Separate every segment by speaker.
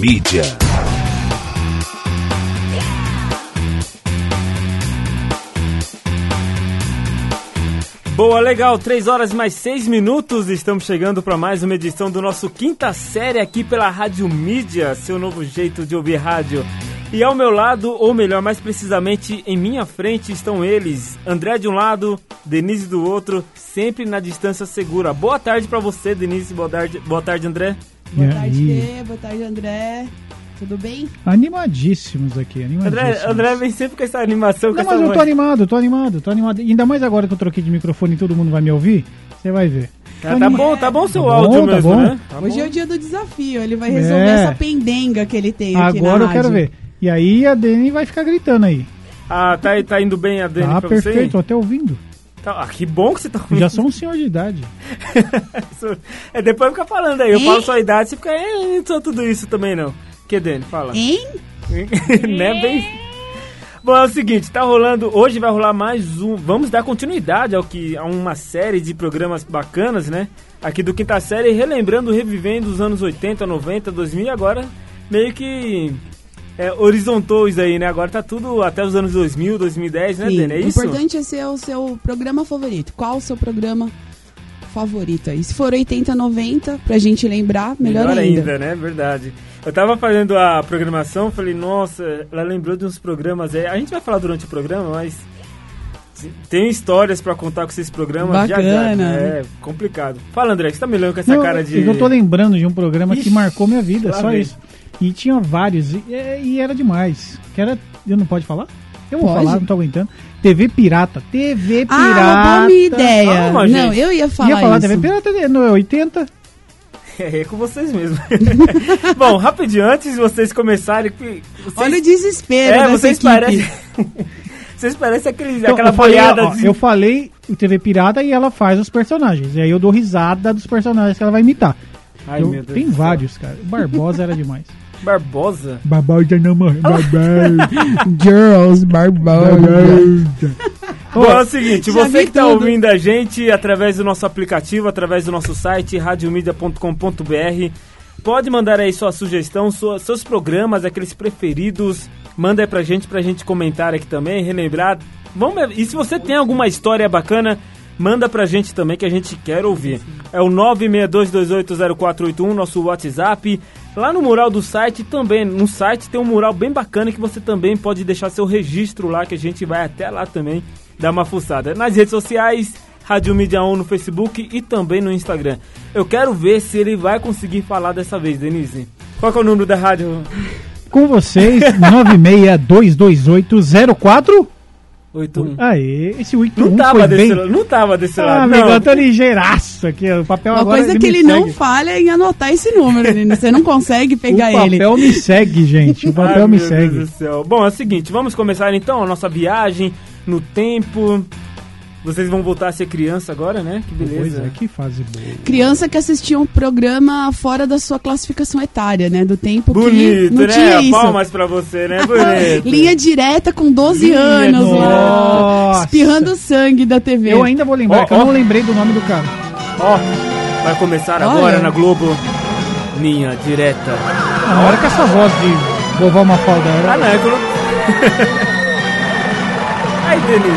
Speaker 1: Mídia.
Speaker 2: Boa, legal, 3 horas mais 6 minutos. Estamos chegando para mais uma edição do nosso quinta série aqui pela Rádio Mídia, seu novo jeito de ouvir rádio. E ao meu lado, ou melhor, mais precisamente em minha frente, estão eles: André de um lado, Denise do outro, sempre na distância segura. Boa tarde para você, Denise. Boa tarde, boa tarde André.
Speaker 3: Boa tarde, Fê. Boa tarde, André. Tudo bem?
Speaker 4: Animadíssimos aqui, animadíssimos.
Speaker 2: André, André vem sempre com essa animação. com
Speaker 4: Não,
Speaker 2: essa
Speaker 4: mas eu tô
Speaker 2: voz.
Speaker 4: animado, tô animado, tô animado. Ainda mais agora que eu troquei de microfone e todo mundo vai me ouvir, você vai ver.
Speaker 2: Ah, tá bom, tá bom o seu
Speaker 4: Tá bom,
Speaker 2: áudio
Speaker 4: tá
Speaker 2: mesmo,
Speaker 4: bom.
Speaker 2: né? Tá
Speaker 3: Hoje é
Speaker 2: bom.
Speaker 3: o dia do desafio. Ele vai resolver
Speaker 4: É.
Speaker 3: essa pendenga que ele tem aqui na
Speaker 4: Agora eu quero
Speaker 3: rádio.
Speaker 4: ver. E aí a Dani vai ficar gritando aí.
Speaker 2: Ah, tá, tá indo bem a Dani
Speaker 4: Tá
Speaker 2: pra
Speaker 4: perfeito,
Speaker 2: você?
Speaker 4: tô até ouvindo.
Speaker 2: Tá, ah, que bom que você tá
Speaker 4: Eu
Speaker 2: ouvindo.
Speaker 4: já sou um senhor de idade.
Speaker 2: isso. É, depois fica falando aí. Eu
Speaker 3: Hein?
Speaker 2: falo sua idade, você fica... "É, não sou tudo isso também, não. Que, Dani? Fala.
Speaker 3: Hein?
Speaker 2: né, bem... Bom, é o seguinte, tá rolando... Hoje vai rolar mais um... Vamos dar continuidade ao que, a uma série de programas bacanas, né? Aqui do Quinta Série, relembrando, revivendo os anos 80, 90, 2000 e agora meio que... É, horizontou isso aí, né? Agora tá tudo até os anos 2000, 2010, né,
Speaker 3: Sim.
Speaker 2: Dani? É
Speaker 3: o
Speaker 2: isso?
Speaker 3: importante é ser o seu programa favorito. Qual o seu programa favorito aí? Se for 80, 90, pra gente lembrar, melhor, ainda.
Speaker 2: né? Verdade. Eu tava fazendo a programação, falei, nossa, ela lembrou de uns programas. aí. A gente vai falar durante o programa, mas t- tem histórias pra contar com esses programas já já.
Speaker 3: Bacana.
Speaker 2: É complicado. Fala, André, você tá me olhando com essa
Speaker 4: Não, é
Speaker 2: cara de.
Speaker 4: Eu tô lembrando de um programa
Speaker 2: Ixi,
Speaker 4: que marcou minha vida,
Speaker 2: lá
Speaker 4: só
Speaker 2: vem.
Speaker 4: isso. E tinha vários, e, e era demais. Que era. Eu não pode falar? Eu vou
Speaker 3: Pode.
Speaker 4: falar, não tô aguentando. TV Pirata. TV
Speaker 3: Ah,
Speaker 4: Pirata.
Speaker 3: roubou minha ideia.
Speaker 2: Calma,
Speaker 3: Não,
Speaker 2: gente.
Speaker 3: eu ia falar,
Speaker 4: Ia falar
Speaker 3: isso.
Speaker 4: TV Pirata né, no 80.
Speaker 2: É, é com vocês mesmo. Bom, rapidinho, antes de vocês começarem. que- Vocês...
Speaker 3: Olha o desespero
Speaker 2: É,
Speaker 3: dessa
Speaker 2: vocês
Speaker 3: equipe.
Speaker 2: parecem. vocês parecem aquele,
Speaker 4: Então,
Speaker 2: aquela
Speaker 4: eu falei,
Speaker 2: boiada
Speaker 4: ó,
Speaker 2: de.
Speaker 4: eu falei o TV Pirata e ela faz os personagens. E aí eu dou risada dos personagens que ela vai imitar.
Speaker 2: Ai,
Speaker 4: Eu-
Speaker 2: meu Deus
Speaker 4: tem
Speaker 2: do céu.
Speaker 4: vários, cara. O Barbosa era demais.
Speaker 2: Barbosa?
Speaker 4: Barbosa não morreu. Barbosa. Girls, Barbosa.
Speaker 2: Bom, é o seguinte,
Speaker 3: Já
Speaker 2: você
Speaker 3: vi
Speaker 2: que tá
Speaker 3: tudo.
Speaker 2: ouvindo a gente através do nosso aplicativo, através do nosso site, radiomedia.com.br, pode mandar aí sua sugestão, sua- seus programas, aqueles preferidos, manda aí pra gente, pra gente comentar aqui também, relembrar. Vamos, ver- e se você tem alguma história bacana, manda pra gente também que a gente quer ouvir. É o 962280481, nosso WhatsApp. Lá no mural do site também, no site tem um mural bem bacana que você também pode deixar seu registro lá, que a gente vai até lá também dar uma fuçada. Nas redes sociais, Rádio Mídia 1 no Facebook e também no Instagram. Eu quero ver se ele vai conseguir falar dessa vez, Denise. Qual que é o número da rádio?
Speaker 4: Com vocês, 9622804.
Speaker 2: 81.
Speaker 4: Aê, esse 81
Speaker 2: Não tava
Speaker 4: foi
Speaker 2: desse
Speaker 4: bem...
Speaker 2: lado, não tava desse
Speaker 4: Ah,
Speaker 2: lado.
Speaker 4: amigo,
Speaker 2: não.
Speaker 4: eu tô ligeiraço aqui. O papel
Speaker 3: Uma
Speaker 4: agora
Speaker 3: coisa
Speaker 4: ele
Speaker 3: que
Speaker 4: me
Speaker 3: ele não
Speaker 4: segue.
Speaker 3: falha é em anotar esse número, Nino. Você não consegue pegar
Speaker 4: o
Speaker 3: ele.
Speaker 4: papel me segue, gente. O papel
Speaker 2: Ai,
Speaker 4: me
Speaker 2: meu
Speaker 4: segue.
Speaker 2: Deus do céu. Bom, é o seguinte, vamos começar então a nossa viagem no tempo. Vocês vão voltar a ser criança agora, né? Que beleza.
Speaker 4: Pois é, que fase boa.
Speaker 3: Criança que assistia um programa fora da sua classificação etária, né? Do tempo que
Speaker 2: Bonito,
Speaker 3: não
Speaker 2: né?
Speaker 3: tinha isso. Ah,
Speaker 2: Palmas pra você, né? Bonito.
Speaker 3: Linha direta com 12
Speaker 2: Linha
Speaker 3: anos lá.
Speaker 4: Nossa.
Speaker 3: Espirrando sangue da TV.
Speaker 4: Eu ainda vou lembrar,
Speaker 2: Ó,
Speaker 4: que eu
Speaker 2: ó.
Speaker 4: não lembrei do nome do cara.
Speaker 2: Ó, vai começar agora
Speaker 3: Olha.
Speaker 2: na Globo. Linha direta.
Speaker 4: Ah, Na hora que essa voz de vovó Mafalda
Speaker 2: Ah,
Speaker 4: era.
Speaker 2: não, é colo... Ai, Denise.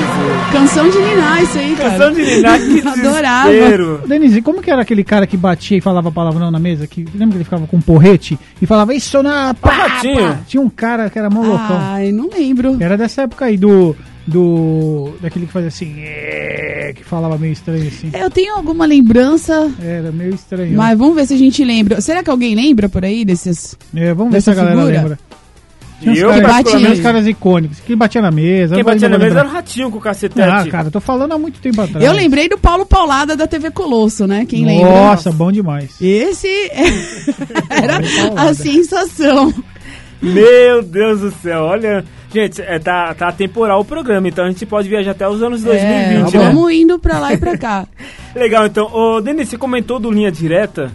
Speaker 3: Canção de Niná, isso aí, cara.
Speaker 2: Canção de Niná, que
Speaker 3: Adorava.
Speaker 2: desespero.
Speaker 4: Denise, como que era aquele cara que batia e falava palavrão na mesa? Que, lembra que ele ficava com um porrete e falava isso na pá,
Speaker 2: Papatinho.
Speaker 4: pá?" Tinha um cara que era
Speaker 3: Ah.
Speaker 4: mó loucão.
Speaker 3: Ai, não lembro.
Speaker 4: Era dessa época aí do. do. daquele que fazia assim. "É", que falava meio estranho assim.
Speaker 3: Eu tenho alguma lembrança,
Speaker 4: Era meio estranho.
Speaker 3: mas vamos ver se a gente lembra. Será que alguém lembra por aí desses?
Speaker 4: É, vamos ver se
Speaker 3: Dessa
Speaker 4: a galera
Speaker 3: figura?
Speaker 4: lembra.
Speaker 2: E
Speaker 4: uns
Speaker 2: eu,
Speaker 3: que
Speaker 4: caras-
Speaker 3: batia.
Speaker 4: tinha uns caras icônicos. Que batia na mesa.
Speaker 2: Quem
Speaker 4: eu não vou-
Speaker 2: batia na
Speaker 4: não vou
Speaker 2: mesa era o
Speaker 4: lembrar.
Speaker 2: ratinho com o cacetete.
Speaker 4: Ah, cara, eu tô falando há muito tempo atrás.
Speaker 3: Eu lembrei do Paulo Paulada da TV Colosso, né? Quem lembra?
Speaker 4: Nossa, bom demais.
Speaker 3: Esse era então a
Speaker 2: assim.
Speaker 3: sensação.
Speaker 2: Meu Deus do céu, olha. Gente, é, tá, tá temporal o programa, então a gente pode viajar até os anos 2020,
Speaker 3: É,
Speaker 2: né?
Speaker 3: vamos indo pra lá e pra cá.
Speaker 2: Legal, então. Ô, Denis, você comentou do Linha Direta.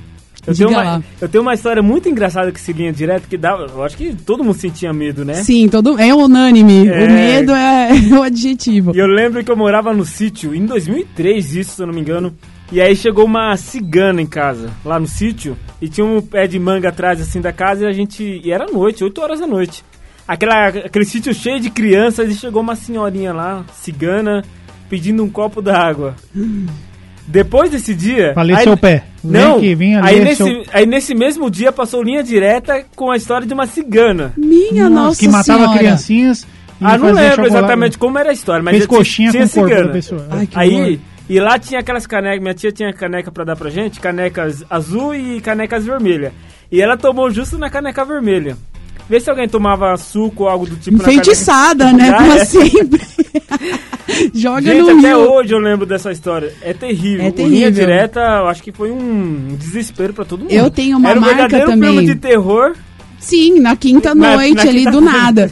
Speaker 2: Eu
Speaker 3: Diga
Speaker 2: tenho, uma,
Speaker 3: lá.
Speaker 2: eu tenho uma história muito engraçada com esse Linha Direta que dava. Eu acho que todo mundo sentia medo, né?
Speaker 3: Sim, todo é unânime.
Speaker 2: É.
Speaker 3: O medo é, é o adjetivo.
Speaker 2: E eu lembro que eu morava no sítio, em 2003 isso, se eu não me engano. E aí chegou uma cigana em casa, lá no sítio, e tinha um pé de manga atrás assim da casa e a gente. E era noite, 8 horas da noite. Aquela, aquele sítio cheio de crianças e chegou uma senhorinha lá, cigana, pedindo um copo d'água. Depois desse dia.
Speaker 4: Falei
Speaker 2: aí-
Speaker 4: seu pé. Vem
Speaker 2: Não,
Speaker 4: aqui, vem ali, é
Speaker 2: aí, nesse,
Speaker 4: seu-
Speaker 2: aí nesse mesmo dia passou linha direta com a história de uma cigana.
Speaker 3: Minha nossa,
Speaker 4: que matava
Speaker 3: senhora.
Speaker 4: criancinhas. e
Speaker 2: ah, não
Speaker 4: fazia
Speaker 2: lembro
Speaker 4: chocolate.
Speaker 2: exatamente como era a história, mas
Speaker 4: Fez
Speaker 2: já tinha-
Speaker 4: coxinha
Speaker 2: tinha
Speaker 4: com o corpo da
Speaker 2: cigana.
Speaker 4: pessoa.
Speaker 3: Ai, que horror.
Speaker 2: Aí, e lá tinha aquelas canecas, minha tia tinha caneca pra dar pra gente, canecas azul e canecas vermelha. E ela tomou justo na caneca vermelha. Vê se alguém tomava suco ou algo do tipo na
Speaker 3: Enfeitiçada, né?
Speaker 2: Ah,
Speaker 3: Pra
Speaker 2: é.
Speaker 3: sempre. Joga
Speaker 2: caneca.
Speaker 3: no
Speaker 2: Gente, até
Speaker 3: rio.
Speaker 2: hoje eu lembro dessa história. É terrível.
Speaker 3: É
Speaker 2: O Linha
Speaker 3: terrível.
Speaker 2: direta, eu acho que foi um desespero pra todo mundo.
Speaker 3: Eu tenho uma
Speaker 2: Era um
Speaker 3: marca
Speaker 2: verdadeiro filme
Speaker 3: também.
Speaker 2: de terror.
Speaker 3: Sim, na quinta
Speaker 2: Na- na
Speaker 3: noite ali
Speaker 2: quinta
Speaker 3: do
Speaker 2: noite.
Speaker 3: nada.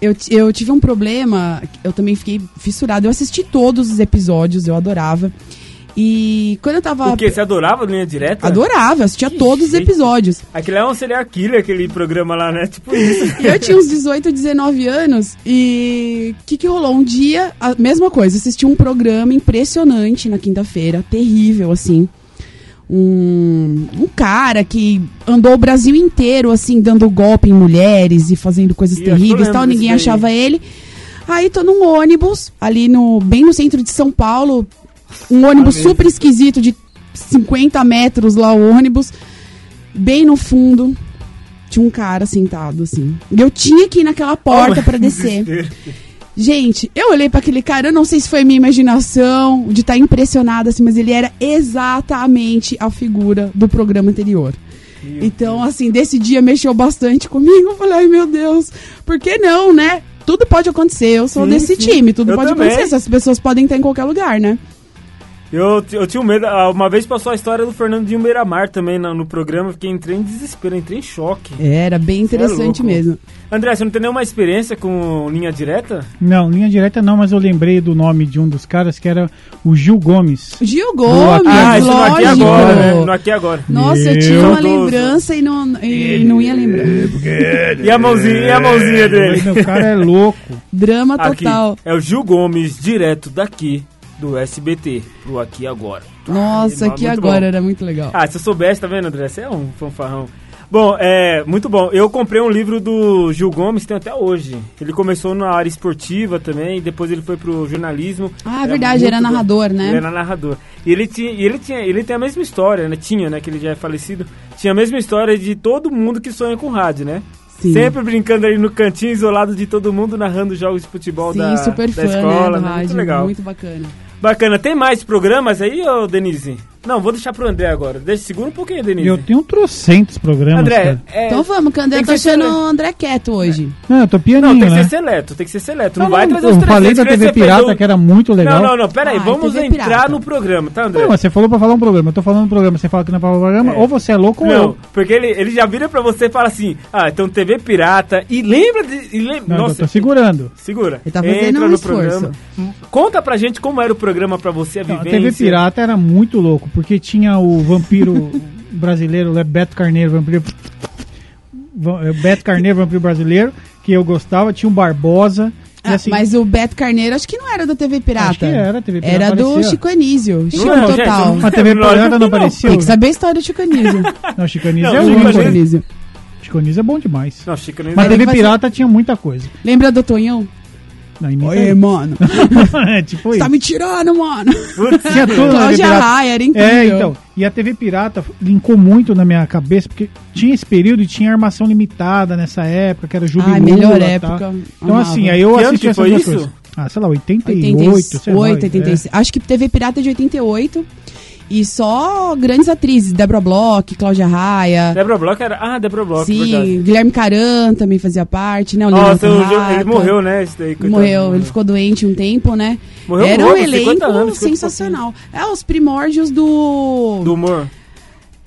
Speaker 3: Eu, ti- eu tive um problema, eu também fiquei fissurada. Eu assisti todos os episódios, eu adorava. E quando eu tava.
Speaker 2: O quê? Você adorava Linha direta?
Speaker 3: Adorava, eu assistia
Speaker 2: Que
Speaker 3: todos os
Speaker 2: jeito.
Speaker 3: episódios.
Speaker 2: Aquele é um serial killer, aquele programa lá, né? Tipo isso.
Speaker 3: E eu tinha uns 18, 19 anos e o que, que rolou? Um dia, a mesma coisa, assisti um programa impressionante na quinta-feira, terrível, assim. Um, um cara que andou o Brasil inteiro, assim, dando golpe em mulheres e fazendo coisas
Speaker 2: Ih, acho que eu
Speaker 3: terríveis e
Speaker 2: lembro
Speaker 3: tal,
Speaker 2: desse
Speaker 3: ninguém
Speaker 2: daí.
Speaker 3: achava ele. Aí tô num ônibus, ali no bem no centro de São Paulo, um ônibus
Speaker 2: Amazing.
Speaker 3: super esquisito, de 50 metros lá o ônibus, bem no fundo, tinha um cara sentado, assim. E eu tinha que ir naquela porta pra descer. Gente, eu olhei pra aquele cara, eu não sei se foi minha imaginação, de estar impressionada, assim, mas ele era exatamente a figura do programa anterior. Então, assim, desse dia mexeu bastante comigo. Eu falei, ai meu Deus, por que não, né? Tudo pode acontecer, eu sou
Speaker 2: Sim,
Speaker 3: desse
Speaker 2: sim.
Speaker 3: time, tudo
Speaker 2: Eu
Speaker 3: pode
Speaker 2: também.
Speaker 3: acontecer, essas pessoas podem estar em qualquer lugar, né?
Speaker 2: Eu, eu tinha um medo. ah, Uma vez passou a história do Fernandinho Beiramar também na- no programa. eu Fiquei entrei em desespero, entrei em choque.
Speaker 3: Era bem interessante
Speaker 2: é louco.
Speaker 3: mesmo.
Speaker 2: André, você não tem nenhuma experiência com linha direta?
Speaker 4: Não, linha direta não, mas eu lembrei do nome de um dos caras que era o Gil Gomes.
Speaker 3: Gil
Speaker 4: Boa,
Speaker 3: Gomes,
Speaker 4: cara.
Speaker 2: Ah, isso não aqui
Speaker 3: lógico.
Speaker 2: agora, né? Não aqui agora.
Speaker 3: Nossa, eu tinha
Speaker 4: Meu
Speaker 3: uma
Speaker 2: Deus.
Speaker 3: lembrança e não, e não ia lembrar.
Speaker 2: E a mãozinha, e a mãozinha dele?
Speaker 4: Meu cara é louco.
Speaker 3: Drama
Speaker 2: Aqui.
Speaker 3: total.
Speaker 2: É o Gil Gomes, direto daqui do SBT, pro aqui agora.
Speaker 3: Nossa,
Speaker 2: é Muito
Speaker 3: aqui
Speaker 2: bom.
Speaker 3: agora era muito legal.
Speaker 2: Ah, se eu soubesse, tá vendo, André? Você é um fanfarrão. Bom, é muito bom. Eu comprei um livro do Gil Gomes, tem até hoje. Ele começou na área esportiva também, depois ele foi pro jornalismo.
Speaker 3: Ah, é verdade, era
Speaker 2: muito bom.
Speaker 3: narrador, né?
Speaker 2: Ele era narrador. E ele tinha, e ele tinha, ele tem a mesma história, né? Tinha, né? Que ele já é falecido. Tinha a mesma história de todo mundo que sonha com rádio, né?
Speaker 3: Sim.
Speaker 2: Sempre brincando ali no cantinho, isolado de todo mundo, narrando jogos de futebol
Speaker 3: Sim,
Speaker 2: da,
Speaker 3: super
Speaker 2: da
Speaker 3: fã,
Speaker 2: escola.
Speaker 3: né, do
Speaker 2: né? Muito
Speaker 3: rádio,
Speaker 2: legal.
Speaker 3: muito bacana.
Speaker 2: Bacana, tem mais programas aí, ô Denise? Não, vou deixar pro André agora. Deixa, segura um pouquinho, Denise.
Speaker 4: Eu tenho trocentos programas.
Speaker 2: André,
Speaker 4: cara.
Speaker 2: é,
Speaker 3: Então vamos, Candê,
Speaker 2: Tem
Speaker 3: eu
Speaker 2: que
Speaker 3: tô
Speaker 2: ser
Speaker 3: achando
Speaker 2: sele-
Speaker 3: o André quieto hoje.
Speaker 4: Não, eu tô
Speaker 2: não,
Speaker 4: pianinho,
Speaker 2: tem que
Speaker 4: né?
Speaker 2: ser seleto, tem que ser seleto. Não,
Speaker 4: Não,
Speaker 2: vai
Speaker 4: não,
Speaker 2: trazer
Speaker 4: eu
Speaker 2: os 300
Speaker 4: falei da TV
Speaker 2: você
Speaker 4: Pirata
Speaker 2: perdeu-
Speaker 4: que era muito legal.
Speaker 2: Não, não, não, peraí,
Speaker 3: Ah,
Speaker 2: vamos
Speaker 3: TV
Speaker 2: entrar
Speaker 3: Pirata.
Speaker 2: no programa, tá, André?
Speaker 4: Não, mas você falou pra falar um programa. Eu tô falando um programa, você fala que não é pra falar um programa,
Speaker 2: É.
Speaker 4: ou você é louco ou
Speaker 2: Não,
Speaker 4: eu.
Speaker 2: porque ele, ele já vira pra você e fala assim: Ah, então TV pirata. E lembra de. E lem-
Speaker 4: Não,
Speaker 2: Nossa,
Speaker 4: eu tô segurando.
Speaker 2: segura.
Speaker 3: Ele tá fazendo
Speaker 2: Entra
Speaker 3: um
Speaker 2: no
Speaker 3: esforço.
Speaker 2: programa. Conta pra gente como era o programa pra você, a
Speaker 4: Não, a
Speaker 2: vivência.
Speaker 4: TV Pirata era muito louco, porque tinha o vampiro brasileiro, né, Beto Carneiro, vampiro. va- eh, Beto Carneiro, vampiro brasileiro, que eu gostava, tinha o Barbosa. e
Speaker 2: É.
Speaker 3: Ah,
Speaker 4: assim,
Speaker 3: mas o Beto Carneiro acho que não era da TV Pirata.
Speaker 4: Acho que era, TV Pirata
Speaker 3: Era do
Speaker 4: aparecia.
Speaker 3: Chico Anísio. Chico
Speaker 2: Não, gente, é um
Speaker 3: Total.
Speaker 2: não-
Speaker 4: a TV
Speaker 2: Lógico que
Speaker 4: Pirata
Speaker 2: não.
Speaker 4: não aparecia.
Speaker 3: Tem que saber a história do Chico Anísio.
Speaker 4: Não, Chico Anísio
Speaker 2: Não,
Speaker 4: é
Speaker 2: Chico
Speaker 4: um
Speaker 2: Anísio-
Speaker 3: Chico
Speaker 4: ícone.
Speaker 3: Anísio.
Speaker 4: Chico Anísio é bom demais.
Speaker 2: Não, Chica, não
Speaker 4: Mas a
Speaker 3: Ele
Speaker 4: TV
Speaker 3: fazia-
Speaker 4: Pirata tinha muita coisa.
Speaker 3: Lembra do Tonhão?
Speaker 4: Não, imita
Speaker 3: Oi,
Speaker 4: aí.
Speaker 3: mano. Você
Speaker 4: é, tipo
Speaker 3: tá
Speaker 4: isso.
Speaker 3: me tirando, mano.
Speaker 2: Putz,
Speaker 4: Tinha tudo na TV
Speaker 3: Cláudia
Speaker 4: Pirata.
Speaker 3: Raia, era incrível.
Speaker 4: É, então. E a TV Pirata linkou muito na minha cabeça, porque tinha esse período e tinha armação limitada nessa época, que era Jubilula.
Speaker 3: Ai, melhor
Speaker 4: tá?
Speaker 3: época.
Speaker 4: Então,
Speaker 3: Amava.
Speaker 4: assim, aí eu
Speaker 2: Que ano
Speaker 4: assisti
Speaker 2: que
Speaker 4: essas
Speaker 2: foi
Speaker 4: duas
Speaker 2: isso?
Speaker 4: coisas. Ah, sei lá, 88,
Speaker 3: 88,
Speaker 4: sei lá.
Speaker 3: 86. Acho que TV Pirata é de 88. E só grandes atrizes, Débora Bloch, Cláudia Raia.
Speaker 2: Debra Block era. Ah, Debra Block,
Speaker 3: sim,
Speaker 2: verdade.
Speaker 3: Guilherme Caran também fazia parte, né? O Leandro
Speaker 2: Nossa, o Gil- ele
Speaker 3: Tarraca.
Speaker 2: morreu, né? Esse daí, coitado.
Speaker 3: Morreu, ele ficou doente um tempo, né?
Speaker 2: Morreu
Speaker 3: Era um
Speaker 2: novo, 50
Speaker 3: elenco
Speaker 2: anos, 50 e
Speaker 3: sensacional. É, os primórdios do,
Speaker 2: Do humor.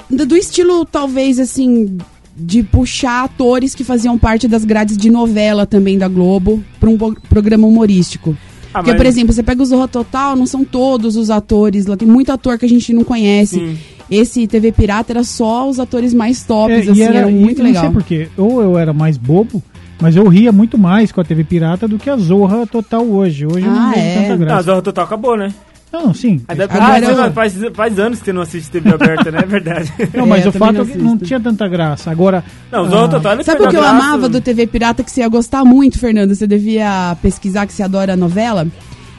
Speaker 3: do. do estilo, talvez, assim, de puxar atores que faziam parte das grades de novela também da Globo para um bo- programa humorístico.
Speaker 2: Ah,
Speaker 3: Porque,
Speaker 2: mas-
Speaker 3: por exemplo, você pega o Zorra Total, não são todos os atores, lá tem muito ator que a gente não conhece.
Speaker 2: Sim.
Speaker 3: Esse TV Pirata era só os atores mais
Speaker 4: É,
Speaker 3: tops,
Speaker 4: e
Speaker 3: assim,
Speaker 4: era,
Speaker 3: era,
Speaker 4: e
Speaker 3: muito
Speaker 4: eu
Speaker 3: legal.
Speaker 4: Não sei porquê. Ou eu era mais bobo, mas eu ria muito mais com a TV Pirata do que a Zorra Total hoje. Hoje eu não
Speaker 3: Ah,
Speaker 4: vejo
Speaker 3: é?
Speaker 4: tanta
Speaker 2: Não, a
Speaker 4: graça.
Speaker 2: Zorra Total acabou, né?
Speaker 4: Não, sim.
Speaker 2: Ainda-
Speaker 3: Agora
Speaker 2: ah, você
Speaker 3: eu-
Speaker 2: não- faz, faz anos que você não assiste TV aberta, né? É verdade.
Speaker 4: Não, mas
Speaker 3: É, eu
Speaker 4: o
Speaker 3: também
Speaker 4: fato é
Speaker 3: não
Speaker 4: que não
Speaker 3: assisto.
Speaker 4: tinha tanta graça. Agora.
Speaker 2: Não, o Zorro
Speaker 4: ah,
Speaker 2: Total ele
Speaker 3: Sabe
Speaker 2: perdeu
Speaker 3: o que eu
Speaker 2: a graça.
Speaker 3: amava do TV Pirata que você ia gostar muito, Fernando? Você devia pesquisar que você adora novela.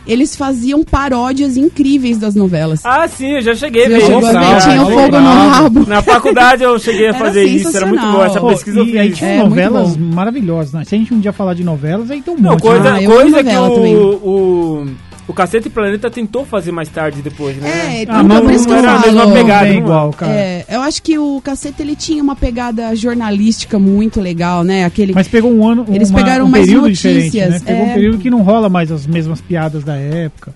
Speaker 3: Eles faziam paródias incríveis das novelas.
Speaker 2: Ah, sim, eu já cheguei. a
Speaker 3: Você
Speaker 2: ver
Speaker 3: chegou
Speaker 2: isso,
Speaker 3: a ver,
Speaker 2: cara.
Speaker 3: tinha o
Speaker 4: eu
Speaker 3: fogo no
Speaker 4: lembrava.
Speaker 3: rabo.
Speaker 2: Na faculdade eu cheguei a
Speaker 3: Era
Speaker 2: fazer isso, era muito bom. Essa
Speaker 4: Pô,
Speaker 3: sensacional.
Speaker 2: pesquisa eu
Speaker 4: e aí
Speaker 2: fiz.
Speaker 4: tinha
Speaker 3: É, muito
Speaker 4: novelas
Speaker 3: bom.
Speaker 4: maravilhosas, né? Se a gente um dia falar de novelas, aí tem um monte.
Speaker 2: Não, coisa,
Speaker 3: Ah, eu amo
Speaker 2: coisa que
Speaker 3: novela também.
Speaker 2: o, o, o Cacete Planeta tentou fazer mais tarde depois, né?
Speaker 3: É,
Speaker 4: Ah,
Speaker 3: então
Speaker 4: mas
Speaker 3: por isso que
Speaker 4: não
Speaker 3: eu
Speaker 2: era a mesma
Speaker 3: falo.
Speaker 2: pegada.
Speaker 4: Não
Speaker 2: não
Speaker 4: é igual, cara.
Speaker 3: É, eu acho que o Caceta ele tinha uma pegada jornalística muito legal, né? Aquele
Speaker 4: Mas pegou um ano.
Speaker 3: Eles
Speaker 4: uma-
Speaker 3: pegaram
Speaker 4: um
Speaker 3: mais
Speaker 4: período
Speaker 3: notícias,
Speaker 4: diferente, né? Pegou um
Speaker 3: é.
Speaker 4: período que não rola mais as mesmas piadas da época.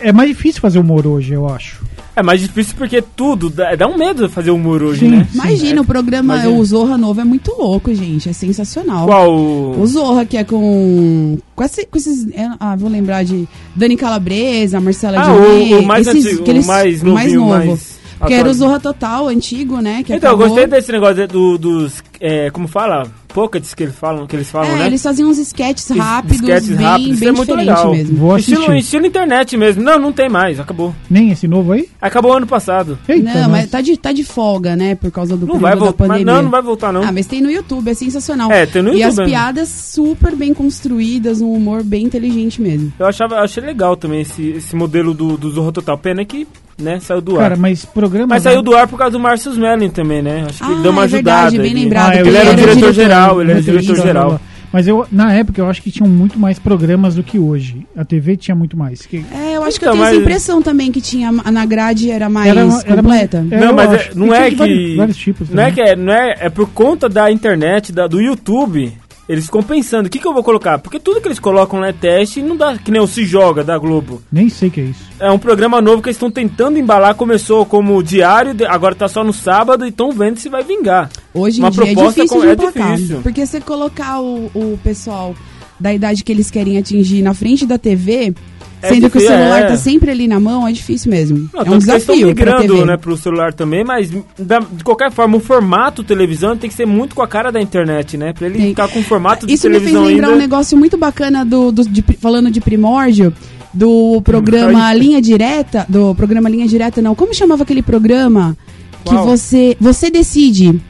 Speaker 4: É mais difícil fazer humor hoje, eu acho.
Speaker 2: É mais difícil porque tudo dá, dá um medo de fazer humor hoje,
Speaker 4: Sim.
Speaker 2: né?
Speaker 3: Imagina, o programa
Speaker 2: Imagina.
Speaker 3: O Zorra Novo é muito louco, gente. É sensacional.
Speaker 2: Qual?
Speaker 3: O Zorra, que é com. Com, esse- com esses. é, Ah, vou lembrar de Dani Calabresa, Marcela
Speaker 2: Ah,
Speaker 3: de
Speaker 2: o,
Speaker 3: Rê,
Speaker 2: o mais
Speaker 3: esses-
Speaker 2: antigo,
Speaker 3: aqueles-
Speaker 2: o mais novinho, mais,
Speaker 3: Porque era o
Speaker 2: atual.
Speaker 3: Zorra Total, antigo, né? Que
Speaker 2: Então, eu
Speaker 3: acabou.
Speaker 2: gostei desse negócio do, dos. é, como fala? Pockets que eles falam, que eles falam,
Speaker 3: É,
Speaker 2: né?
Speaker 3: eles faziam uns sketches rápidos,
Speaker 2: Esquetes
Speaker 3: bem,
Speaker 2: rápidos,
Speaker 3: bem
Speaker 2: isso é muito
Speaker 3: diferente
Speaker 2: legal.
Speaker 3: mesmo.
Speaker 4: Vou
Speaker 2: Estilo,
Speaker 4: assistir.
Speaker 2: estilo internet mesmo. Não, não tem mais, acabou.
Speaker 4: Nem esse novo aí?
Speaker 2: Acabou ano passado.
Speaker 4: Eita,
Speaker 3: não, mas tá de, tá de folga, né? Por causa do
Speaker 2: Não
Speaker 3: período
Speaker 2: vai
Speaker 3: da
Speaker 2: voltar.
Speaker 3: pandemia.
Speaker 2: mas Não, não vai voltar, não.
Speaker 3: Ah, mas tem no YouTube, é sensacional.
Speaker 2: É, tem no
Speaker 3: E
Speaker 2: YouTube
Speaker 3: as
Speaker 2: mesmo.
Speaker 3: piadas super bem construídas, um humor bem inteligente mesmo.
Speaker 2: Eu achava, achei legal também esse, esse modelo do, do Zorro Total. Pena que, né, saiu do
Speaker 4: Cara,
Speaker 2: ar.
Speaker 4: mas é- programa.
Speaker 2: Mas saiu do ar por causa do Márcio Smelling também, né? Acho que
Speaker 3: Ah,
Speaker 2: ele deu uma
Speaker 3: é
Speaker 2: ajudada.
Speaker 3: verdade, bem
Speaker 2: ali.
Speaker 3: lembrado.
Speaker 4: Ah,
Speaker 3: porque
Speaker 4: ele era o
Speaker 2: diretor-geral, ele era
Speaker 4: Roteirista,
Speaker 2: diretor-geral.
Speaker 4: blá, blá, blá. Mas eu, na época, eu acho que tinham muito mais programas do que hoje. A TV tinha muito mais. Que
Speaker 3: É, eu acho que eu
Speaker 2: Então,
Speaker 3: tenho essa
Speaker 2: mas-
Speaker 3: impressão também que tinha na grade era mais completa.
Speaker 4: é,
Speaker 2: Não,
Speaker 4: eu
Speaker 2: mas é-
Speaker 4: acho.
Speaker 2: não
Speaker 4: E tinha
Speaker 2: é
Speaker 4: de
Speaker 2: que-
Speaker 4: Vários, vários tipos né?
Speaker 2: Não é
Speaker 4: também.
Speaker 2: que é, não é, é por conta da internet, da, do YouTube. Eles ficam pensando, o que, que eu vou colocar? Porque tudo que eles colocam lá é teste e não dá, que nem o Se Joga da Globo.
Speaker 4: Nem sei o que é isso.
Speaker 2: É um programa novo que eles estão tentando embalar. Começou como diário, de- agora tá só no sábado e estão vendo se vai vingar.
Speaker 3: Hoje em
Speaker 2: Uma
Speaker 3: dia é
Speaker 2: proposta
Speaker 3: difícil
Speaker 2: com-
Speaker 3: de
Speaker 2: é
Speaker 3: emplacar.
Speaker 2: difícil.
Speaker 3: Porque você colocar o, o pessoal da idade que eles querem atingir na frente da TV,
Speaker 2: É
Speaker 3: sendo que o
Speaker 2: difícil,
Speaker 3: celular
Speaker 2: é.
Speaker 3: tá sempre ali na mão, é difícil mesmo.
Speaker 2: Não,
Speaker 3: é
Speaker 2: tanto
Speaker 3: um
Speaker 2: que eles tão
Speaker 3: desafio pra
Speaker 2: migrando
Speaker 3: TV.
Speaker 2: né, pro celular também, mas da- de qualquer forma, o formato televisão tem que ser muito com a cara da internet, né? Pra ele
Speaker 3: Tem.
Speaker 2: ficar com o formato de
Speaker 3: Isso me fez
Speaker 2: televisão
Speaker 3: lembrar um
Speaker 2: ainda.
Speaker 3: negócio muito bacana do, do- de- falando de primórdio do
Speaker 2: Hum,
Speaker 3: programa
Speaker 2: Primórdio.
Speaker 3: Linha Direta, do programa Linha Direta não, como chamava aquele programa que
Speaker 2: Qual? Hum.
Speaker 3: você você decide?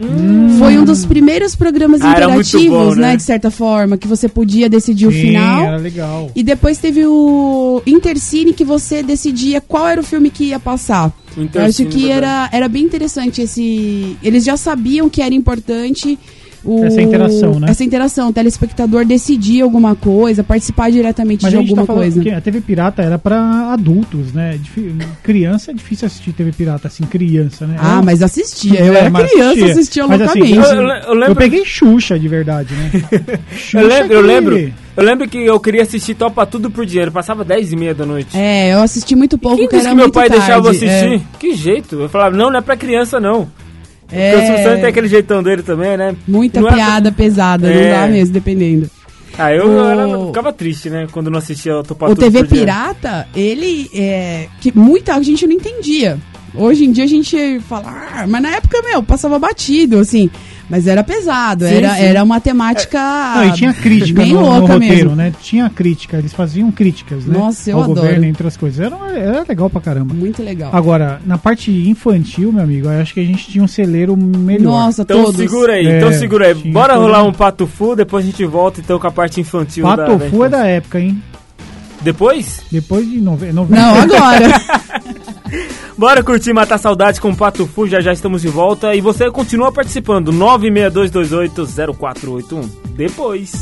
Speaker 3: Foi um dos primeiros programas
Speaker 2: Ah, era muito
Speaker 3: interativos,
Speaker 2: bom,
Speaker 3: né?
Speaker 2: né?
Speaker 3: de certa forma, que você podia decidir o
Speaker 4: Sim,
Speaker 3: final.
Speaker 4: Era legal.
Speaker 3: E depois teve o Intercine que você decidia qual era o filme que ia passar.
Speaker 2: O né?
Speaker 3: Eu acho
Speaker 2: Intercine,
Speaker 3: que
Speaker 2: verdade.
Speaker 3: era, era bem interessante esse. Eles já sabiam que era importante o-
Speaker 4: Essa interação, né?
Speaker 3: Essa interação, o telespectador decidir alguma coisa, participar diretamente
Speaker 4: Mas
Speaker 3: de
Speaker 4: a gente
Speaker 3: alguma
Speaker 4: tá falando
Speaker 3: coisa.
Speaker 4: que a TV pirata era pra adultos, né? Difí- Criança é difícil assistir TV pirata, assim, criança, né?
Speaker 3: Ah,
Speaker 4: Eu-
Speaker 3: mas assistia. Eu
Speaker 4: É,
Speaker 3: era
Speaker 4: mas
Speaker 3: criança, assistia,
Speaker 4: Mas, assim,
Speaker 3: loucamente.
Speaker 2: Eu- eu- eu
Speaker 4: eu,
Speaker 2: lembro-
Speaker 4: peguei Xuxa de verdade, né?
Speaker 2: Eu lembro, eu
Speaker 4: que-
Speaker 2: lembro. Eu lembro que eu queria assistir Topa Tudo por Dinheiro. Passava 10 e meia da noite.
Speaker 3: É, eu assisti muito pouco,
Speaker 2: Quem
Speaker 3: que
Speaker 2: disse que
Speaker 3: era
Speaker 2: meu
Speaker 3: muito
Speaker 2: pai
Speaker 3: tarde,
Speaker 2: deixava eu
Speaker 3: é.
Speaker 2: assistir? Que jeito. Eu falava, não, não é pra criança, não.
Speaker 3: É,
Speaker 2: Porque o Silvio Santos tem aquele jeitão dele também, né?
Speaker 3: Muita
Speaker 2: Não era-
Speaker 3: piada pesada,
Speaker 2: É.
Speaker 3: não dá mesmo, dependendo.
Speaker 2: Ah, eu,
Speaker 3: O-
Speaker 2: era- eu ficava triste, né? Quando não assistia o Topa
Speaker 3: o
Speaker 2: Tudo
Speaker 3: TV
Speaker 2: por Dinheiro.
Speaker 3: Pirata, ele é. que muita gente não entendia. Hoje em dia a gente fala, "Ah", mas na época, meu, passava batido, assim. Mas era pesado,
Speaker 2: Sim,
Speaker 3: era,
Speaker 2: sim.
Speaker 3: era uma temática.
Speaker 4: É. Não, e tinha crítica
Speaker 3: Ah, bem
Speaker 4: no, no
Speaker 3: louca
Speaker 4: roteiro,
Speaker 3: mesmo.
Speaker 4: né? Tinha crítica, eles faziam críticas, né?
Speaker 3: Nossa, eu
Speaker 4: Ao
Speaker 3: adoro.
Speaker 4: governo, entre as coisas. Era, era legal pra caramba.
Speaker 3: Muito legal.
Speaker 4: Agora, na parte infantil, meu amigo, eu acho que a gente tinha um celeiro melhor.
Speaker 3: Nossa,
Speaker 2: Então
Speaker 3: todos.
Speaker 2: segura aí,
Speaker 4: É,
Speaker 2: então segura aí.
Speaker 4: tinha
Speaker 2: Bora
Speaker 4: todo
Speaker 2: rolar
Speaker 4: mundo.
Speaker 2: um pato fu, depois a gente volta então com a parte infantil. da- da
Speaker 4: Patofu é
Speaker 2: infância.
Speaker 4: da época, hein?
Speaker 2: Depois?
Speaker 4: Depois de nove- 90.
Speaker 3: Não, agora.
Speaker 2: Bora curtir Matar Saudade com o Pato Fu, já já estamos de volta. E você continua participando, 962280481. Depois.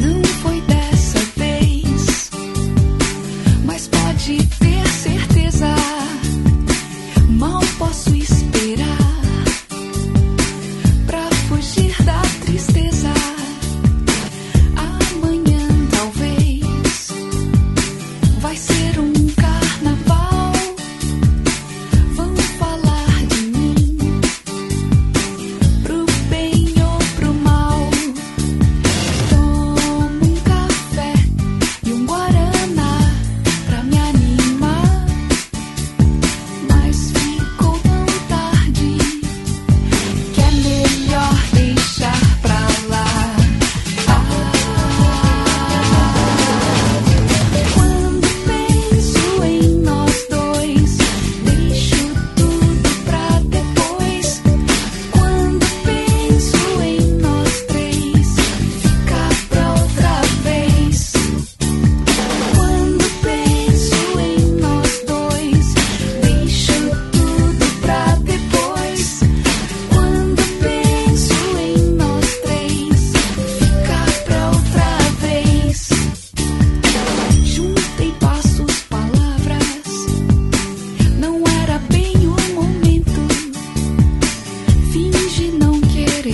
Speaker 1: Não foi dessa vez, mas pode ter certeza. Mal posso esperar pra fugir da tristeza. Amanhã talvez vai ser um carnaval. Vão falar de mim pro um é Ah. um é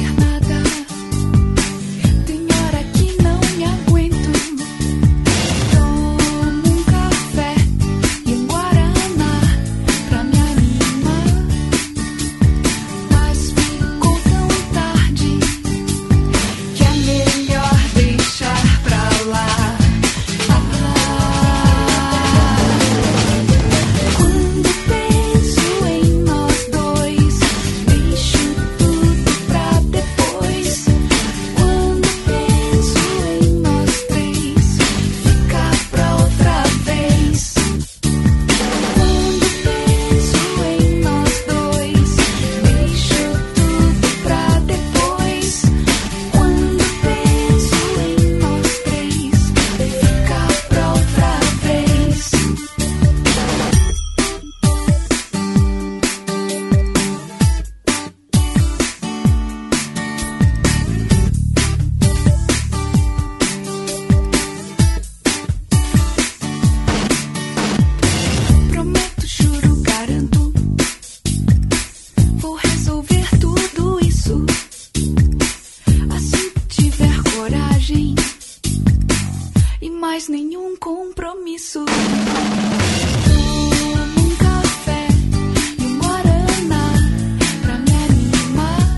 Speaker 1: Assim um é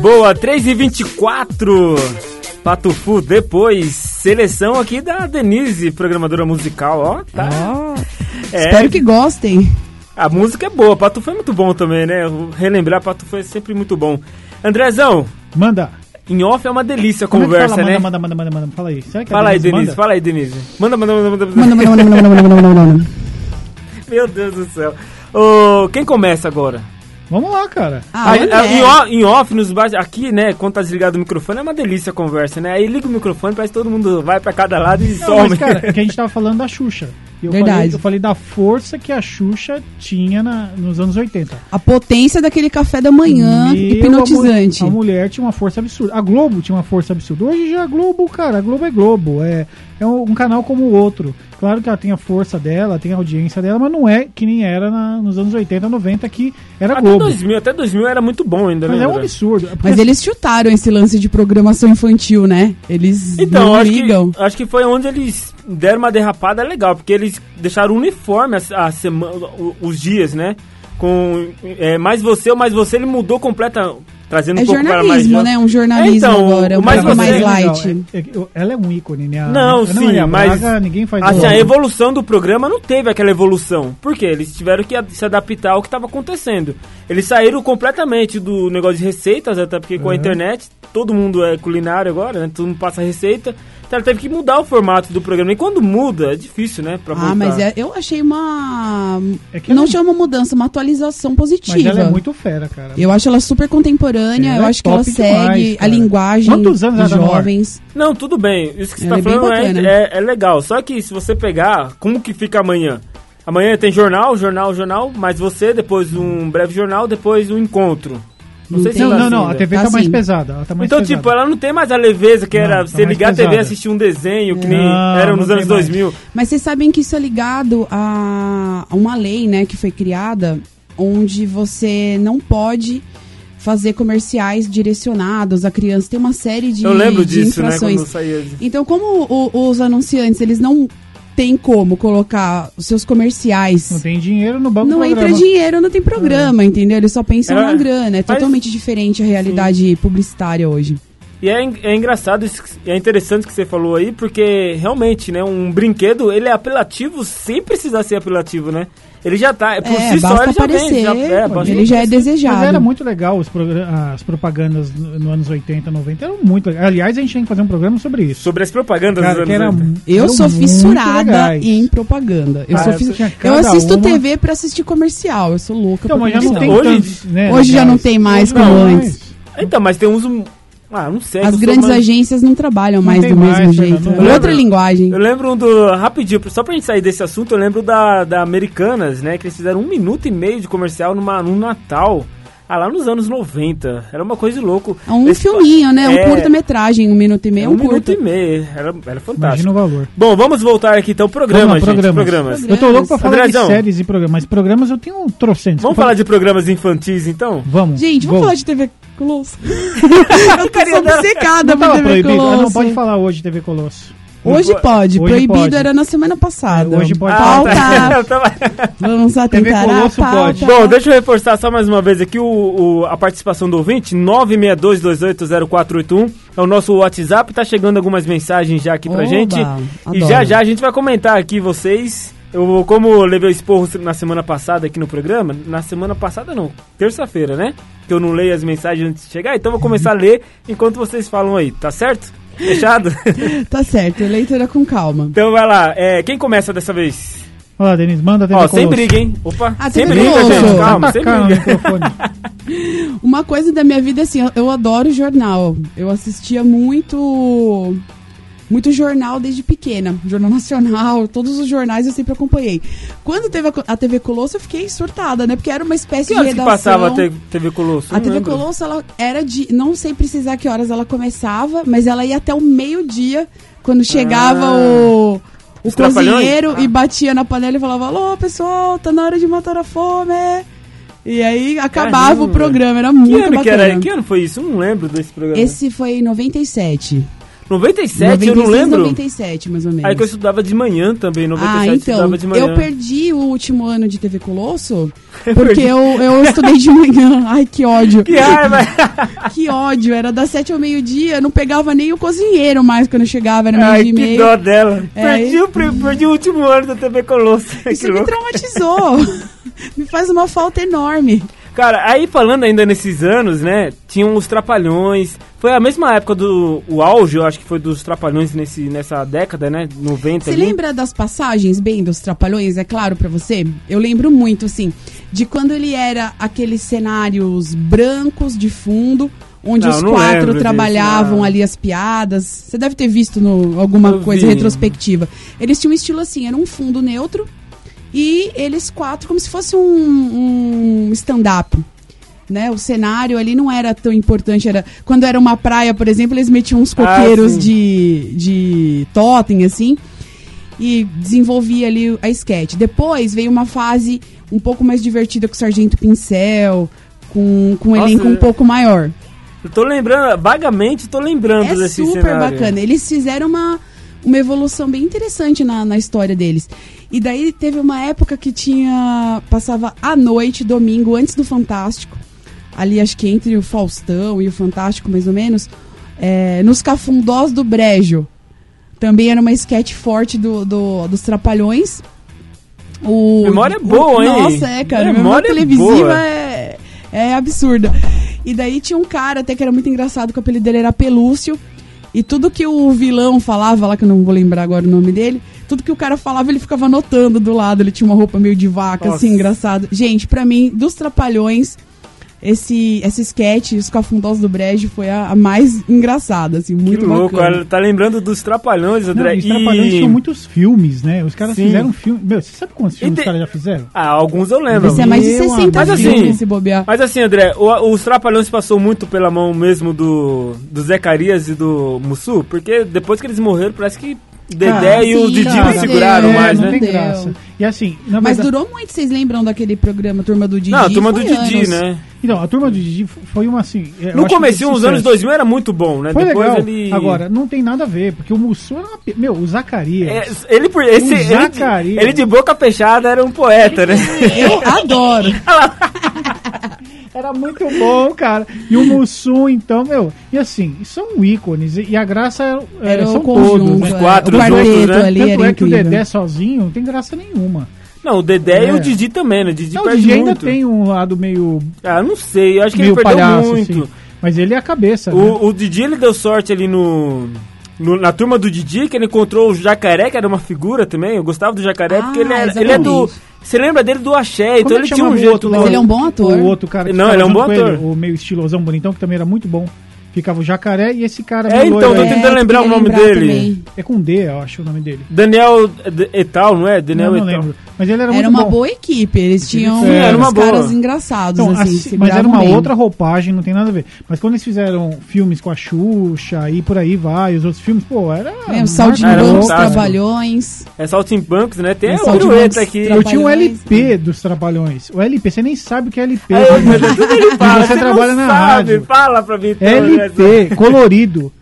Speaker 2: Boa, 3 e 24 Patufu, depois, seleção aqui da Denise, programadora musical, ó, tá?
Speaker 4: Ah,
Speaker 2: É,
Speaker 3: Espero que gostem.
Speaker 2: A música é boa, Patufu é muito bom também, né? Relembrar Patufu é sempre muito bom. Andrezão,
Speaker 4: Manda.
Speaker 2: em off é uma delícia a
Speaker 4: Como é que
Speaker 2: conversa,
Speaker 4: fala?
Speaker 2: né?
Speaker 4: Manda, manda, manda, manda, manda. Fala aí. Será que a
Speaker 2: Fala aí,
Speaker 4: Denise
Speaker 2: Denise,
Speaker 4: manda?
Speaker 2: fala aí, Denise. Manda, manda, manda, manda. manda.
Speaker 4: É.
Speaker 3: Manda, manda, manda, manda, manda, manda, manda, manda.
Speaker 2: Meu Deus do céu. Ô, quem começa agora?
Speaker 4: Vamos lá, cara.
Speaker 3: Ah,
Speaker 2: Aí,
Speaker 3: olha,
Speaker 2: é,
Speaker 3: é.
Speaker 2: em, off, em off, nos bares, aqui, né, quando tá desligado o microfone, é uma delícia a conversa, né? Aí liga o microfone, parece que todo mundo vai pra cada lado e
Speaker 4: Não,
Speaker 2: some.
Speaker 4: mas, cara, é que a gente tava falando da Xuxa. E eu
Speaker 3: Verdade.
Speaker 4: Falei, eu falei da força que a Xuxa tinha na- nos anos 80.
Speaker 3: A potência daquele café da manhã
Speaker 4: Meu,
Speaker 3: Ah, hipnotizante.
Speaker 4: A mulher, a mulher tinha uma força absurda. A Globo tinha uma força absurda. Hoje já a Globo, cara, a Globo é Globo. É, é um, um canal como o outro. Claro que ela tem a força dela, tem a audiência dela, mas não é que nem era na- nos anos 80, 90, que era
Speaker 2: Até
Speaker 4: Globo.
Speaker 2: 2000, até 2000 era muito bom ainda,
Speaker 4: Mas
Speaker 2: né?
Speaker 4: é um
Speaker 2: André?
Speaker 4: absurdo. Porque
Speaker 3: Mas eles chutaram esse lance de programação infantil, né? Eles
Speaker 2: Então,
Speaker 3: não
Speaker 2: acho
Speaker 3: ligam.
Speaker 2: que, acho que foi onde eles deram uma derrapada legal, porque eles deixaram uniforme a, a semana, o- os dias, né? Com é, mais você, o mais você, ele mudou completa, trazendo
Speaker 3: É
Speaker 2: um pouco para mais
Speaker 3: jornalismo,
Speaker 2: jo-
Speaker 3: né? Um jornalismo
Speaker 2: É, então,
Speaker 3: agora, um
Speaker 2: mas
Speaker 3: pouco
Speaker 2: você-
Speaker 3: mais light.
Speaker 4: legal. É- é que eu- ela é um ícone, né? A-
Speaker 2: Não,
Speaker 4: a
Speaker 2: sim,
Speaker 4: Maria
Speaker 2: mas-
Speaker 4: Braga, ninguém faz
Speaker 2: Assim,
Speaker 4: igual.
Speaker 2: a evolução do programa não teve aquela evolução. Por quê? Eles tiveram que ad- se adaptar ao que estava acontecendo. Eles saíram completamente do negócio de receitas, até porque com a
Speaker 4: Uhum.
Speaker 2: internet todo mundo é culinário agora, né? Todo mundo passa receita. Então teve que mudar o formato do programa. E quando muda, é difícil, né? Pra voltar.
Speaker 3: Ah, mas é- eu achei uma.
Speaker 4: É que
Speaker 3: não
Speaker 4: ela-
Speaker 3: chama mudança, uma atualização
Speaker 4: Mas
Speaker 3: positiva.
Speaker 4: ela é muito fera, cara.
Speaker 3: Eu acho ela super contemporânea,
Speaker 4: Ela
Speaker 3: eu
Speaker 4: é
Speaker 3: acho que ela
Speaker 4: top
Speaker 3: segue
Speaker 4: demais,
Speaker 3: a
Speaker 4: cara.
Speaker 3: linguagem
Speaker 4: Quantos anos
Speaker 3: dos
Speaker 4: ela tá no ar?
Speaker 3: jovens.
Speaker 2: Não, tudo bem. Isso que você
Speaker 3: Ela
Speaker 2: tá
Speaker 3: é bem
Speaker 2: falando é,
Speaker 3: bacana.
Speaker 4: né?
Speaker 2: é, é legal. Só que se você pegar, como que fica amanhã? Amanhã tem jornal, jornal, jornal, mas você, depois um breve jornal, depois um encontro. Não sei se
Speaker 3: Entendi.
Speaker 2: ela
Speaker 4: Não, não, não,
Speaker 2: assim,
Speaker 4: a
Speaker 2: né?
Speaker 4: TV tá,
Speaker 3: Tá
Speaker 4: mais
Speaker 3: sim.
Speaker 4: pesada. Ela tá mais
Speaker 2: então,
Speaker 4: pesada.
Speaker 2: tipo, ela não tem mais a leveza que era
Speaker 4: Não, tá
Speaker 2: você
Speaker 4: mais
Speaker 2: ligar a TV e
Speaker 4: pesada.
Speaker 2: assistir um desenho, que nem
Speaker 4: Não,
Speaker 2: era
Speaker 4: não
Speaker 2: nos
Speaker 4: tem
Speaker 2: anos
Speaker 4: mais.
Speaker 2: 2000.
Speaker 3: Mas vocês sabem que isso é ligado a a uma lei, né, que foi criada, onde você não pode fazer comerciais direcionados a criança. Tem uma série de,
Speaker 2: Eu lembro
Speaker 3: de
Speaker 2: disso, né?
Speaker 3: infrações.
Speaker 2: Quando saía. de-
Speaker 3: Então, como o- os anunciantes, eles não têm como colocar os seus comerciais.
Speaker 4: Não
Speaker 3: Não, é
Speaker 4: tem dinheiro no banco do
Speaker 3: entra
Speaker 4: programa.
Speaker 3: dinheiro, não tem programa, entendeu? Eles só pensam
Speaker 2: É,
Speaker 3: na grana. É
Speaker 2: mas-
Speaker 3: totalmente diferente a realidade publicitária hoje.
Speaker 2: E é, en- é engraçado, isso que- é interessante o que você falou aí, porque realmente, né? Um brinquedo, ele é apelativo sem precisar ser apelativo, né? Ele já tá. Por
Speaker 3: É,
Speaker 2: si só,
Speaker 3: basta
Speaker 2: ele já
Speaker 3: aparecer,
Speaker 2: vem. Já, é, basta-
Speaker 3: ele já é
Speaker 4: Mas era
Speaker 3: desejado.
Speaker 4: muito legal os progra- as propagandas nos anos 80, 90. Eram muito legais. Aliás, a gente tem que fazer um programa sobre isso.
Speaker 2: Sobre as propagandas
Speaker 4: Cara,
Speaker 2: dos
Speaker 4: que
Speaker 2: anos
Speaker 4: era,
Speaker 2: 80.
Speaker 3: Eu
Speaker 4: eram
Speaker 3: sou
Speaker 4: muito
Speaker 3: fissurada
Speaker 4: legais.
Speaker 3: em propaganda. Eu,
Speaker 4: Ah,
Speaker 3: sou
Speaker 4: eu
Speaker 3: fiss-
Speaker 4: tinha
Speaker 3: eu
Speaker 4: cada
Speaker 3: assisto
Speaker 4: uma.
Speaker 3: TV pra assistir comercial. Eu sou louca
Speaker 4: Então,
Speaker 3: por
Speaker 4: mas já não tem
Speaker 3: comercial.
Speaker 2: Hoje-
Speaker 4: tantos, né,
Speaker 3: hoje já
Speaker 4: legais.
Speaker 3: não tem mais
Speaker 4: Hoje
Speaker 3: como
Speaker 4: não,
Speaker 3: antes.
Speaker 2: Então, mas tem uns. um- Ah, não sei.
Speaker 3: As
Speaker 2: não sou
Speaker 3: grandes
Speaker 2: mais-
Speaker 3: agências não trabalham mais
Speaker 4: tem
Speaker 3: do
Speaker 4: mais,
Speaker 3: mesmo
Speaker 4: Fernando,
Speaker 3: jeito.
Speaker 4: não
Speaker 3: É Outra
Speaker 2: lembra?
Speaker 3: linguagem.
Speaker 2: Eu lembro um do. Rapidinho, só pra gente sair desse assunto, eu lembro da, da Americanas, né? Que eles fizeram um minuto e meio de comercial numa, num Natal. Ah, lá nos anos 90. Era uma coisa de louco.
Speaker 3: É um
Speaker 2: Eles-
Speaker 3: filminho, né?
Speaker 2: É.
Speaker 3: Um curta-metragem, um minuto e meio,
Speaker 2: É
Speaker 3: um,
Speaker 2: um
Speaker 3: curto.
Speaker 2: minuto e meio. Era, era
Speaker 4: Imagina
Speaker 2: fantástico.
Speaker 4: o valor.
Speaker 2: Bom, vamos voltar aqui então ao programa,
Speaker 4: Vamos lá,
Speaker 2: gente.
Speaker 4: programas.
Speaker 2: Programas.
Speaker 4: Eu tô louco pra falar
Speaker 2: Andrezão.
Speaker 4: de séries e programas. Mas programas eu tenho um trocentos.
Speaker 2: Vamos
Speaker 4: Pra-
Speaker 2: falar de programas infantis então?
Speaker 4: Vamos.
Speaker 3: Gente, vamos
Speaker 4: vou.
Speaker 3: falar de TV Colosso. eu tô só obcecada
Speaker 4: Não
Speaker 3: por
Speaker 4: tava
Speaker 3: TV
Speaker 4: proibido. Ah,
Speaker 3: Colosso.
Speaker 4: não pode falar hoje TV Colosso.
Speaker 3: Hoje
Speaker 2: Não
Speaker 3: pode.
Speaker 4: Hoje
Speaker 3: Proibido
Speaker 4: pode.
Speaker 3: era na semana passada.
Speaker 4: É, hoje pode.
Speaker 3: Pauta.
Speaker 2: Ah, tá. Eu tava-
Speaker 3: Vamos
Speaker 4: TV
Speaker 3: atentar à
Speaker 4: Colosso
Speaker 3: pauta.
Speaker 4: pode.
Speaker 2: Bom, deixa eu reforçar só mais uma vez aqui o, o- a participação do ouvinte, 962280481. É o nosso WhatsApp, tá chegando algumas mensagens já aqui pra
Speaker 3: Oba,
Speaker 2: gente. E
Speaker 3: adoro.
Speaker 2: já já a gente vai comentar aqui vocês. Eu, como eu levei o esporro na semana passada aqui no programa, na semana passada não, terça-feira, né? Que eu não leio as mensagens antes de chegar, então eu vou começar a ler enquanto vocês falam aí, tá certo? Fechado?
Speaker 3: Tá certo, leitura com calma.
Speaker 2: então vai lá, é, quem começa dessa vez?
Speaker 4: Olha lá, Denise, manda TV
Speaker 2: Ó,
Speaker 4: Colosso.
Speaker 2: sem briga, hein? Opa,
Speaker 3: Ah,
Speaker 2: sem
Speaker 3: tem
Speaker 2: briga,
Speaker 3: Colosso.
Speaker 2: gente,
Speaker 3: Vai
Speaker 2: calma,
Speaker 4: Calma,
Speaker 2: sem
Speaker 4: no
Speaker 2: briga.
Speaker 4: microfone.
Speaker 3: Uma coisa da minha vida, assim, eu- eu adoro jornal. Eu assistia muito. Muito jornal desde pequena. Jornal Nacional, todos os jornais eu sempre acompanhei. Quando teve a, co- a TV Colosso, eu fiquei surtada, né? Porque era uma espécie
Speaker 2: Que
Speaker 3: de
Speaker 2: horas que
Speaker 3: redação.
Speaker 2: passava a T- TV Colosso?
Speaker 3: A
Speaker 2: Não
Speaker 3: TV
Speaker 2: lembro.
Speaker 3: Colosso, ela era de. Não sei precisar que horas ela começava, mas ela ia até o meio-dia, quando chegava
Speaker 2: Ah.
Speaker 3: o. O
Speaker 2: Os Trapalhões?
Speaker 3: cozinheiro
Speaker 2: Ah.
Speaker 3: e batia na panela e falava: Alô, pessoal, tá na hora de matar a fome. E aí acabava
Speaker 2: Caramba.
Speaker 3: o programa, era
Speaker 2: Que
Speaker 3: muito
Speaker 2: ano, que,
Speaker 3: bacana.
Speaker 2: era, que ano foi isso? Eu não lembro desse programa.
Speaker 3: Esse foi em 97.
Speaker 2: 97, eu não
Speaker 3: 96,
Speaker 2: lembro.
Speaker 3: 97, mais ou menos.
Speaker 2: Aí que eu estudava de manhã também, 97
Speaker 3: ah, então,
Speaker 2: estudava de manhã.
Speaker 3: eu perdi o último ano de TV Colosso
Speaker 2: perdi.
Speaker 3: porque eu, eu estudei de manhã. Ai, que ódio.
Speaker 2: Que raiva!
Speaker 3: Que ódio. Era das sete ao meio-dia, eu não pegava nem o cozinheiro mais quando eu chegava, era
Speaker 2: Ai,
Speaker 3: meio dia
Speaker 2: que
Speaker 3: e meio.
Speaker 2: dó dela.
Speaker 3: É,
Speaker 2: Perdi, o, pri- perdi o último ano da TV Colosso.
Speaker 3: Isso
Speaker 2: Que
Speaker 3: me
Speaker 2: louco.
Speaker 3: traumatizou. me faz uma falta enorme.
Speaker 2: Cara, aí falando ainda nesses anos, né? Tinham os Trapalhões. Foi a mesma época do o auge, eu acho que foi dos Trapalhões nesse, nessa década, né? 90
Speaker 3: Você
Speaker 2: ali.
Speaker 3: lembra das passagens, bem, dos Trapalhões, é claro pra você? Eu lembro muito, assim, de quando ele era aqueles cenários brancos de fundo, onde
Speaker 2: Não,
Speaker 3: os
Speaker 2: não
Speaker 3: quatro
Speaker 2: lembro disso,
Speaker 3: trabalhavam
Speaker 2: não.
Speaker 3: ali as piadas. Você deve ter visto no, alguma
Speaker 2: Eu
Speaker 3: coisa
Speaker 2: vi.
Speaker 3: retrospectiva. Eles tinham um estilo assim, era um fundo neutro e eles quatro, como se fosse um, um stand-up. Né, o cenário ali não era tão importante. Era quando era uma praia, por exemplo, eles metiam uns coqueiros
Speaker 2: Ah, sim.
Speaker 3: de, de totem, assim e desenvolvi ali a sketch. Depois veio uma fase um pouco mais divertida com o Sargento Pincel, com, com um
Speaker 2: Nossa,
Speaker 3: elenco um
Speaker 2: é-
Speaker 3: pouco maior.
Speaker 2: Eu tô lembrando, vagamente tô lembrando
Speaker 3: É
Speaker 2: desse
Speaker 3: super
Speaker 2: cenário.
Speaker 3: bacana. Eles fizeram uma, uma evolução bem interessante na, na história deles. E daí teve uma época que tinha. passava à noite, domingo, antes do Fantástico. Ali acho que entre o Faustão e o Fantástico, mais ou menos. é, nos cafundós do Brejo. Também era uma sketch forte do, do- dos Trapalhões. O,
Speaker 2: Memória
Speaker 3: o-
Speaker 2: boa, hein?
Speaker 3: Nossa, é, cara.
Speaker 2: Memória
Speaker 3: Memória, televisiva
Speaker 2: boa.
Speaker 3: é, é absurda. E daí tinha um cara até que era muito engraçado, que o apelido dele era Pelúcio. E tudo que o vilão falava, lá que eu não vou lembrar agora o nome dele, tudo que o cara falava, ele ficava anotando do lado. Ele tinha uma roupa meio de vaca,
Speaker 2: Nossa.
Speaker 3: assim, engraçado. Gente, pra mim, dos Trapalhões, esse, esse sketch, os cafundós do Brejo, foi a, a mais engraçada, assim,
Speaker 2: Que
Speaker 3: muito
Speaker 2: louco,
Speaker 3: bacana.
Speaker 2: ela tá lembrando dos Trapalhões,
Speaker 4: Não,
Speaker 2: André.
Speaker 4: e os
Speaker 2: e-
Speaker 4: Trapalhões tinham muitos filmes, né? Os caras
Speaker 2: Sim.
Speaker 4: fizeram filme. Meu, você sabe quantos filmes
Speaker 2: te-
Speaker 4: os caras já fizeram?
Speaker 2: Ah, alguns eu lembro.
Speaker 3: Esse é mais de
Speaker 4: Meu
Speaker 3: 60
Speaker 2: amigo. Mas
Speaker 3: filmes,
Speaker 2: assim,
Speaker 3: se bobear.
Speaker 2: Mas assim, André, o, os Trapalhões passou muito pela mão mesmo do, do Zecarias e do Mussu, porque depois que eles morreram, parece que Dedé
Speaker 4: Ah,
Speaker 2: e o
Speaker 3: sim,
Speaker 2: Didi
Speaker 3: cara.
Speaker 2: não seguraram
Speaker 4: é,
Speaker 2: mais, né?
Speaker 4: não tem
Speaker 3: Meu
Speaker 4: graça.
Speaker 3: Deus.
Speaker 4: E assim, na
Speaker 3: Mas
Speaker 4: verdade,
Speaker 3: durou muito, vocês lembram daquele programa Turma do Didi?
Speaker 2: Não, a turma do
Speaker 3: Foi
Speaker 2: Didi,
Speaker 3: anos.
Speaker 2: né?
Speaker 4: Então, a turma do Didi foi uma assim. eu
Speaker 2: No
Speaker 4: acho que
Speaker 2: começo,
Speaker 4: foi
Speaker 2: os anos
Speaker 4: sucesso.
Speaker 2: 2000 era muito bom, né?
Speaker 4: Foi
Speaker 2: Depois
Speaker 4: legal.
Speaker 2: ele.
Speaker 4: Agora, não tem nada a ver, porque o Mussum era uma. pe- Meu, o Zacarias.
Speaker 2: É, ele, por- esse,
Speaker 4: O
Speaker 2: ele, de,
Speaker 4: Zacarias.
Speaker 2: ele de boca fechada era um poeta, né?
Speaker 3: Eu adoro.
Speaker 2: É.
Speaker 4: Era muito bom, cara. E o Mussum, então, meu. E assim, são ícones. E e a graça era,
Speaker 3: Era
Speaker 4: era-
Speaker 3: o
Speaker 4: são
Speaker 3: conjunto,
Speaker 4: todos. né?
Speaker 2: os
Speaker 3: é,
Speaker 2: quatro,
Speaker 3: o
Speaker 2: os outros,
Speaker 3: quarteto
Speaker 2: né?
Speaker 3: ali
Speaker 4: Tanto
Speaker 3: era
Speaker 4: é que o
Speaker 3: incrível.
Speaker 4: Dedé sozinho não tem graça nenhuma.
Speaker 2: Não, o Dedé e
Speaker 4: É.
Speaker 2: o Didi também, né? O Didi
Speaker 4: Não, o
Speaker 2: perde
Speaker 4: Didi ainda
Speaker 2: muito.
Speaker 4: tem um lado meio,
Speaker 2: Ah, não sei, eu acho que
Speaker 4: meio
Speaker 2: ele perdeu
Speaker 4: palhaço,
Speaker 2: muito.
Speaker 4: assim. Mas ele é a cabeça, né?
Speaker 2: O, o Didi ele deu sorte ali no, no- na turma do Didi, que ele encontrou o jacaré, que era uma figura também. Eu gostava do jacaré,
Speaker 3: Ah,
Speaker 2: porque ele, era, ele é do.
Speaker 3: exatamente.
Speaker 2: Você lembra dele do axé, então
Speaker 4: Como é
Speaker 2: ele
Speaker 4: que
Speaker 2: tinha um
Speaker 4: chamava o
Speaker 2: jeito
Speaker 4: outro
Speaker 2: do.
Speaker 4: lá?
Speaker 3: Mas ele é um bom ator.
Speaker 4: O outro cara que
Speaker 2: Não,
Speaker 4: ficava
Speaker 2: ele é um
Speaker 4: junto
Speaker 2: bom
Speaker 4: com
Speaker 2: ator.
Speaker 4: ele, o meio estilosão bonitão, que também era muito bom. Ficava o jacaré e esse cara.
Speaker 2: É,
Speaker 4: meio
Speaker 2: então,
Speaker 4: loiro,
Speaker 2: tô
Speaker 4: é,
Speaker 2: tentando lembrar o
Speaker 3: queria
Speaker 2: nome
Speaker 3: lembrar
Speaker 2: dele.
Speaker 3: também.
Speaker 4: é com D, eu acho o nome dele.
Speaker 2: Daniel D- Etal, não é? Daniel
Speaker 4: Não, não
Speaker 2: Etal.
Speaker 4: lembro. Mas ele era,
Speaker 3: Era
Speaker 4: muito
Speaker 3: uma
Speaker 4: bom.
Speaker 3: boa equipe, eles tinham
Speaker 4: Sim, era
Speaker 3: uns
Speaker 2: uma boa.
Speaker 3: caras engraçados,
Speaker 4: Então,
Speaker 3: assim,
Speaker 4: assim,
Speaker 3: se
Speaker 4: mas era
Speaker 3: viravam
Speaker 4: uma
Speaker 3: bem.
Speaker 4: outra roupagem, não tem nada a ver. Mas quando eles fizeram filmes com a Xuxa e por aí vai, os outros filmes, pô, era.
Speaker 3: É, o
Speaker 2: Ah, era
Speaker 3: Saltimbancos,
Speaker 2: fantástico.
Speaker 3: Trabalhões.
Speaker 2: É Saltimbancos, né?
Speaker 4: É
Speaker 2: Tem
Speaker 3: Tem
Speaker 2: o pirueta
Speaker 3: Saltimbancos,
Speaker 2: aqui.
Speaker 4: Eu tinha um
Speaker 3: Trapalhões,
Speaker 4: LP dos Trapalhões. O LP, você nem sabe o que é LP.
Speaker 2: Aí,
Speaker 4: né?
Speaker 2: mas tudo ele fala,
Speaker 4: E você
Speaker 2: não
Speaker 4: trabalha na
Speaker 2: sabe.
Speaker 4: rádio.
Speaker 2: Fala pra mim, então, né?
Speaker 4: LP, colorido.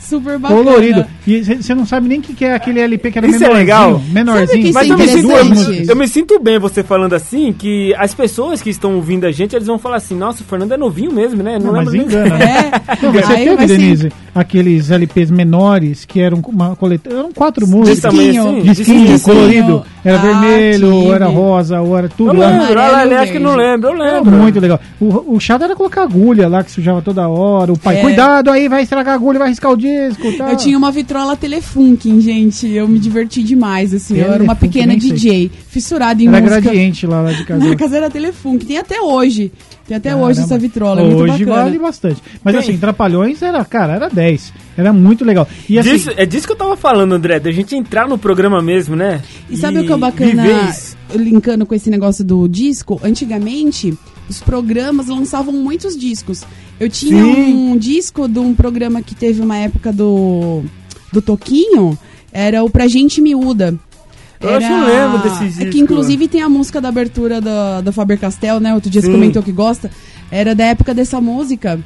Speaker 3: Super bacana.
Speaker 4: colorido. E você não sabe nem o que, que é aquele LP que era
Speaker 2: Isso é
Speaker 4: menorzinho.
Speaker 2: legal.
Speaker 4: Menorzinho.
Speaker 3: Sabe o
Speaker 2: Mas eu
Speaker 3: que Isso é
Speaker 2: me, sinto, eu,
Speaker 3: interessante.
Speaker 2: me- eu me sinto bem você falando assim, que as pessoas que estão ouvindo a gente, eles vão falar assim, nossa, o Fernando é novinho mesmo, né?
Speaker 4: Não, mas
Speaker 2: lembro nem-
Speaker 4: engana. né?
Speaker 3: É,
Speaker 4: Não, mas você
Speaker 3: aí
Speaker 4: teve,
Speaker 3: vai ser-
Speaker 4: Denise, aqueles LPs menores que eram uma coletânea. Eram quatro
Speaker 2: Desse
Speaker 4: músicas.
Speaker 2: tamanho
Speaker 3: Disquinho.
Speaker 2: assim?
Speaker 4: Disquinho,
Speaker 3: Disquinho.
Speaker 4: colorido. Era
Speaker 3: Ah,
Speaker 4: vermelho, ou era
Speaker 3: tive.
Speaker 4: rosa, ou era
Speaker 2: Eu
Speaker 4: tudo. lá.
Speaker 2: lembro,
Speaker 3: Amarelo,
Speaker 2: olha, aliás, que eu não
Speaker 3: verde.
Speaker 2: lembro, eu
Speaker 4: Era
Speaker 2: lembro.
Speaker 4: É, muito legal. O, o chato era colocar agulha lá que sujava toda hora. O pai,
Speaker 3: É.
Speaker 4: cuidado aí, vai estragar a agulha, vai riscar o disco. Tá.
Speaker 3: Eu tinha uma vitrola Telefunken, gente. Eu me diverti demais, assim. Eu era uma
Speaker 4: Telefunken,
Speaker 3: pequena
Speaker 4: nem sei.
Speaker 3: DJ, fissurada em
Speaker 4: Era
Speaker 3: um música.
Speaker 4: gradiente lá, lá de casa.
Speaker 3: Na casa era Telefunken. Tem até hoje. Tem até hoje
Speaker 4: Caramba.
Speaker 3: essa vitrola. é
Speaker 4: Hoje
Speaker 3: muito bacana.
Speaker 4: vale bastante. Mas
Speaker 2: Tem.
Speaker 4: assim, Trapalhões era, cara, era 10. Era muito legal. E assim,
Speaker 2: Disso- é disso que eu tava falando, André, da gente entrar no programa mesmo, né?
Speaker 3: E sabe o que é bacana,
Speaker 2: viver isso.
Speaker 3: linkando com esse negócio do disco? Antigamente, os programas lançavam muitos discos. Eu tinha
Speaker 2: Sim.
Speaker 3: um disco de um programa que teve uma época do, do Toquinho, era o Pra Gente Miúda.
Speaker 2: Eu acho que eu lembro desse
Speaker 3: É
Speaker 2: disco.
Speaker 3: que inclusive tem a música da abertura da, da Faber Castell, né? Outro dia
Speaker 2: Sim.
Speaker 3: você comentou que gosta. Era da época dessa música.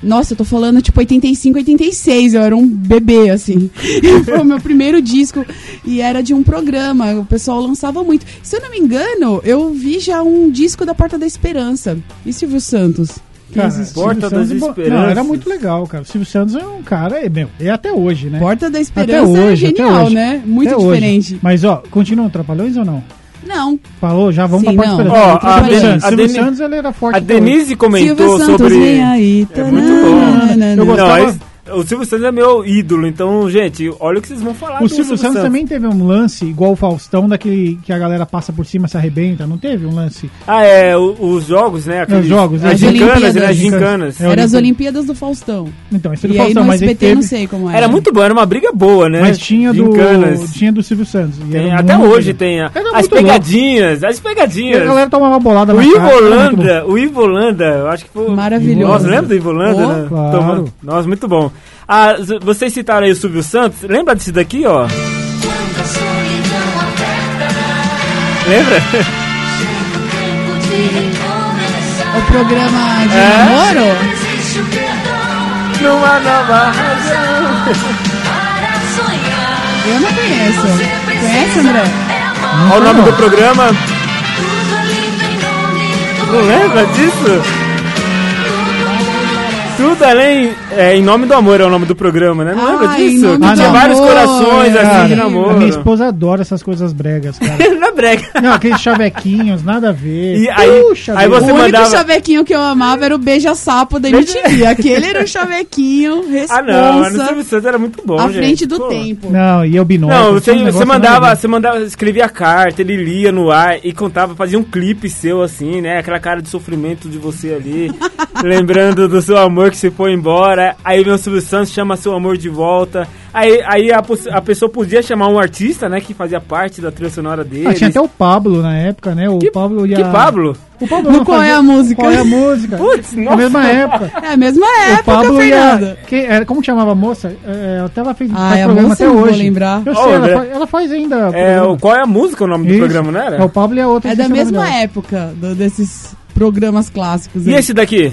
Speaker 3: Nossa, eu tô falando tipo 85, 86, eu era um bebê, assim. Foi o meu primeiro disco e era de um programa, o pessoal lançava muito. Se eu não me engano, eu vi já um disco da Porta da Esperança. E Silvio Santos? Que
Speaker 4: Cara,
Speaker 3: existe.
Speaker 2: Porta
Speaker 4: Silvio
Speaker 2: das
Speaker 4: Santos é bo-
Speaker 2: Esperanças.
Speaker 4: Não, era muito legal, cara. O Silvio Santos é um cara, é, meu, é até hoje, né?
Speaker 3: Porta da
Speaker 4: até
Speaker 3: Esperança
Speaker 4: hoje,
Speaker 3: é
Speaker 4: até
Speaker 3: genial,
Speaker 4: hoje.
Speaker 3: né? Muito
Speaker 4: Até hoje.
Speaker 3: diferente.
Speaker 4: Mas, ó, continuam Trapalhões ou não?
Speaker 3: Não,
Speaker 4: Falou, já vamos
Speaker 3: Sim,
Speaker 4: pra
Speaker 3: não.
Speaker 4: parte
Speaker 2: Ó,
Speaker 4: Ó,
Speaker 2: a
Speaker 4: Silvio
Speaker 2: Deni-
Speaker 4: Santos,
Speaker 2: a
Speaker 4: Silvio
Speaker 2: Deni-
Speaker 4: Santos, ele era forte.
Speaker 2: A
Speaker 4: até hoje.
Speaker 2: Denise comentou
Speaker 3: Silvio Santos
Speaker 2: sobre.
Speaker 3: vem aí.
Speaker 2: É muito bom.
Speaker 4: Eu
Speaker 3: tananana.
Speaker 2: Não,
Speaker 4: gostava-
Speaker 2: esse- o Silvio Santos é meu ídolo, então, gente, olha o que vocês vão falar
Speaker 4: O
Speaker 2: do
Speaker 4: Silvio, Santos, também teve um lance, igual o Faustão, daquele que a galera passa por cima, se arrebenta, não teve um lance?
Speaker 2: Ah, é, o- os jogos, né? Aqueles,
Speaker 4: Os jogos, né?
Speaker 2: as
Speaker 4: As
Speaker 2: gincanas,
Speaker 3: Olimpíadas.
Speaker 2: né? As gincanas.
Speaker 4: É.
Speaker 3: Era as Olimpíadas do Faustão.
Speaker 4: Então, isso é do
Speaker 3: E aí
Speaker 4: Faustão,
Speaker 3: no
Speaker 4: mas ele
Speaker 3: SBT não
Speaker 4: teve.
Speaker 3: sei como é. era.
Speaker 2: Era muito bom, era uma briga boa, né?
Speaker 4: Mas tinha do,
Speaker 2: Gincanas.
Speaker 4: tinha do Silvio Santos. e
Speaker 2: Tem-
Speaker 4: era
Speaker 2: até
Speaker 4: muito
Speaker 2: hoje
Speaker 4: legal.
Speaker 2: tem a-
Speaker 4: Era
Speaker 2: as
Speaker 4: muito louco.
Speaker 2: pegadinhas, as
Speaker 4: E a
Speaker 2: pegadinhas.
Speaker 4: galera tomava bolada
Speaker 2: O
Speaker 4: na
Speaker 2: Ivo
Speaker 4: cara, era muito bom.
Speaker 2: Holanda, o Ivo Holanda, eu acho que foi.
Speaker 3: Maravilhoso.
Speaker 2: Nossa, lembra do Ivo Holanda?
Speaker 3: Oh,
Speaker 2: né?
Speaker 4: claro.
Speaker 2: Tomando- Nossa, muito bom. Ah, z- vocês citaram aí o Silvio Santos, lembra disso daqui, ó?
Speaker 1: Quando a solidão aperta,
Speaker 2: Lembra?
Speaker 1: chega o tempo de recomeçar.
Speaker 3: O programa de
Speaker 2: É?
Speaker 3: namoro?
Speaker 1: Existe o perdão
Speaker 2: Numa nova razão.
Speaker 1: para sonhar.
Speaker 3: Eu não
Speaker 2: é
Speaker 3: conheço.
Speaker 1: Você
Speaker 3: Conhece,
Speaker 1: precisa
Speaker 3: André?
Speaker 1: é amar.
Speaker 2: Olha o nome do programa,
Speaker 1: Tudo ali tem nome,
Speaker 2: não
Speaker 1: tudo é
Speaker 2: lembra disso? Tudo além. É, em nome do amor é o nome do programa, né? Não
Speaker 3: Ah,
Speaker 2: lembra
Speaker 3: Em
Speaker 2: disso?
Speaker 3: Nome
Speaker 2: Que
Speaker 4: do
Speaker 2: tinha vários
Speaker 3: Amor. É,
Speaker 2: corações assim de
Speaker 4: Cara,
Speaker 2: namoro.
Speaker 4: a minha esposa adora essas coisas bregas, cara.
Speaker 2: Na brega.
Speaker 4: Não, aqueles chavequinhos, nada a ver.
Speaker 2: E aí- aí
Speaker 4: vida.
Speaker 2: Você
Speaker 3: o único
Speaker 2: mandava-
Speaker 3: chavequinho que eu amava era o beija-sapo da
Speaker 2: Beija-
Speaker 3: MTV. Aquele era o chavequinho,
Speaker 2: Ah, não, mas no
Speaker 3: responsa,
Speaker 2: Silvio Santos era muito bom,
Speaker 3: à
Speaker 2: gente.
Speaker 3: frente do
Speaker 2: Pô.
Speaker 3: tempo.
Speaker 4: Não, e eu binômio.
Speaker 2: Não, você,
Speaker 4: tinha um
Speaker 2: você
Speaker 4: negócio
Speaker 2: mandava,
Speaker 4: nada a ver.
Speaker 2: você mandava, escrevia carta, ele lia no ar e contava, fazia um clipe seu assim, né? Aquela cara de sofrimento de você ali, lembrando do seu amor que se foi embora. Aí vem o Silvio Santos, chama seu amor de volta. Aí, aí a, poss- a pessoa podia chamar um artista, né, que fazia parte da trilha sonora dele.
Speaker 4: Ah, tinha até o Pablo na época, né? O
Speaker 2: Que-
Speaker 4: Pablo e
Speaker 2: Que
Speaker 4: a-
Speaker 2: Pablo?
Speaker 4: O Pablo
Speaker 3: No
Speaker 4: não
Speaker 3: Qual é
Speaker 4: fazia-
Speaker 3: a Música.
Speaker 4: Qual é a música?
Speaker 2: Putz,
Speaker 4: Na
Speaker 2: nossa.
Speaker 4: mesma época.
Speaker 3: É a mesma
Speaker 4: O
Speaker 3: época,
Speaker 4: Pablo e a.
Speaker 3: Fernanda.
Speaker 4: que- era, como chamava a moça? É, até ela fez
Speaker 3: Ah,
Speaker 4: faz
Speaker 3: a
Speaker 4: programa
Speaker 3: moça
Speaker 4: até
Speaker 3: eu não vou
Speaker 4: hoje.
Speaker 3: lembrar.
Speaker 4: Eu
Speaker 2: Ó,
Speaker 4: sei, ela,
Speaker 2: Ah, André.
Speaker 4: fa- ela faz ainda.
Speaker 2: É,
Speaker 4: programa.
Speaker 2: o, qual é a música, o nome do
Speaker 4: um Isso.
Speaker 2: programa, não era?
Speaker 4: É o Pablo e a outra.
Speaker 3: É da
Speaker 4: esqueci o nome
Speaker 3: mesma
Speaker 4: dela.
Speaker 3: época do- desses programas clássicos.
Speaker 2: E
Speaker 3: aí.
Speaker 2: esse daqui?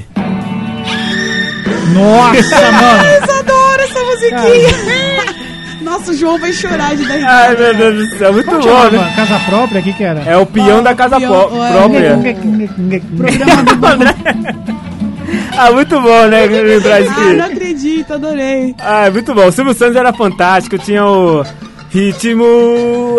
Speaker 4: Nossa, mano.
Speaker 3: Eu adoro Ah, essa musiquinha. Nossa, o João vai chorar de dar risada.
Speaker 2: Ai, meu Deus do céu, muito
Speaker 4: Como
Speaker 2: bom, né?
Speaker 4: chamava? Casa própria, o que que era?
Speaker 2: É o peão da casa
Speaker 3: Peão,
Speaker 2: pró-
Speaker 3: é,
Speaker 2: própria.
Speaker 4: né?
Speaker 3: Programa do
Speaker 2: Ah, muito bom, né? Lembrar isso
Speaker 3: Ah,
Speaker 2: aqui.
Speaker 3: não acredito, adorei.
Speaker 2: Ah, é muito bom. O Silvio Santos era fantástico, tinha o ritmo,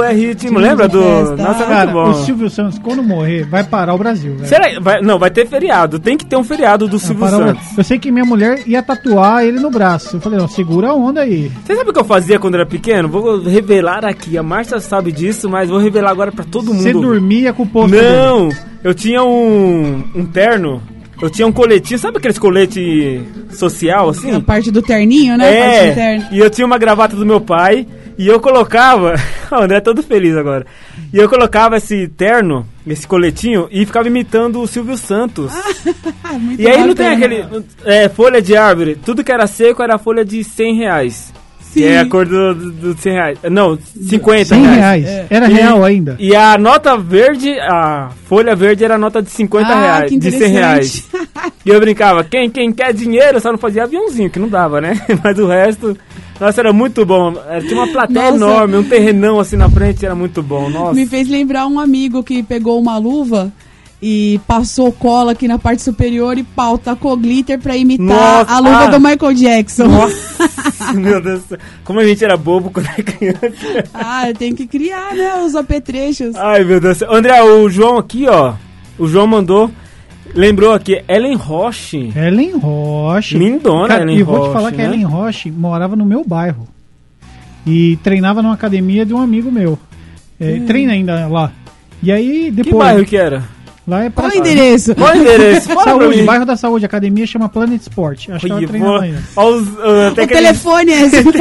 Speaker 2: é ritmo,
Speaker 3: Ritmo
Speaker 2: lembra
Speaker 3: de
Speaker 2: do?
Speaker 3: festa.
Speaker 2: Nossa, é muito
Speaker 4: Cara, o
Speaker 2: bom.
Speaker 4: Silvio Santos, quando morrer, vai parar o Brasil, velho.
Speaker 2: Será? Vai, não, vai ter feriado. Tem que ter um feriado do
Speaker 4: Vai
Speaker 2: Silvio
Speaker 4: parar o
Speaker 2: Santos.
Speaker 4: Brasil. Eu sei que minha mulher ia tatuar ele no braço. Eu falei, não, segura a onda aí.
Speaker 2: Você sabe o que eu fazia quando era pequeno? Vou revelar aqui. A Márcia sabe disso, mas vou revelar agora pra todo mundo.
Speaker 4: Você dormia com o posto dele.
Speaker 2: Não, eu tinha um, um terno. Eu tinha um coletinho, sabe aqueles colete social assim?
Speaker 3: A parte do terninho, né? A parte do terno.
Speaker 2: É, e eu tinha uma gravata do meu pai e eu colocava. O André é todo feliz agora. E eu colocava esse terno, esse coletinho, e ficava imitando o Silvio Santos.
Speaker 3: Ah, muito
Speaker 2: e aí não tem
Speaker 3: bacana.
Speaker 2: aquele. é, folha de árvore. Tudo que era seco era folha de 100 reais.
Speaker 3: Sim.
Speaker 2: Que é a cor do- do- dos 100 reais. Não, 50
Speaker 4: 100 reais.
Speaker 3: É.
Speaker 4: Era
Speaker 2: E-
Speaker 4: real ainda.
Speaker 2: E a nota verde, a folha verde era a nota de 50
Speaker 3: Ah,
Speaker 2: reais,
Speaker 3: que
Speaker 2: de 100 reais.
Speaker 3: interessante.
Speaker 2: E eu brincava, quem, quem quer dinheiro só não fazia aviãozinho, que não dava, né? Mas o resto, nossa, era muito bom. Era- Tinha uma plateia
Speaker 3: Nossa.
Speaker 2: enorme, um terrenão assim na frente, era muito bom, nossa.
Speaker 3: Me fez lembrar um amigo que pegou uma luva e passou cola aqui na parte superior e pau, tacou glitter pra imitar
Speaker 2: Nossa,
Speaker 3: a luva
Speaker 2: ah.
Speaker 3: do Michael Jackson.
Speaker 2: Nossa, meu Deus do céu. Como a gente era bobo quando era criança.
Speaker 3: Ah, tem que criar, né? Os apetrechos.
Speaker 2: Ai, meu Deus do céu. André, o João aqui, ó, o João mandou, lembrou aqui, Ellen Roche.
Speaker 4: Ellen Roche.
Speaker 2: Lindona
Speaker 4: Cara,
Speaker 2: Ellen
Speaker 4: e vou
Speaker 2: Roche,
Speaker 4: te falar que
Speaker 2: né?
Speaker 4: a Ellen Roche morava no meu bairro. E treinava numa academia de um amigo meu. É, Treina ainda lá. E aí,
Speaker 2: Que
Speaker 4: depois...
Speaker 2: bairro que era?
Speaker 4: Lá é
Speaker 3: Qual
Speaker 4: pra...
Speaker 3: o endereço?
Speaker 2: Qual o endereço? Fala pra
Speaker 4: Saúde,
Speaker 2: mim.
Speaker 4: bairro da saúde. A academia chama Planet Sport. Acho que ela
Speaker 2: Olha,
Speaker 4: treinava
Speaker 2: vou-
Speaker 4: ainda.
Speaker 2: ó os- ó, até
Speaker 3: O
Speaker 2: que ele-
Speaker 3: telefone é esse. O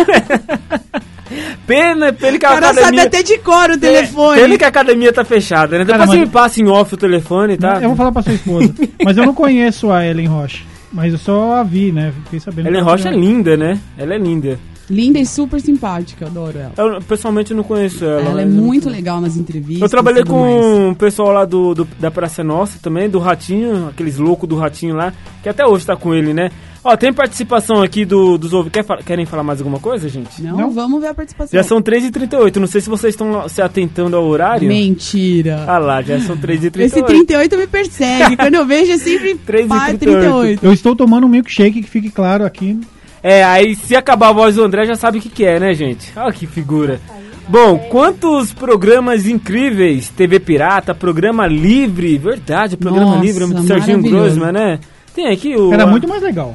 Speaker 2: Pena, pena que a
Speaker 3: cara sabe
Speaker 2: academia...
Speaker 3: até de cor
Speaker 2: Pena
Speaker 3: o telefone.
Speaker 2: que a academia tá fechada, né? Depois
Speaker 4: Cara,
Speaker 2: você
Speaker 4: mas-
Speaker 2: me passa em off o telefone, tá?
Speaker 4: Eu vou falar pra sua esposa. mas eu não conheço a Ellen Roche. Mas eu só a vi, né? Fiquei sabendo.
Speaker 2: Ellen
Speaker 4: que ela
Speaker 2: Rocha é
Speaker 4: tinha-
Speaker 2: linda, né? Ela é linda.
Speaker 3: Linda e super simpática, adoro ela.
Speaker 2: Eu, pessoalmente, eu não conheço ela.
Speaker 3: Ela
Speaker 2: mas
Speaker 3: é
Speaker 2: eu-
Speaker 3: muito legal nas entrevistas.
Speaker 2: Eu trabalhei
Speaker 3: tudo mais.
Speaker 2: com o pessoal lá do, do- da Praça Nossa também, do Ratinho, aqueles loucos do Ratinho lá, que até hoje tá com ele, né? Ó, tem participação aqui do, dos ouvintes. Quer fala- querem falar mais alguma coisa, gente?
Speaker 3: Não,
Speaker 4: Não.
Speaker 3: vamos ver a participação.
Speaker 2: Já são 3h38. Não sei se vocês estão se atentando ao horário.
Speaker 3: Mentira.
Speaker 2: Ah lá, já são 3h38.
Speaker 3: Esse 38 me persegue. Quando eu vejo, é sempre
Speaker 2: 3 e
Speaker 3: pá,
Speaker 2: 38.
Speaker 3: 38.
Speaker 4: Eu estou tomando um milkshake, que fique claro aqui.
Speaker 2: É, aí se acabar a voz do André já sabe o que, que é, né, gente? Olha que figura. Bom, quantos programas incríveis? TV Pirata, programa livre, verdade, programa
Speaker 3: Nossa,
Speaker 2: livre do Serginho
Speaker 3: maravilhoso.
Speaker 2: Grossman, né? Tem aqui o.
Speaker 4: Era muito mais legal.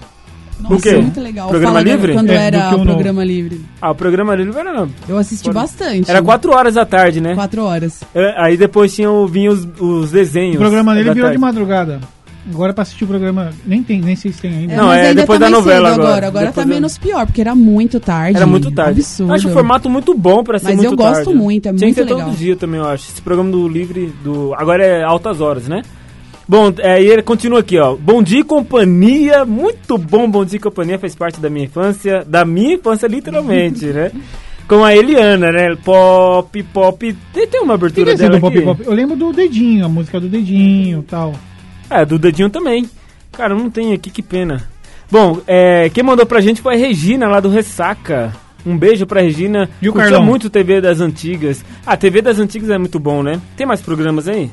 Speaker 3: Nossa, é
Speaker 2: quê?
Speaker 3: muito legal.
Speaker 2: Programa
Speaker 3: Fala da-
Speaker 2: livre?
Speaker 3: Quando
Speaker 4: É, do
Speaker 3: era
Speaker 4: que o
Speaker 3: o
Speaker 4: novo.
Speaker 3: programa livre.
Speaker 2: Ah, o programa livre era não.
Speaker 3: Eu assisti
Speaker 2: Quando-
Speaker 3: bastante.
Speaker 2: Era 4 horas da tarde, né?
Speaker 3: Quatro horas.
Speaker 2: É, Aí depois tinha o, vinha os, os desenhos.
Speaker 4: O programa dele
Speaker 2: da
Speaker 4: virou de
Speaker 2: tarde.
Speaker 4: madrugada. Agora pra assistir o programa. Nem tem, nem sei se tem ainda.
Speaker 2: Não,
Speaker 3: mas
Speaker 2: é
Speaker 3: ainda
Speaker 2: depois
Speaker 3: tá
Speaker 2: da
Speaker 3: mais
Speaker 2: novela
Speaker 3: cedo
Speaker 2: agora.
Speaker 3: agora. Agora
Speaker 2: Depois
Speaker 3: tá
Speaker 2: da-
Speaker 3: menos pior, porque era muito tarde.
Speaker 2: Era muito tarde.
Speaker 3: Absurdo.
Speaker 2: Acho o formato muito bom pra ser
Speaker 3: Mas
Speaker 2: muito
Speaker 3: eu gosto
Speaker 2: tarde.
Speaker 3: muito, é
Speaker 2: Tinha
Speaker 3: muito
Speaker 2: que ter
Speaker 3: legal.
Speaker 2: todo dia também, eu acho. Esse programa do Livre, do... agora é altas horas, né? Bom, é, e ele continua aqui, ó. Bom dia e companhia, muito bom Bom dia e companhia, fez parte da minha infância, da minha infância literalmente, né? Com a Eliana, né? Pop, pop, tem, tem uma
Speaker 4: O que que
Speaker 2: abertura
Speaker 4: é esse
Speaker 2: dela
Speaker 4: do
Speaker 2: aqui.
Speaker 4: Pop Pop? Eu lembro do Dedinho, a música do Dedinho e tal.
Speaker 2: É, do dedinho também. Cara, não tem aqui, que pena. Bom, é, quem mandou pra gente foi a Regina, lá do Ressaca. Um beijo pra Regina.
Speaker 4: E o
Speaker 2: Curtiu
Speaker 4: Carlão?
Speaker 2: muito TV das Antigas. A TV das Antigas é muito bom, né? Tem mais programas aí?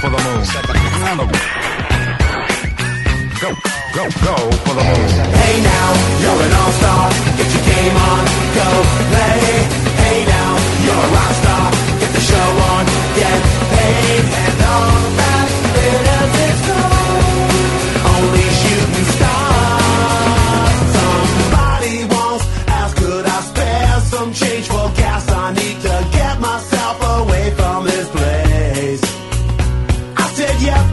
Speaker 5: the go, go, go for the moon.
Speaker 6: Hey now, you're an all-star. Get your game on, go play. Hey now, you're a rock star. Get the show on, get paid, and all that glitters is gold. Only shooting stars. Somebody once asked, could I spare some change for gas? I need to get myself away from this place. I said, yep,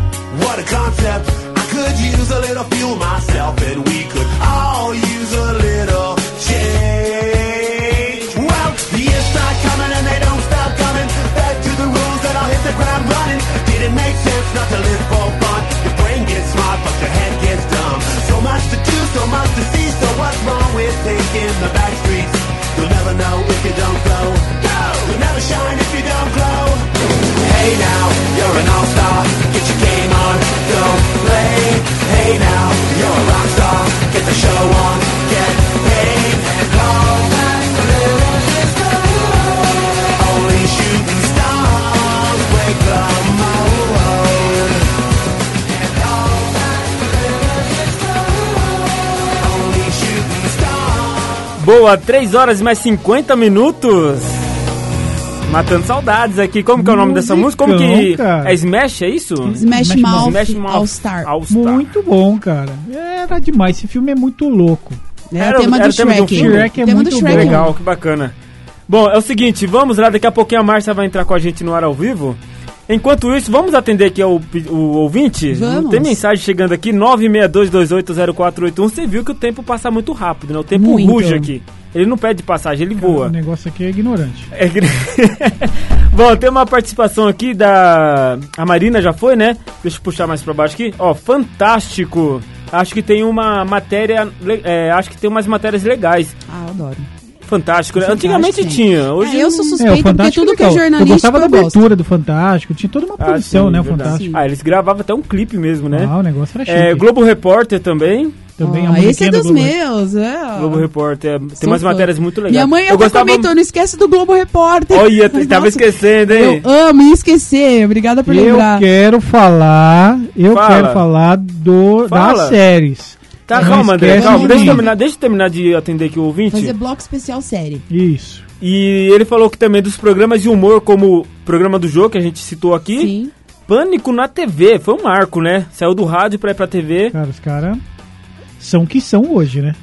Speaker 6: what a concept. I could use a little fuel myself, and we could all use a little change. Well, the years start coming, and they don't stop coming. Back to the rules that I'll hit the ground running. Didn't make sense not to live for fun. Your brain gets smart, but your head gets dumb. So much to do, so much to see. So what's wrong with taking the back streets? You'll never know if you don't go. Go! You'll never shine if you don't glow. Hey now, you're an all-star. Get your game on, go play. Hey now, you're a rock star. Get the show on, get paid, and all that glitters is gold. Only shooting stars break the mold. And all that glitters is gold. Only shooting stars.
Speaker 2: Boa, 3 horas e mais 50 minutos. Matando saudades aqui. Como que é o nome dessa música?
Speaker 4: Musicão,
Speaker 2: Como que.
Speaker 4: cara.
Speaker 2: É Smash, é isso?
Speaker 3: Smash
Speaker 4: Smash
Speaker 3: Mouth,
Speaker 2: Smash Mouth
Speaker 3: All Star.
Speaker 2: All Star.
Speaker 4: Muito bom, cara. Era demais. Esse filme é muito louco.
Speaker 3: É
Speaker 2: Era-
Speaker 3: o tema
Speaker 2: era
Speaker 3: do
Speaker 2: o tema de um
Speaker 3: Shrek.
Speaker 2: filme?
Speaker 4: Shrek é
Speaker 3: tema do
Speaker 4: muito
Speaker 3: Shrek.
Speaker 4: bom.
Speaker 2: Legal, que bacana. Bom, é o seguinte, vamos lá, daqui a pouquinho a Márcia vai entrar com a gente no ar ao vivo. Enquanto isso, vamos atender aqui ao, pe- o ouvinte?
Speaker 3: Vamos.
Speaker 2: Tem mensagem chegando aqui, 962280481. Você viu que o tempo passa muito rápido, né? O tempo
Speaker 3: Muito.
Speaker 2: ruge aqui. Ele não pede passagem, ele
Speaker 4: O
Speaker 2: voa.
Speaker 4: negócio aqui é ignorante.
Speaker 2: É que- Bom, tem uma participação aqui da. A Marina já foi, né? Deixa eu puxar mais pra baixo aqui. Ó, fantástico! Acho que tem uma matéria. le- é, acho que tem umas matérias legais.
Speaker 3: Ah, eu adoro.
Speaker 2: Fantástico, né?
Speaker 3: Fantástico,
Speaker 2: Antigamente
Speaker 3: hein?
Speaker 2: tinha. Hoje
Speaker 3: É, eu sou
Speaker 2: não-
Speaker 3: suspeita, porque tudo que é
Speaker 4: Eu
Speaker 3: jornalístico
Speaker 4: gostava da
Speaker 3: eu gosto.
Speaker 4: abertura do Fantástico. Tinha toda uma
Speaker 2: Ah,
Speaker 4: produção,
Speaker 2: sim,
Speaker 4: né? O
Speaker 2: verdade.
Speaker 4: Fantástico.
Speaker 2: Ah, eles gravavam até um clipe mesmo, né?
Speaker 4: Ah, o negócio era chique.
Speaker 2: É, Globo Repórter também.
Speaker 4: Também a
Speaker 3: Ah, esse
Speaker 4: musiquinha
Speaker 3: é
Speaker 4: do
Speaker 3: dos
Speaker 4: Globo.
Speaker 3: meus, é. ó.
Speaker 2: Globo Repórter. é, Tem
Speaker 3: Sou
Speaker 2: umas
Speaker 3: fã.
Speaker 2: matérias muito legais.
Speaker 3: Minha mãe até comentou, não esquece do Globo Repórter.
Speaker 2: Olha, eu
Speaker 3: Nossa,
Speaker 2: tava esquecendo, hein?
Speaker 3: Eu amo e esquecer. Obrigada por
Speaker 4: Eu
Speaker 3: lembrar.
Speaker 4: quero falar, eu
Speaker 2: Fala.
Speaker 4: quero falar do
Speaker 2: Fala.
Speaker 4: das séries.
Speaker 2: Tá,
Speaker 4: Não
Speaker 2: calma, André,
Speaker 4: esquece
Speaker 2: calma.
Speaker 4: de
Speaker 2: Deixa eu,
Speaker 4: mim.
Speaker 2: terminar, deixa eu terminar de atender aqui o ouvinte.
Speaker 3: Fazer bloco especial série.
Speaker 4: Isso.
Speaker 2: E ele falou que também dos programas de humor, como o programa do jogo que a gente citou aqui,
Speaker 3: Sim.
Speaker 2: Pânico na TV, foi um marco, né? Saiu do rádio pra ir pra TV.
Speaker 4: Cara, os caras são o que são hoje, né?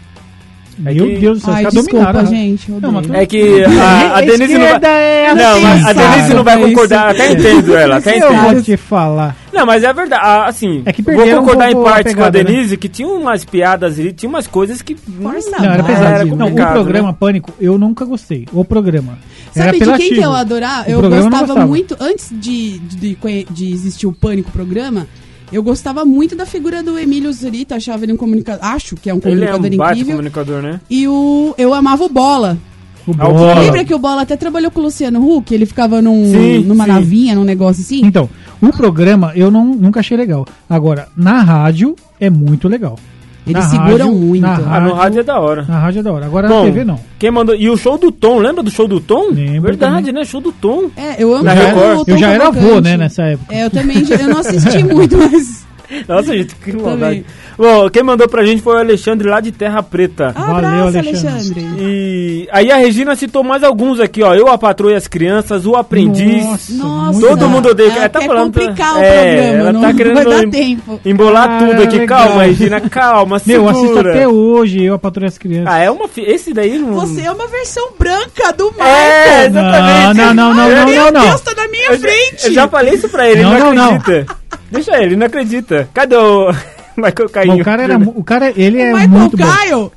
Speaker 2: É
Speaker 4: Meu
Speaker 2: que-
Speaker 4: Deus do céu, os
Speaker 3: Ai,
Speaker 4: caras
Speaker 3: desculpa,
Speaker 4: dominaram.
Speaker 3: gente. eu
Speaker 4: né? Não, mas
Speaker 3: odeio.
Speaker 2: É que a, a Denise não vai.
Speaker 4: esquerda é
Speaker 2: Não, mas a
Speaker 3: Ela
Speaker 2: Denise não vai
Speaker 3: pensa,
Speaker 2: concordar,
Speaker 3: isso.
Speaker 2: até entendo ela, até
Speaker 4: Eu
Speaker 2: entendo.
Speaker 4: vou te falar.
Speaker 2: Não, mas é verdade, ah, assim,
Speaker 4: É que
Speaker 2: vou
Speaker 4: perderam um
Speaker 2: concordar em
Speaker 4: pouco a
Speaker 2: partes com a
Speaker 4: pegada, né?
Speaker 2: Denise, que tinha umas piadas ali, tinha umas coisas que...
Speaker 3: Força
Speaker 4: Não, era
Speaker 3: Ah,
Speaker 2: era
Speaker 4: pesadinho. Não, o
Speaker 2: complicado, né?
Speaker 4: programa Pânico, eu nunca gostei. O programa. era
Speaker 3: Sabe de quem que
Speaker 4: apelativo.
Speaker 3: eu adorava?
Speaker 4: O
Speaker 3: Eu
Speaker 4: programa eu não
Speaker 3: gostava,
Speaker 4: gostava.
Speaker 3: muito, antes de, de, conhe- de existir o Pânico Programa, eu gostava muito da figura do Emílio Zurita, achava ele um comunicador, acho que é um
Speaker 2: Ele é um
Speaker 3: comunicador
Speaker 2: baita
Speaker 3: incrível.
Speaker 2: comunicador, né?
Speaker 3: E o, eu amava o Bola.
Speaker 4: O
Speaker 2: Ah, o
Speaker 4: Bola.
Speaker 2: Bola.
Speaker 3: Lembra que o Bola até trabalhou com o Luciano Huck? Ele ficava num,
Speaker 2: Sim,
Speaker 3: numa
Speaker 2: sim.
Speaker 3: navinha, num negócio assim?
Speaker 4: Então, o programa eu não, nunca achei legal. Agora, na rádio é muito legal.
Speaker 3: Eles
Speaker 4: Na
Speaker 3: seguram
Speaker 4: rádio-
Speaker 3: muito.
Speaker 4: na
Speaker 2: Ah, no
Speaker 4: Rádio-
Speaker 2: rádio é da hora.
Speaker 4: Na rádio é da hora. Agora
Speaker 2: Bom,
Speaker 4: na TV não.
Speaker 2: Quem mandou... E o show do Tom, lembra do show do Tom?
Speaker 4: Lembro
Speaker 2: Verdade,
Speaker 4: também.
Speaker 2: né? Show do Tom.
Speaker 3: É, eu amo
Speaker 2: Na
Speaker 3: o
Speaker 2: Record.
Speaker 3: Tom
Speaker 4: Eu já era avô,
Speaker 3: Cavalcante.
Speaker 4: né, nessa época.
Speaker 3: É, eu também, já- eu não assisti muito, mas...
Speaker 2: Nossa, gente, que maldade.
Speaker 3: Também.
Speaker 2: Bom, quem mandou pra gente foi o Alexandre lá de Terra Preta.
Speaker 3: Ah. Abraço,
Speaker 4: Alexandre.
Speaker 3: Alexandre.
Speaker 2: E aí a Regina citou mais alguns aqui, ó. Eu, a Patroa e as Crianças, o Aprendiz.
Speaker 4: Nossa,
Speaker 3: Nossa,
Speaker 4: muito
Speaker 2: Todo mundo odeia.
Speaker 3: Ela
Speaker 2: Ela tá
Speaker 3: quer
Speaker 2: falando pra-
Speaker 3: complicar
Speaker 2: É,
Speaker 3: o programa,
Speaker 2: ela
Speaker 3: não
Speaker 2: tá querendo
Speaker 3: vai
Speaker 2: em-
Speaker 3: dar tempo.
Speaker 2: Embolar
Speaker 4: Ah,
Speaker 2: tudo aqui.
Speaker 4: legal.
Speaker 2: Calma, Regina, calma.
Speaker 4: Meu, eu assisto
Speaker 2: segura.
Speaker 4: até hoje, eu a Patrulha das Crianças.
Speaker 2: Ah, é uma. fi- Esse daí não.
Speaker 3: Você é uma versão branca do Marco.
Speaker 2: É, exatamente.
Speaker 4: Não, não, não,
Speaker 2: Eu-
Speaker 4: não,
Speaker 3: Meu
Speaker 4: não, não.
Speaker 3: Deus, tá na minha
Speaker 2: Eu já,
Speaker 3: frente.
Speaker 2: eu já falei isso pra ele,
Speaker 4: Não,
Speaker 2: ele não,
Speaker 4: não, não.
Speaker 2: acredita. Deixa ele, ele não acredita. Cadê o. Michael Caio?
Speaker 4: Mas o cara era. mu- O cara, ele é
Speaker 3: Michael
Speaker 4: muito bom.
Speaker 3: Kyle.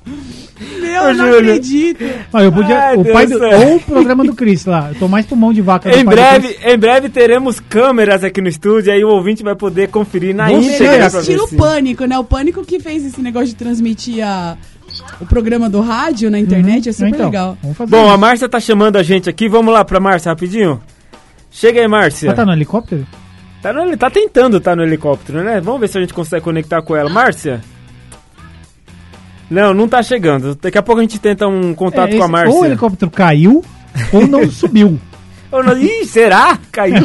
Speaker 3: Meu,
Speaker 2: Ô,
Speaker 3: não
Speaker 2: Júlio.
Speaker 3: acredito.
Speaker 4: Ah, eu podia.
Speaker 2: Ai,
Speaker 4: o pai
Speaker 2: Deus
Speaker 4: do,
Speaker 2: do céu.
Speaker 4: ou o programa do Chris lá. Eu tô mais pro mão de vaca do
Speaker 2: Em
Speaker 4: pai do
Speaker 2: breve,
Speaker 4: Chris.
Speaker 2: em breve teremos câmeras aqui no estúdio, aí o ouvinte vai poder conferir na
Speaker 4: Você
Speaker 2: íntegra.
Speaker 4: é
Speaker 2: pra
Speaker 3: Eles tiram
Speaker 2: ver
Speaker 3: o
Speaker 2: se-
Speaker 3: pânico, né? O pânico que fez esse negócio de transmitir a- o programa do rádio na internet é super
Speaker 4: Então,
Speaker 3: legal.
Speaker 4: Vamos fazer
Speaker 2: Bom,
Speaker 4: isso.
Speaker 2: a Márcia tá chamando a gente aqui. Vamos lá pra Márcia rapidinho. Chega aí, Márcia.
Speaker 4: Ela tá no helicóptero?
Speaker 2: Tá, no, heli- tá tentando estar no helicóptero, né? Vamos ver se a gente consegue conectar com ela. Márcia? Não, não tá chegando. Daqui a pouco a gente tenta um contato
Speaker 4: É,
Speaker 2: com a
Speaker 4: esse- Ou o
Speaker 2: Márcia.
Speaker 4: helicóptero caiu, ou não subiu.
Speaker 2: Ou não- Ih, será? Caiu.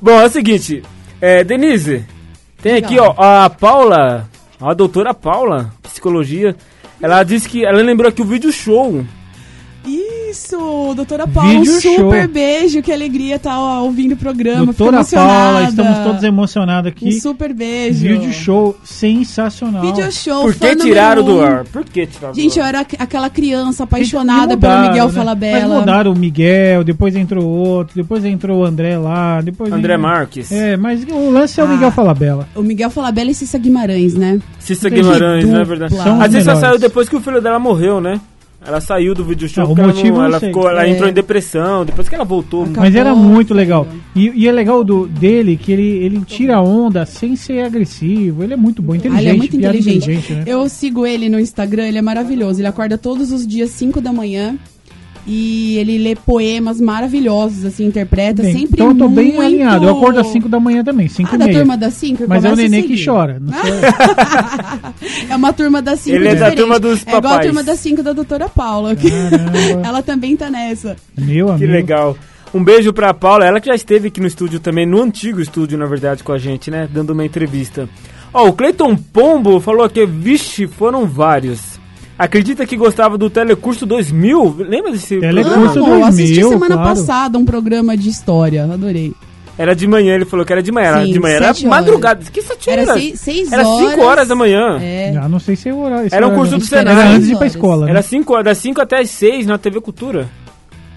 Speaker 2: Bom, é o seguinte. É, Denise, tem aqui,
Speaker 3: Legal.
Speaker 2: ó, a Paula, a doutora Paula, psicologia. Ela disse que. Ela lembrou aqui o vídeo show.
Speaker 3: Isso, doutora Paula, um
Speaker 4: Vídeo
Speaker 3: super
Speaker 4: show.
Speaker 3: beijo, que alegria estar ó, ouvindo o programa. fico
Speaker 4: Doutora Paula,
Speaker 3: emocionada.
Speaker 4: estamos todos emocionados
Speaker 3: Um
Speaker 4: aqui.
Speaker 3: super beijo.
Speaker 4: Vídeo show sensacional.
Speaker 3: Video show,
Speaker 2: Por
Speaker 3: fã
Speaker 2: que
Speaker 3: número
Speaker 2: tiraram
Speaker 3: um.
Speaker 2: do ar? Por que tiraram
Speaker 3: Gente,
Speaker 2: do
Speaker 3: eu
Speaker 2: ar?
Speaker 3: era aqu- aquela
Speaker 4: E-
Speaker 3: criança
Speaker 4: e
Speaker 3: apaixonada
Speaker 4: mudaram,
Speaker 3: pelo Miguel
Speaker 4: né? Mas
Speaker 3: Falabella.
Speaker 4: mudaram o Miguel, depois entrou outro, depois entrou o André lá, depois...
Speaker 2: André
Speaker 4: entrou-
Speaker 2: Marques.
Speaker 4: É, mas o lance é o
Speaker 3: Ah.
Speaker 4: Miguel Falabella.
Speaker 3: O Miguel Falabella e Cissa Guimarães, né?
Speaker 2: Cissa
Speaker 4: Entendi.
Speaker 2: Guimarães,
Speaker 4: Dupla.
Speaker 2: não é verdade?
Speaker 4: São
Speaker 2: a
Speaker 4: os
Speaker 2: Cissa
Speaker 4: melhores.
Speaker 2: saiu depois que o filho dela morreu, né? Ela saiu do vídeo show
Speaker 4: Ah, o
Speaker 2: porque ela,
Speaker 4: motivo eu
Speaker 2: não,
Speaker 4: não
Speaker 2: ela,
Speaker 4: sei.
Speaker 2: ficou, ela
Speaker 3: É.
Speaker 2: entrou em depressão, depois que ela voltou.
Speaker 3: Acabou.
Speaker 4: Mas era muito legal.
Speaker 3: entendeu?
Speaker 4: E, e é legal do, dele que ele, ele tira a onda sem ser agressivo. Ele é muito bom,
Speaker 3: Ah,
Speaker 4: inteligente.
Speaker 3: ele é muito
Speaker 4: piada
Speaker 3: inteligente.
Speaker 4: né?
Speaker 3: Eu sigo ele no Instagram, ele é maravilhoso. Ele acorda todos os dias 5 da manhã e ele lê poemas maravilhosos, assim, interpreta
Speaker 4: Bem,
Speaker 3: sempre
Speaker 4: então eu tô
Speaker 3: muito...
Speaker 4: bem alinhado. Eu acordo às 5 da manhã também, 5
Speaker 3: Ah,
Speaker 4: e
Speaker 3: da
Speaker 4: meia.
Speaker 3: turma das 5?
Speaker 4: Mas é o neném que chora.
Speaker 3: Ah.
Speaker 4: Não sei.
Speaker 3: É uma turma das 5
Speaker 2: Ele é da
Speaker 3: diferente.
Speaker 2: turma dos
Speaker 3: É igual a
Speaker 2: papais.
Speaker 3: turma das 5 da doutora Paula. que-
Speaker 4: Caramba.
Speaker 3: Ela também tá nessa.
Speaker 4: Meu amigo.
Speaker 2: Que legal. Um beijo pra Paula, ela que já esteve aqui no estúdio também, no antigo estúdio, na verdade, com a gente, né? Dando uma entrevista. Ó, o Cleiton Pombo falou aqui, vixe, foram vários. Acredita que gostava do Telecurso 2000? Lembra desse
Speaker 4: Telecurso
Speaker 2: programa?
Speaker 4: do-
Speaker 3: Amo, Ah, eu assisti
Speaker 4: 2000,
Speaker 3: semana
Speaker 4: claro.
Speaker 3: passada um programa de história, adorei.
Speaker 2: Era de manhã, ele falou que era de manhã. Era
Speaker 3: Sim,
Speaker 2: de manhã, era
Speaker 3: sete horas.
Speaker 2: madrugada. Que sete
Speaker 3: Era
Speaker 2: horas?
Speaker 3: 6 horas.
Speaker 2: Era 5 horas da manhã.
Speaker 3: É.
Speaker 4: Ah, não sei se é o horário. esse
Speaker 2: Era um
Speaker 4: horário
Speaker 2: curso
Speaker 4: não.
Speaker 2: do
Speaker 3: Era
Speaker 4: Era
Speaker 2: Senai.
Speaker 4: antes de ir pra
Speaker 3: horas.
Speaker 4: escola. né?
Speaker 2: Era 5 horas, das 5 até as 6 na TV Cultura.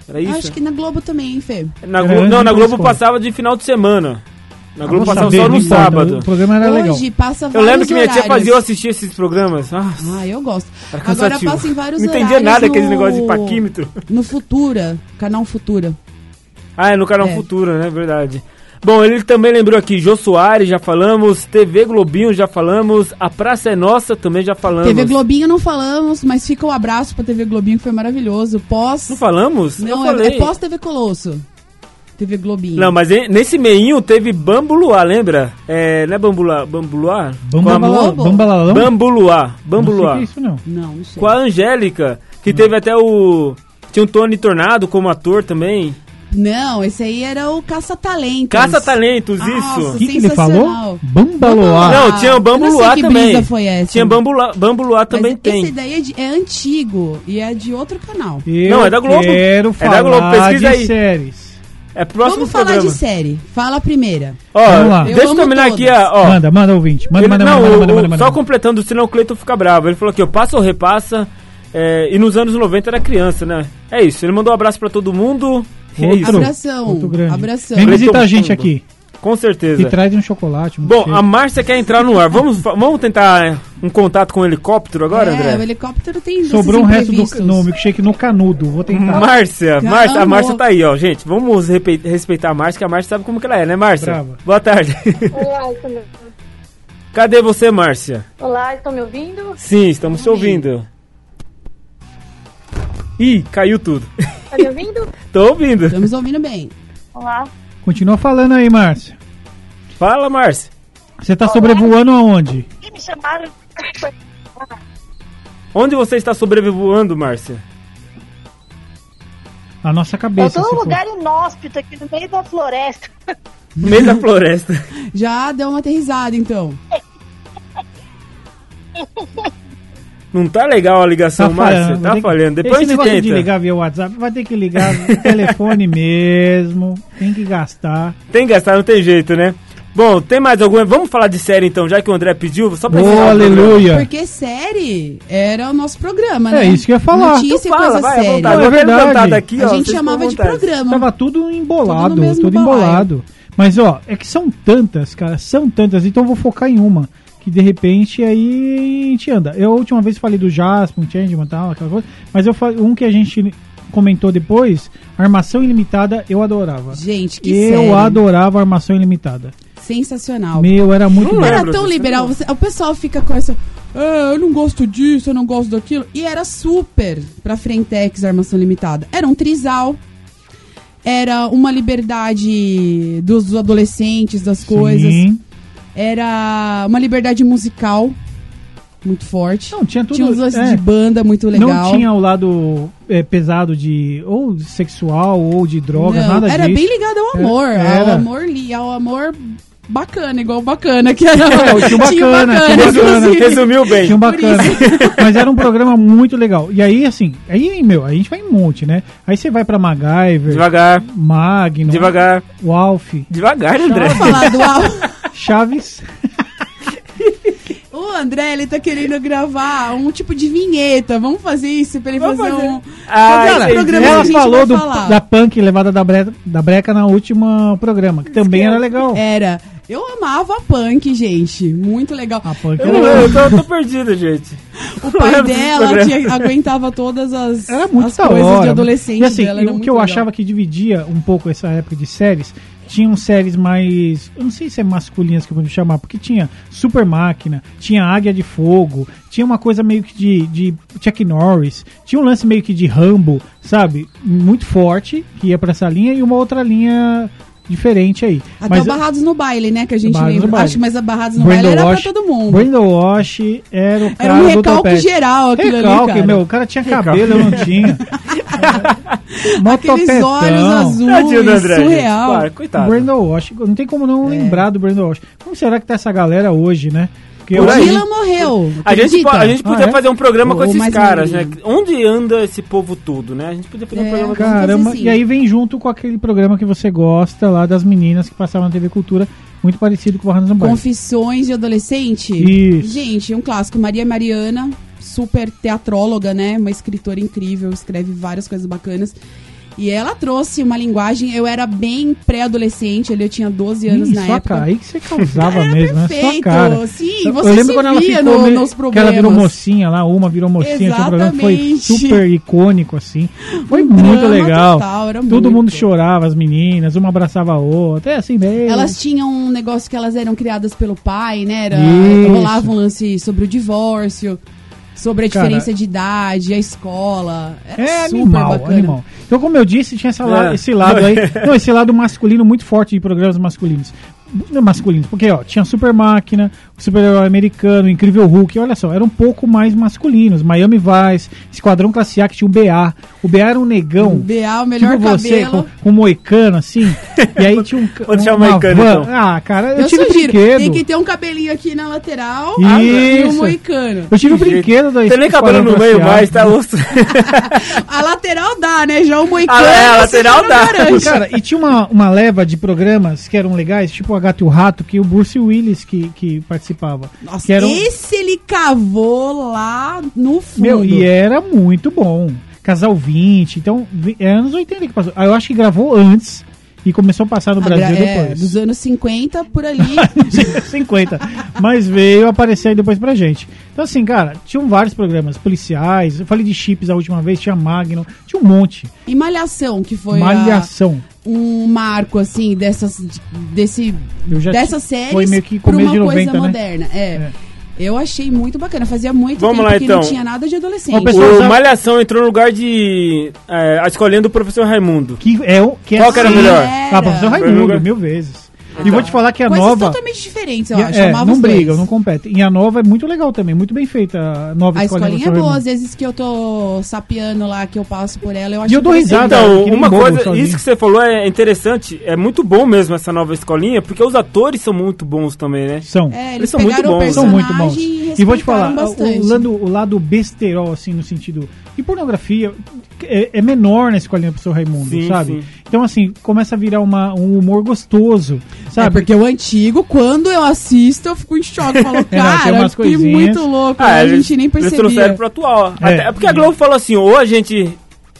Speaker 2: Era isso?
Speaker 3: Acho que na Globo também, hein, Fê?
Speaker 2: Na
Speaker 4: Era
Speaker 2: Glo-
Speaker 4: antes
Speaker 2: não, na
Speaker 4: de ir pra
Speaker 2: Globo
Speaker 4: escola.
Speaker 2: passava de final de semana. Na Globo
Speaker 4: Vou
Speaker 2: passava
Speaker 4: saber,
Speaker 2: só
Speaker 4: não né?
Speaker 2: no
Speaker 4: importa,
Speaker 2: sábado.
Speaker 4: O programa era legal.
Speaker 3: Hoje passa
Speaker 2: Eu
Speaker 3: vários
Speaker 2: lembro que minha tia
Speaker 3: horários.
Speaker 2: fazia eu assistir esses programas. Nossa,
Speaker 3: Ah, eu gosto.
Speaker 2: era
Speaker 3: Agora
Speaker 2: cansativo.
Speaker 3: passa em vários
Speaker 2: Não entendia
Speaker 3: horários
Speaker 2: nada
Speaker 3: no...
Speaker 2: aqueles negócios de paquímetro.
Speaker 3: No Futura, canal Futura.
Speaker 2: Ah, é no canal
Speaker 3: É.
Speaker 2: Futura, né? Verdade. Bom, ele também lembrou aqui, Jô Soares, já falamos, TV Globinho, já falamos, A Praça é Nossa, também já falamos.
Speaker 3: TV Globinho não falamos, mas fica o abraço pra TV Globinho, que foi maravilhoso. Pós...
Speaker 2: Não falamos?
Speaker 3: Não,
Speaker 2: eu
Speaker 3: é,
Speaker 2: falei.
Speaker 3: é pós TV Colosso. TV Globinho.
Speaker 2: Não, mas e- nesse meinho teve Bambuluá, lembra? É, não é Bambuluá? Bambuluá? Com a-
Speaker 4: Bambalala-
Speaker 3: Globo?
Speaker 4: Bambalalão?
Speaker 2: Bambuluá.
Speaker 4: Não sei
Speaker 2: Bambuluá.
Speaker 4: que é isso, não.
Speaker 3: Não, não sei.
Speaker 2: Com a Angélica, que teve até o... Tinha o Tony Tornado como ator também.
Speaker 3: Não, esse aí era o Caça-Talentos.
Speaker 2: Caça-talentos,
Speaker 3: Nossa,
Speaker 2: isso.
Speaker 4: O que, que ele
Speaker 3: Sensacional.
Speaker 4: falou? Bambaloá.
Speaker 3: Bambaloá.
Speaker 2: Não, tinha o
Speaker 3: eu não sei
Speaker 2: Bambuluá
Speaker 3: que
Speaker 2: também.
Speaker 3: brisa foi essa.
Speaker 2: Tinha Bambuluá, Bambuluá
Speaker 3: Mas
Speaker 2: também tem.
Speaker 3: Esse daí é, de- é antigo e é de outro canal.
Speaker 4: Eu
Speaker 2: Não, é da Globo.
Speaker 4: Quero
Speaker 2: É da
Speaker 4: falar
Speaker 2: Globo, pesquisa
Speaker 4: de
Speaker 2: aí.
Speaker 4: séries.
Speaker 2: É próximo
Speaker 3: Vamos falar
Speaker 2: programa.
Speaker 3: de série. Fala a primeira.
Speaker 4: Vamos
Speaker 2: Ó,
Speaker 4: lá.
Speaker 2: deixa
Speaker 3: Eu
Speaker 2: eu
Speaker 3: amo
Speaker 2: terminar
Speaker 3: todas.
Speaker 2: aqui, a- ó.
Speaker 4: Manda, manda ouvinte. Manda,
Speaker 2: Ele-
Speaker 4: manda,
Speaker 2: não,
Speaker 4: manda,
Speaker 2: o-
Speaker 4: manda,
Speaker 2: o-
Speaker 4: manda, manda,
Speaker 2: só
Speaker 4: manda.
Speaker 2: completando, senão o Cleiton fica bravo. Ele falou aqui, eu passa ou repassa. é, e nos anos 90 era criança, né? É isso, ele mandou um abraço pra todo mundo. e É
Speaker 4: Outro.
Speaker 2: isso,
Speaker 3: Abração.
Speaker 4: Muito grande.
Speaker 3: Abração.
Speaker 4: Vem
Speaker 2: Cleiton
Speaker 4: visitar a gente
Speaker 2: Fundo.
Speaker 4: aqui.
Speaker 2: com certeza.
Speaker 4: E traz um chocolate. um
Speaker 2: Bom,
Speaker 4: milkshake.
Speaker 2: a Márcia quer entrar no ar. Vamos, fa- vamos tentar é, um contato com o helicóptero agora,
Speaker 3: é, o
Speaker 2: André?
Speaker 3: helicóptero tem desses
Speaker 4: Sobrou um resto do
Speaker 3: imprevistos.
Speaker 4: no milkshake no canudo. Vou tentar.
Speaker 2: Márcia,
Speaker 3: Caramba.
Speaker 2: Márcia, a Márcia tá aí, ó, gente. Vamos repe- respeitar a Márcia, que a Márcia sabe como que ela é, né, Márcia?
Speaker 4: Brava.
Speaker 2: Boa tarde.
Speaker 7: Olá, estão me...
Speaker 2: Cadê você, Márcia?
Speaker 7: Olá, estão me ouvindo?
Speaker 2: Sim, estamos te ouvindo. Ih, caiu tudo.
Speaker 7: Estão Tá me ouvindo?
Speaker 2: Tô ouvindo.
Speaker 3: Estamos ouvindo bem.
Speaker 7: Olá.
Speaker 4: Continua falando aí, Márcia.
Speaker 2: Fala, Márcia.
Speaker 4: Você tá sobrevoando aonde?
Speaker 7: E me chamaram?
Speaker 2: Onde você está sobrevoando, Márcia?
Speaker 4: A nossa
Speaker 7: Eu
Speaker 4: cabeça.
Speaker 7: tô
Speaker 4: se
Speaker 3: um
Speaker 7: num
Speaker 4: for.
Speaker 7: um lugar inóspito aqui no meio da floresta.
Speaker 2: No meio da floresta.
Speaker 3: Já deu uma aterrizada, então.
Speaker 2: Não tá legal a ligação, Márcia?
Speaker 4: falhando,
Speaker 2: Tá
Speaker 4: tem que-
Speaker 2: falhando. Depois
Speaker 4: Esse
Speaker 2: a gente
Speaker 4: negócio de
Speaker 2: tenta.
Speaker 4: ligar via WhatsApp, vai ter que ligar no telefone mesmo. Tem que gastar.
Speaker 2: Tem que gastar, não tem jeito, né? Bom, tem mais alguma? Vamos falar de série então, já que o André pediu, só pra
Speaker 4: Ô,
Speaker 2: encerrar o programa.
Speaker 4: aleluia.
Speaker 3: Porque série era o nosso programa,
Speaker 4: É
Speaker 3: né?
Speaker 4: isso que eu ia falar.
Speaker 3: Notícia e
Speaker 2: Então fala,
Speaker 3: coisa
Speaker 2: vai, à
Speaker 3: séria.
Speaker 2: vontade.
Speaker 4: É
Speaker 2: Eu quero
Speaker 4: verdade.
Speaker 2: cantar daqui,
Speaker 3: a
Speaker 2: ó,
Speaker 3: gente
Speaker 2: vocês
Speaker 3: chamava
Speaker 2: ficam à
Speaker 3: de
Speaker 2: vontade.
Speaker 3: programa.
Speaker 4: Tava tudo embolado,
Speaker 3: Tudo no mesmo
Speaker 4: tudo
Speaker 3: balaio.
Speaker 4: embolado. Mas ó, é que são tantas, cara, são tantas, então eu vou focar em uma. Que de repente aí a gente anda. Eu a última vez falei do Jasper, um Changeman e tal, aquela coisa. Mas eu falei, um que a gente comentou depois, Armação Ilimitada, eu adorava.
Speaker 3: Gente, que
Speaker 4: eu
Speaker 3: série.
Speaker 4: adorava Armação Ilimitada.
Speaker 3: Sensacional.
Speaker 4: Meu, era muito
Speaker 2: Não
Speaker 4: bom.
Speaker 2: é.
Speaker 3: era
Speaker 2: lembro
Speaker 3: tão
Speaker 2: disso,
Speaker 3: liberal. você- o pessoal fica com essa. "Ah, eu não gosto disso, eu não gosto daquilo. E era super pra Frentex Armação Limitada. Era um trisal. Era uma liberdade dos adolescentes, das coisas.
Speaker 4: Sim.
Speaker 3: Era uma liberdade musical muito forte.
Speaker 4: Não, tinha tudo.
Speaker 3: tinha uns lances
Speaker 4: é.
Speaker 3: de banda muito legal.
Speaker 4: Não tinha o lado é, pesado de ou sexual ou de drogas,
Speaker 3: Não,
Speaker 4: nada
Speaker 3: era
Speaker 4: disso. É,
Speaker 3: bem ligado ao amor,
Speaker 4: Era-
Speaker 3: ao
Speaker 4: era.
Speaker 3: amor li, ao amor bacana, igual o bacana, que era.
Speaker 4: Não, tinha o Bacana, tinha o Bacana,
Speaker 3: inclusive.
Speaker 2: Resumiu bem.
Speaker 4: Tinha um bacana. Mas era um programa muito legal. E aí, assim, aí, meu, aí a gente vai em um monte, né? Aí você vai pra MacGyver,
Speaker 2: Devagar,
Speaker 4: Magnum,
Speaker 2: devagar,
Speaker 4: Walf,
Speaker 2: devagar, André.
Speaker 3: Vamos falar do Al-
Speaker 4: Chaves.
Speaker 3: O André, ele tá querendo gravar um tipo de vinheta. Vamos fazer isso pra ele
Speaker 2: Vamos
Speaker 3: fazer,
Speaker 2: fazer.
Speaker 3: um.
Speaker 2: Ah,
Speaker 3: Então,
Speaker 2: entendi.
Speaker 3: programa
Speaker 4: Ela
Speaker 3: a gente
Speaker 4: falou
Speaker 3: vai
Speaker 4: do,
Speaker 3: falar.
Speaker 4: da punk levada da breca, da breca na última programa, que também era legal.
Speaker 3: Era. Eu amava a punk, gente. Muito legal.
Speaker 4: A punk
Speaker 2: Eu,
Speaker 4: era,
Speaker 2: não
Speaker 4: legal.
Speaker 2: lembro, eu tô, tô perdido, gente.
Speaker 3: O
Speaker 2: Eu
Speaker 3: pai
Speaker 2: lembro desse
Speaker 3: dela
Speaker 2: programa.
Speaker 3: tinha- aguentava todas as,
Speaker 4: Era muito
Speaker 3: as
Speaker 4: da
Speaker 3: coisas
Speaker 4: hora.
Speaker 3: de adolescente
Speaker 4: E assim,
Speaker 3: dela.
Speaker 4: e
Speaker 3: era
Speaker 4: o
Speaker 3: muito
Speaker 4: que eu
Speaker 3: legal.
Speaker 4: achava que dividia um pouco essa época de séries, tinham séries mais, eu não sei se é masculinas que eu vou chamar, porque tinha Super Máquina, tinha Águia de Fogo, tinha uma coisa meio que de, de Chuck Norris, tinha um lance meio que de Rambo, sabe? Muito forte, que ia pra essa linha, e uma outra linha diferente aí.
Speaker 3: Até o Barrados no Baile, né? Que a gente
Speaker 4: Barrados no
Speaker 3: lembra.
Speaker 4: Baile.
Speaker 3: Acho, mas a Barrados no
Speaker 4: Brenda
Speaker 3: Baile era
Speaker 4: Walsh-
Speaker 3: pra todo mundo.
Speaker 4: Brenda Walsh era o cara
Speaker 3: Era um
Speaker 4: do
Speaker 3: recalque
Speaker 4: topete.
Speaker 3: geral aquilo ali,
Speaker 4: Recalque,
Speaker 3: cara.
Speaker 4: meu, o cara tinha cabelo, eu não tinha. Mó
Speaker 3: Aqueles
Speaker 4: topetão.
Speaker 3: olhos
Speaker 2: Tadinho do
Speaker 3: azuis,
Speaker 2: André, gente.
Speaker 3: surreal.
Speaker 2: Para, coitado.
Speaker 4: Brandon Walsh, não tem como
Speaker 3: É.
Speaker 4: não lembrar do Brandon Walsh. Como será que tá essa galera hoje, né? Porque
Speaker 2: Por
Speaker 3: o
Speaker 4: hoje-
Speaker 2: aí.
Speaker 3: Dylan morreu.
Speaker 2: A gente,
Speaker 3: acredita?
Speaker 2: po- a gente podia
Speaker 4: Ah, é?
Speaker 2: fazer um programa
Speaker 3: Ou-
Speaker 2: com
Speaker 3: ou
Speaker 2: esses
Speaker 3: mais
Speaker 2: caras, né?
Speaker 3: magrinho.
Speaker 2: Onde anda esse povo todo, né? A gente podia fazer um
Speaker 3: É,
Speaker 2: programa com
Speaker 3: cara.
Speaker 4: Caramba,
Speaker 3: assim.
Speaker 4: e aí vem junto com aquele programa que você gosta lá das meninas que passavam na TV Cultura, muito parecido com o Barranos no Baile.
Speaker 3: Confissões de Adolescente.
Speaker 4: Isso.
Speaker 3: Gente, um clássico. Maria Mariana, super teatróloga, né? Uma escritora incrível, escreve várias coisas bacanas. E ela trouxe uma linguagem. Eu era bem pré-adolescente, ali eu tinha 12 anos
Speaker 4: Ih,
Speaker 3: na
Speaker 4: sua
Speaker 3: época.
Speaker 4: cara, aí que você causava mesmo, né? Sua
Speaker 3: Perfeito.
Speaker 4: cara.
Speaker 3: Sim,
Speaker 4: Eu-
Speaker 3: você
Speaker 4: eu
Speaker 3: se
Speaker 4: lembro quando ela
Speaker 3: via
Speaker 4: ficou
Speaker 3: no-
Speaker 4: meio-
Speaker 3: nos
Speaker 4: que ela
Speaker 3: problemas.
Speaker 4: virou mocinha lá, uma virou mocinha, tinha um programa que foi
Speaker 3: Exatamente.
Speaker 4: super icônico assim. Foi
Speaker 3: Um
Speaker 4: muito
Speaker 3: drama
Speaker 4: legal.
Speaker 3: total, era
Speaker 4: Todo
Speaker 3: muito.
Speaker 4: mundo chorava, as meninas, uma abraçava a outra, é assim mesmo.
Speaker 3: Elas tinham um negócio que elas eram criadas pelo pai, né? Era,
Speaker 4: Isso.
Speaker 3: rolava um lance sobre o divórcio, sobre a
Speaker 4: Cara,
Speaker 3: diferença de idade, a escola. Era
Speaker 4: É
Speaker 3: super
Speaker 4: animal,
Speaker 3: bacana.
Speaker 4: animal. Então, como eu disse, tinha essa la-
Speaker 2: É.
Speaker 4: esse lado aí. não, esse lado masculino muito forte de programas masculinos. Não, Masculinos, porque ó, tinha Super Máquina, Super-Herói Americano, Incrível Hulk, olha só, eram um pouco mais masculinos. Miami Vice, Esquadrão Classe A, que tinha o BA. O BA era um negão.
Speaker 3: BA, o melhor
Speaker 4: Tipo você, com,
Speaker 3: cabelo.
Speaker 4: com moicano, assim. E aí tinha um. ca-
Speaker 2: Vou deixar o
Speaker 4: uma
Speaker 2: moicano,
Speaker 4: van.
Speaker 2: então.
Speaker 4: Ah, cara, eu,
Speaker 3: Eu,
Speaker 4: tive um
Speaker 3: sugiro,
Speaker 4: brinquedo.
Speaker 3: tem que ter um cabelinho aqui na lateral
Speaker 4: Isso.
Speaker 3: e um moicano.
Speaker 4: Eu tive um
Speaker 2: Jeito.
Speaker 4: brinquedo da
Speaker 2: Tem nem cabelo
Speaker 4: Esquadrão
Speaker 2: no
Speaker 4: Classe
Speaker 2: meio
Speaker 4: A.
Speaker 2: mais, tá osso.
Speaker 3: A lateral dá, né? Já o moicano.
Speaker 2: Ah, é, a
Speaker 3: você
Speaker 2: lateral
Speaker 3: já não
Speaker 2: dá.
Speaker 3: garante.
Speaker 4: Cara, e tinha uma, uma leva de programas que eram legais, tipo a Gato e o Rato, que o Bruce Willis que, que participava.
Speaker 3: Nossa,
Speaker 4: que era um-
Speaker 3: esse ele cavou lá no fundo.
Speaker 4: Meu, e é era muito bom. Casal 20, então vi- é anos 80 que passou. Ah, Eu acho que gravou antes e começou a passar no
Speaker 3: A
Speaker 4: Brasil
Speaker 3: gra- é,
Speaker 4: depois.
Speaker 3: dos anos 50 por ali.
Speaker 4: 50. Mas veio aparecer aí depois pra gente. Então assim, cara, tinham vários programas policiais. Eu falei de chips a última vez, tinha Magnum, tinha um monte.
Speaker 3: e Malhação, que foi a-
Speaker 4: Malhação.
Speaker 3: um marco, assim, dessas, desse,
Speaker 4: Eu já
Speaker 3: dessas
Speaker 4: ti-
Speaker 3: séries
Speaker 4: foi meio que
Speaker 3: pra
Speaker 4: começo
Speaker 3: uma
Speaker 4: de 90,
Speaker 3: coisa
Speaker 4: né?
Speaker 3: moderna. É.
Speaker 4: É.
Speaker 3: Eu achei muito bacana. Fazia muito
Speaker 2: Vamos
Speaker 3: tempo
Speaker 2: lá,
Speaker 3: que
Speaker 2: então.
Speaker 3: não tinha nada de adolescente.
Speaker 4: Uma pessoa-
Speaker 2: O
Speaker 4: usava-
Speaker 2: Malhação entrou no lugar de. É, a escolhendo o professor Raimundo.
Speaker 4: Que é o que é
Speaker 2: Qual que era
Speaker 4: sim.
Speaker 2: melhor?
Speaker 4: Ah, professor Raimundo, mil vezes. E vou te falar que a
Speaker 3: Então, Coisas
Speaker 4: nova.
Speaker 3: totalmente diferentes, eu acho.
Speaker 4: é,
Speaker 3: Amava
Speaker 4: não
Speaker 3: os dois.
Speaker 4: brigam, não competem. E a nova é muito legal também, muito bem feita. A nova
Speaker 3: A escolinha é
Speaker 4: do professor
Speaker 3: boa, às
Speaker 4: Raimundo.
Speaker 3: vezes que eu tô sapiando lá, que eu passo por ela, eu acho
Speaker 4: eu dou
Speaker 3: interessante.
Speaker 4: risada. Nada,
Speaker 2: Então,
Speaker 4: que nem
Speaker 2: uma
Speaker 4: bobo
Speaker 2: coisa,
Speaker 4: sozinho.
Speaker 2: isso que você falou é interessante, é muito bom mesmo essa nova escolinha, porque os atores são muito bons também, né?
Speaker 4: São.
Speaker 3: É,
Speaker 2: Eles
Speaker 3: eles
Speaker 2: são muito
Speaker 3: pegaram o
Speaker 2: bons.
Speaker 4: São muito bons.
Speaker 3: personagem E,
Speaker 4: E vou te falar,
Speaker 3: bastante.
Speaker 4: o lado, o lado besterol, assim, no sentido. E pornografia é, é menor na escolinha do professor Raimundo,
Speaker 2: Sim,
Speaker 4: sabe?
Speaker 2: sim.
Speaker 4: Então, assim, começa a virar uma, um humor gostoso,
Speaker 3: É
Speaker 4: sabe?
Speaker 3: porque o antigo, quando eu assisto, eu fico em choque. Eu falo,
Speaker 4: É, tem
Speaker 3: cara, eu
Speaker 4: umas
Speaker 3: fiquei
Speaker 4: coisinhas.
Speaker 3: muito louco. né?
Speaker 2: Ah,
Speaker 3: a
Speaker 2: eles-
Speaker 3: gente nem
Speaker 2: Eles trouxeram
Speaker 3: percebia.
Speaker 2: pro atual.
Speaker 4: É.
Speaker 2: Até, é porque a Globo falou assim, ou a gente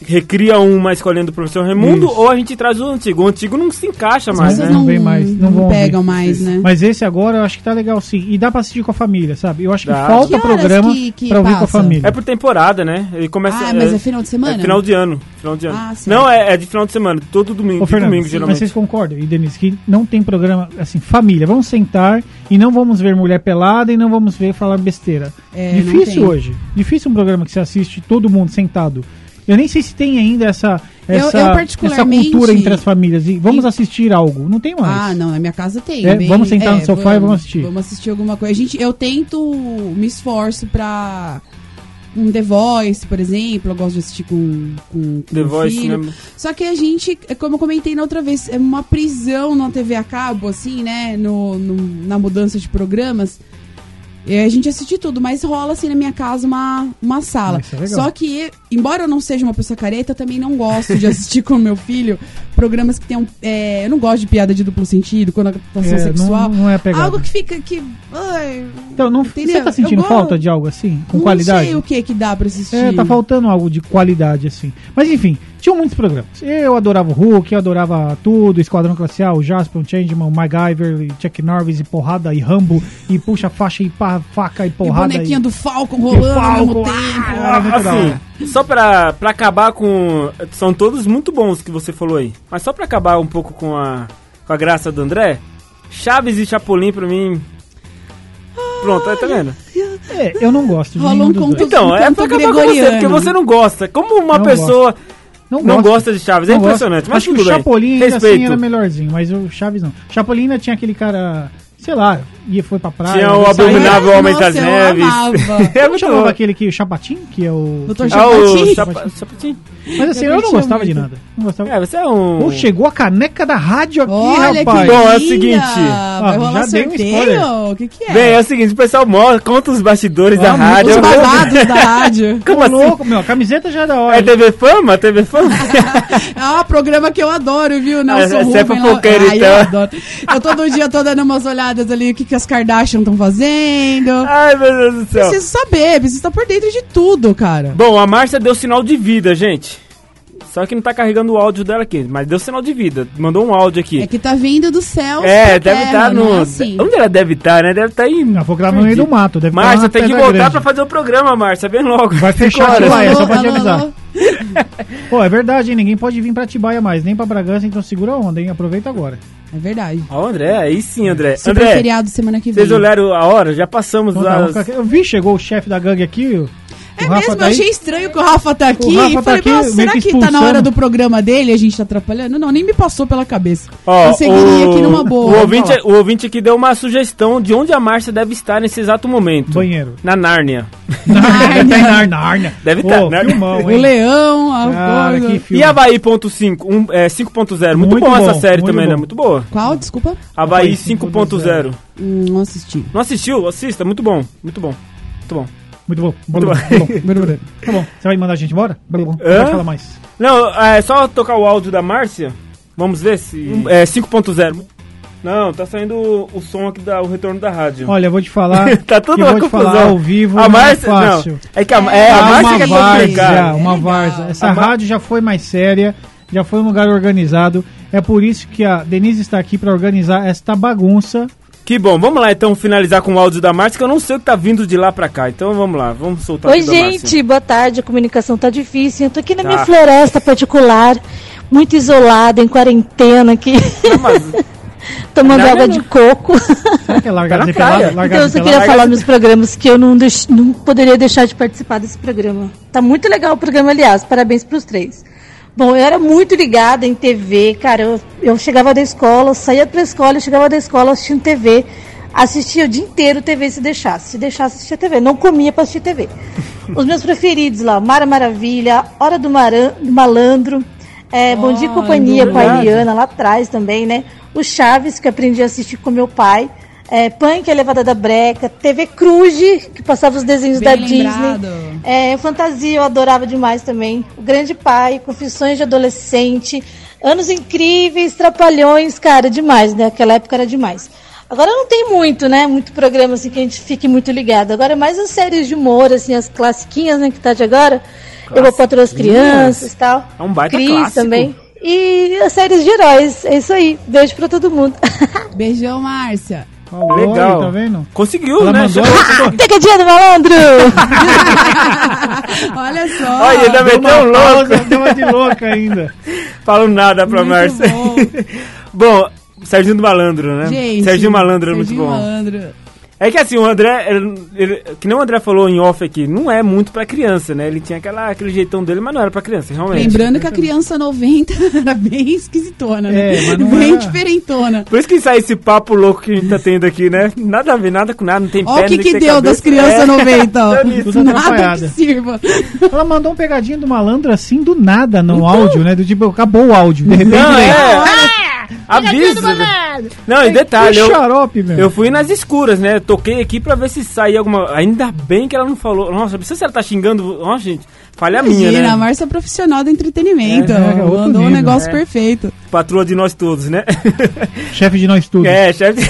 Speaker 2: recria uma escolhendo o professor Raimundo,
Speaker 4: Isso.
Speaker 2: ou a gente traz o antigo. O antigo não se encaixa
Speaker 3: As
Speaker 2: mais,
Speaker 3: pessoas
Speaker 2: né?
Speaker 4: não
Speaker 3: não,
Speaker 4: vem mais, não vão ver.
Speaker 3: pegam mais, né?
Speaker 4: Mas esse agora eu acho que tá legal sim. E dá pra assistir com a família, sabe? Eu acho que
Speaker 2: Dá.
Speaker 4: falta
Speaker 3: Que horas
Speaker 4: programa
Speaker 3: que- que
Speaker 4: pra ouvir com a
Speaker 3: passa?
Speaker 4: família.
Speaker 2: É por temporada, né? Ele começa.
Speaker 3: ah, mas é final de semana?
Speaker 2: É final de ano. Final de ano.
Speaker 3: Ah, sim.
Speaker 2: não, é, é de final de semana, todo domingo.
Speaker 4: Ô,
Speaker 2: de
Speaker 4: Fernando,
Speaker 2: domingo,
Speaker 4: mas
Speaker 2: geralmente.
Speaker 4: vocês concordam, e Denise, que não tem programa, assim, família. Vamos sentar e não vamos ver mulher pelada e não vamos ver falar besteira.
Speaker 3: É, não
Speaker 4: Difícil
Speaker 3: tem.
Speaker 4: hoje. Difícil um programa que você assiste todo mundo sentado. Eu nem sei se tem ainda essa,
Speaker 3: Eu-
Speaker 4: essa,
Speaker 3: eu particularmente-
Speaker 4: essa cultura entre as famílias. E vamos assistir algo. Não tem mais.
Speaker 3: Ah, não, na minha casa tem.
Speaker 4: É, vamos sentar no sofá e vamos assistir.
Speaker 3: Vamos assistir alguma coisa. A gente, eu tento, me esforço pra um The Voice, por exemplo, eu gosto de assistir com, com, com
Speaker 2: The
Speaker 3: meu
Speaker 2: Voice,
Speaker 3: filho.
Speaker 2: né?
Speaker 3: Só que a gente, é como eu comentei na outra vez, é uma prisão na TV a cabo, assim, né? No, no- na mudança de programas. E a gente assiste tudo, mas rola assim na minha casa uma, uma sala.
Speaker 4: Isso é legal.
Speaker 3: Só que, embora eu não seja uma pessoa careta, eu também não gosto de assistir com meu filho programas que tenham. é, eu não gosto de piada de duplo sentido, conotação
Speaker 4: É, não-
Speaker 3: sexual.
Speaker 4: não é a pegada.
Speaker 3: Algo que fica que. ai,
Speaker 4: Então, não, você
Speaker 3: Entendeu?
Speaker 4: tá
Speaker 3: Eu
Speaker 4: sentindo
Speaker 3: gosto-
Speaker 4: falta de algo assim? Com
Speaker 3: não
Speaker 4: qualidade?
Speaker 3: sei o que que dá pra assistir.
Speaker 4: É, tá faltando algo de qualidade, assim. Mas enfim, tinham muitos programas. Eu adorava o Hulk, eu adorava tudo, Esquadrão Classial, Jasper, o Changeman, o MacGyver, e Chuck Norris, e porrada, e Rambo, e puxa faixa, e pá, faca, e
Speaker 3: E
Speaker 4: porrada.
Speaker 3: bonequinha do Falcon
Speaker 4: e
Speaker 3: rolando ao
Speaker 4: Falco,
Speaker 3: mesmo tempo.
Speaker 4: ah, muito da hora.
Speaker 2: Assim, só pra, pra acabar com. São todos muito bons que você falou aí. Mas só pra acabar um pouco com a, com a graça do André, Chaves e Chapolin pra mim. Pronto, tá vendo?
Speaker 4: É, eu não gosto de
Speaker 3: Rola
Speaker 4: nenhum
Speaker 3: um
Speaker 4: dos dois.
Speaker 3: conteúdo.
Speaker 2: Então, é
Speaker 3: canto
Speaker 2: pra acabar com você,
Speaker 3: gregoriano.
Speaker 2: porque você não gosta. Como uma
Speaker 4: Não
Speaker 2: pessoa não
Speaker 4: gosto.
Speaker 2: gosta de Chaves, é
Speaker 4: Não gosto.
Speaker 2: impressionante. Mas
Speaker 4: Acho que
Speaker 2: tudo
Speaker 4: o
Speaker 2: bem.
Speaker 4: Chapolin ainda
Speaker 2: Respeito.
Speaker 4: assim era melhorzinho, mas o Chaves não. Chapolin ainda tinha aquele cara, sei lá, ia foi pra praia. né,
Speaker 2: Tinha o
Speaker 4: saiu.
Speaker 2: abominável- Iluminável
Speaker 3: Ai,
Speaker 2: Homem
Speaker 3: nossa,
Speaker 2: das
Speaker 3: eu
Speaker 2: Neves. É
Speaker 3: amava.
Speaker 4: Como
Speaker 2: muito
Speaker 4: chamava
Speaker 2: bom.
Speaker 4: aquele que o Chapatin, que é o.
Speaker 3: Doutor
Speaker 2: Ah, o
Speaker 3: Chapatin.
Speaker 2: Chapa- Chapatin.
Speaker 4: Mas assim,
Speaker 3: Eu
Speaker 4: eu, não
Speaker 3: curtia
Speaker 4: gostava de
Speaker 3: muito.
Speaker 4: nada. Não gostava.
Speaker 2: É, você é um.
Speaker 4: Pô, chegou a caneca da rádio aqui,
Speaker 3: Olha
Speaker 4: rapaz.
Speaker 3: que
Speaker 2: Bom,
Speaker 3: linda.
Speaker 2: é o seguinte.
Speaker 4: Ah,
Speaker 3: Vai rolar
Speaker 4: já dei um
Speaker 3: sorteio?
Speaker 4: spoiler.
Speaker 3: o que que é?
Speaker 2: Bem, é o seguinte, o pessoal mostra, conta os bastidores da
Speaker 4: Ah, muito
Speaker 2: rádio.
Speaker 3: Os babados da rádio.
Speaker 2: Como
Speaker 4: Ô,
Speaker 2: assim?
Speaker 4: louco, meu, a camiseta já é da hora.
Speaker 2: É TV Fama? TV Fama?
Speaker 3: É um programa que eu adoro, viu, Nelson
Speaker 2: Ah, você é
Speaker 3: Rubens lá-
Speaker 2: fofoqueiro,
Speaker 3: Ai,
Speaker 2: então.
Speaker 3: eu adoro. Eu todo dia tô dando umas olhadas ali, o que, que as Kardashian estão fazendo.
Speaker 2: Ai, meu Deus do céu.
Speaker 3: Preciso saber, preciso estar por dentro de tudo, cara.
Speaker 2: Bom, a Márcia deu sinal de vida, gente. Só que não tá carregando o áudio dela aqui, mas deu sinal de vida. Mandou um áudio aqui.
Speaker 3: É que tá vindo do céu.
Speaker 2: É,
Speaker 3: pra
Speaker 2: deve estar
Speaker 3: terra,
Speaker 2: no.
Speaker 3: não é assim?
Speaker 2: Onde ela deve estar, né? Deve estar em.
Speaker 4: Ah, vou gravar no meio do mato, deve tá lá
Speaker 2: Márcia,
Speaker 4: na
Speaker 2: tem que
Speaker 4: Pedra
Speaker 2: voltar
Speaker 4: Grande.
Speaker 2: pra fazer o programa, Márcia, bem logo.
Speaker 4: Vai
Speaker 2: Cinco
Speaker 4: fechar aqui
Speaker 2: horas.
Speaker 4: lá, é só pra te
Speaker 3: Alô, alô,
Speaker 4: avisar.
Speaker 3: alô.
Speaker 4: Pô, é verdade, hein? Ninguém pode vir pra Tibaia mais, nem pra Bragança, então segura a onda, hein? Aproveita agora.
Speaker 3: É verdade.
Speaker 2: Ó, André, aí sim, André.
Speaker 3: Super
Speaker 2: André,
Speaker 3: feriado semana que vem.
Speaker 2: vocês olharam a hora? Já passamos
Speaker 4: Então tá,
Speaker 2: lá.
Speaker 4: vamos ficar aqui. Eu vi, chegou o chefe da gangue aqui. o-
Speaker 3: É
Speaker 4: o Rafa
Speaker 3: mesmo,
Speaker 4: tá
Speaker 3: eu
Speaker 4: aí.
Speaker 3: achei estranho que o Rafa tá aqui.
Speaker 4: O Rafa
Speaker 3: e
Speaker 4: tá
Speaker 3: falei,
Speaker 4: aqui,
Speaker 3: nossa,
Speaker 4: meio
Speaker 3: será
Speaker 4: que
Speaker 3: que, tá na
Speaker 4: expulsando.
Speaker 3: hora do programa dele e a gente tá atrapalhando? Não, nem me passou pela cabeça.
Speaker 2: Ó,
Speaker 3: eu seguiria aqui numa boa.
Speaker 2: O
Speaker 3: vamos
Speaker 2: ouvinte,
Speaker 3: falar.
Speaker 2: o ouvinte aqui deu uma sugestão de onde a Márcia deve estar nesse exato momento.
Speaker 4: Banheiro.
Speaker 2: Na Nárnia.
Speaker 4: Nárnia. Deve estar em Nárnia.
Speaker 2: Deve
Speaker 4: Pô,
Speaker 2: tá, né?
Speaker 4: filmão,
Speaker 3: O
Speaker 4: hein?
Speaker 3: leão, a
Speaker 4: Cara,
Speaker 3: coisa.
Speaker 4: que filme.
Speaker 2: E Havaí.5, um, é, 5.0. Muito,
Speaker 4: Muito
Speaker 2: bom, essa
Speaker 4: bom,
Speaker 2: série
Speaker 4: muito
Speaker 2: também,
Speaker 4: bom.
Speaker 2: né? Muito boa.
Speaker 3: Qual? Desculpa.
Speaker 2: Havaí
Speaker 4: Havaí
Speaker 2: 5.0.
Speaker 4: 5.0.
Speaker 3: Hum, não assisti.
Speaker 2: Não assistiu? Assista, muito bom. Muito bom. Muito bom.
Speaker 4: Muito bom.
Speaker 2: Muito
Speaker 4: Muito
Speaker 2: bom.
Speaker 4: bom. Tá bom. Você vai mandar a gente embora? Não
Speaker 2: Hã?
Speaker 4: vai falar mais.
Speaker 2: Não, é só tocar o áudio da Márcia. Vamos ver se. É 5.0. Não, tá saindo o, o som aqui da o retorno da rádio.
Speaker 4: Olha, eu vou te falar.
Speaker 2: tá tudo
Speaker 4: que eu
Speaker 2: uma
Speaker 4: vou te
Speaker 2: confusão.
Speaker 4: falar ao vivo.
Speaker 2: a
Speaker 4: não é
Speaker 2: Márcia,
Speaker 4: fácil.
Speaker 2: não. É que a, é, a
Speaker 4: Ah,
Speaker 2: Márcia que é
Speaker 4: uma várzea,
Speaker 2: complicada.
Speaker 4: uma
Speaker 3: É legal.
Speaker 4: várzea. Essa
Speaker 2: A Mar-
Speaker 4: rádio já foi mais séria, já foi um lugar organizado. É por isso que a Denise está aqui para organizar esta bagunça.
Speaker 2: Que bom, vamos lá então finalizar com o áudio da Márcia, que eu não sei o que tá vindo de lá pra cá. Então vamos lá, vamos soltar
Speaker 8: Oi,
Speaker 2: aqui da Márcia.
Speaker 8: gente, boa tarde. A comunicação tá difícil. Eu tô aqui na
Speaker 2: assim. Tá.
Speaker 8: minha floresta particular, muito isolada, em quarentena aqui,
Speaker 2: Mas-
Speaker 8: tomando
Speaker 2: Não,
Speaker 8: água
Speaker 2: não,
Speaker 8: de coco.
Speaker 4: Será que é largada
Speaker 2: Tá na
Speaker 4: e pelada?
Speaker 2: praia.
Speaker 8: Então,
Speaker 4: Largada
Speaker 8: eu
Speaker 4: e
Speaker 8: só
Speaker 4: pelada.
Speaker 8: queria
Speaker 2: larga
Speaker 8: falar
Speaker 2: de-
Speaker 8: nos programas que eu não, deix- não poderia deixar de participar desse programa. Tá muito legal o programa, aliás. Parabéns pros três. Bom, eu era muito ligada em TV, cara. Eu, eu chegava da escola, eu saía pra escola, eu chegava da escola assistindo TV. Assistia o dia inteiro TV se deixasse. Se deixasse, assistia TV. Não comia pra assistir TV. Os meus preferidos lá, Mara Maravilha, Hora do, Maran- do Malandro, é, Bom Dia e
Speaker 3: Ah,
Speaker 8: Companhia com a
Speaker 2: verdade.
Speaker 8: Eliana lá atrás também, né? O Chaves, que eu aprendi a assistir com meu pai. É, Punk, a Levada da Breca, TV Cruz, que passava os desenhos
Speaker 3: Bem
Speaker 8: da
Speaker 3: lembrado.
Speaker 8: Disney. É, Fantasia, eu adorava demais também. O Grande Pai, Confissões de Adolescente, Anos Incríveis, Trapalhões, cara, demais, né? Aquela época era demais. Agora não tem muito, né? Muito programa assim que a gente fique muito ligado. Agora é mais as séries de humor, assim, as classiquinhas, né, que tá de agora. Eu vou para as crianças e tal.
Speaker 2: É um baita
Speaker 8: Cris
Speaker 2: clássico.
Speaker 8: também. E as séries de heróis. É isso aí. Beijo pra todo mundo.
Speaker 3: Beijão, Márcia.
Speaker 4: Falou,
Speaker 2: Legal.
Speaker 4: Tá vendo?
Speaker 2: Conseguiu,
Speaker 4: Ela
Speaker 2: né?
Speaker 4: mandou-
Speaker 8: Pegadinha do malandro!
Speaker 3: Olha só.
Speaker 2: Olha, ainda
Speaker 4: Deu
Speaker 2: meteu um
Speaker 4: uma pausa,
Speaker 2: louco.
Speaker 4: deu uma de louca ainda.
Speaker 2: Falou nada pra
Speaker 3: Muito
Speaker 2: Márcia.
Speaker 3: bom.
Speaker 2: Bom, Serginho do Malandro, né?
Speaker 3: Gente,
Speaker 2: Serginho Malandro é muito
Speaker 3: Serginho
Speaker 2: bom.
Speaker 3: Malandro.
Speaker 2: É que assim, o André, ele- ele- que nem o André falou em off aqui, não é muito pra criança, né? Ele tinha aquela, aquele jeitão dele, mas não era pra criança, realmente.
Speaker 3: Lembrando que a criança 90 era bem esquisitona, né?
Speaker 4: É, mas não
Speaker 3: bem
Speaker 4: era-
Speaker 3: diferentona.
Speaker 2: Por isso que sai esse papo louco que a gente tá tendo aqui, né? Nada a ver, nada com nada, não tem
Speaker 3: Ó o
Speaker 2: perna,
Speaker 3: que
Speaker 2: nem
Speaker 3: que
Speaker 2: tem
Speaker 3: deu
Speaker 2: cabeça.
Speaker 3: das crianças
Speaker 2: É.
Speaker 3: 90, ó.
Speaker 4: Tudo
Speaker 3: Nada que
Speaker 4: atrapalhada.
Speaker 3: sirva.
Speaker 4: Ela mandou um pegadinha do malandro assim do nada no áudio, né? Do tipo, acabou o áudio. De repente,
Speaker 2: Então? Não,
Speaker 4: né?
Speaker 2: é. Aviso. velho. Não, e detalhe,
Speaker 4: que
Speaker 2: eu,
Speaker 4: xarope, meu.
Speaker 2: eu fui nas escuras, né? Toquei aqui pra ver se saía alguma. Ainda bem que ela não falou. Nossa, não sei se ela tá xingando. Nossa, gente, falha minha,
Speaker 3: Imagina,
Speaker 2: né?
Speaker 3: a Márcia é profissional do entretenimento.
Speaker 4: É, é, é outro
Speaker 3: mandou um
Speaker 4: nível.
Speaker 3: negócio
Speaker 2: É.
Speaker 3: perfeito.
Speaker 2: Patroa de nós todos, né?
Speaker 4: Chefe de nós tudo.
Speaker 2: é, chefe.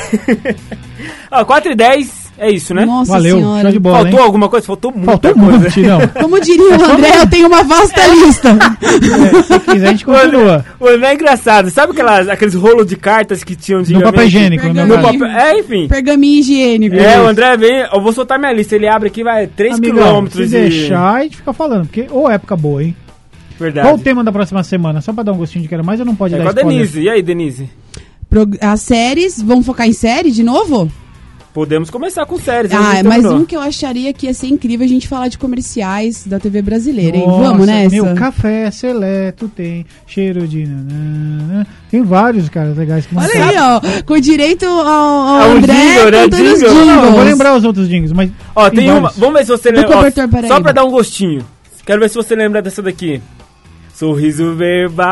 Speaker 2: Ó, 4 e 10 é isso, né?
Speaker 3: Nossa
Speaker 4: Valeu, show
Speaker 3: senhora.
Speaker 4: de bola,
Speaker 2: Faltou
Speaker 4: hein?
Speaker 2: alguma coisa? Faltou muita
Speaker 4: Faltou
Speaker 2: coisa.
Speaker 4: muito, não.
Speaker 3: Como diria o André, eu tenho uma vasta lista.
Speaker 4: É, se quiser, a gente continua.
Speaker 2: O André é engraçado. Sabe aquelas, aqueles rolos de cartas que tinham de
Speaker 4: No papel higiênico,
Speaker 3: Pergaminho.
Speaker 4: né?
Speaker 2: No papel... É, enfim.
Speaker 3: Pergaminho higiênico.
Speaker 2: É, o André vem. Eu vou soltar minha lista. Ele abre aqui, vai 3
Speaker 4: Amigão, se
Speaker 2: quilômetros de.
Speaker 4: deixar, a gente fica falando, porque ou época boa, hein?
Speaker 2: Verdade.
Speaker 4: Qual o tema da próxima semana? Só pra dar um gostinho de quero mais, eu não pode
Speaker 2: É com
Speaker 4: dar
Speaker 2: a
Speaker 4: spoiler.
Speaker 2: Denise. E aí, Denise?
Speaker 3: Pro- As séries, vamos focar em série de novo?
Speaker 2: Podemos começar com séries. a
Speaker 3: Ah,
Speaker 4: é
Speaker 2: gente
Speaker 3: mas
Speaker 2: terminou.
Speaker 3: um que eu acharia que ia ser incrível é a gente falar de comerciais da TV brasileira, hein?
Speaker 4: Nossa,
Speaker 3: Vamos nessa?
Speaker 4: Meu café seleto tem cheiro de nananã. Tem vários caras legais que não
Speaker 3: Olha
Speaker 4: sabem.
Speaker 3: aí, ó. Com direito ao, ao
Speaker 4: É
Speaker 2: Ao
Speaker 3: André
Speaker 2: jingle, né?
Speaker 3: cantando os
Speaker 2: Jingle.
Speaker 3: jingles.
Speaker 4: Não, eu vou lembrar os outros jingles, mas.
Speaker 2: Ó, tem uma.
Speaker 4: vários.
Speaker 2: Vamos ver se você
Speaker 3: Do
Speaker 2: lembra.
Speaker 3: cobertor
Speaker 2: Ó, só
Speaker 3: Paraíba.
Speaker 2: pra dar um gostinho. Quero ver se você lembra dessa daqui. Sorriso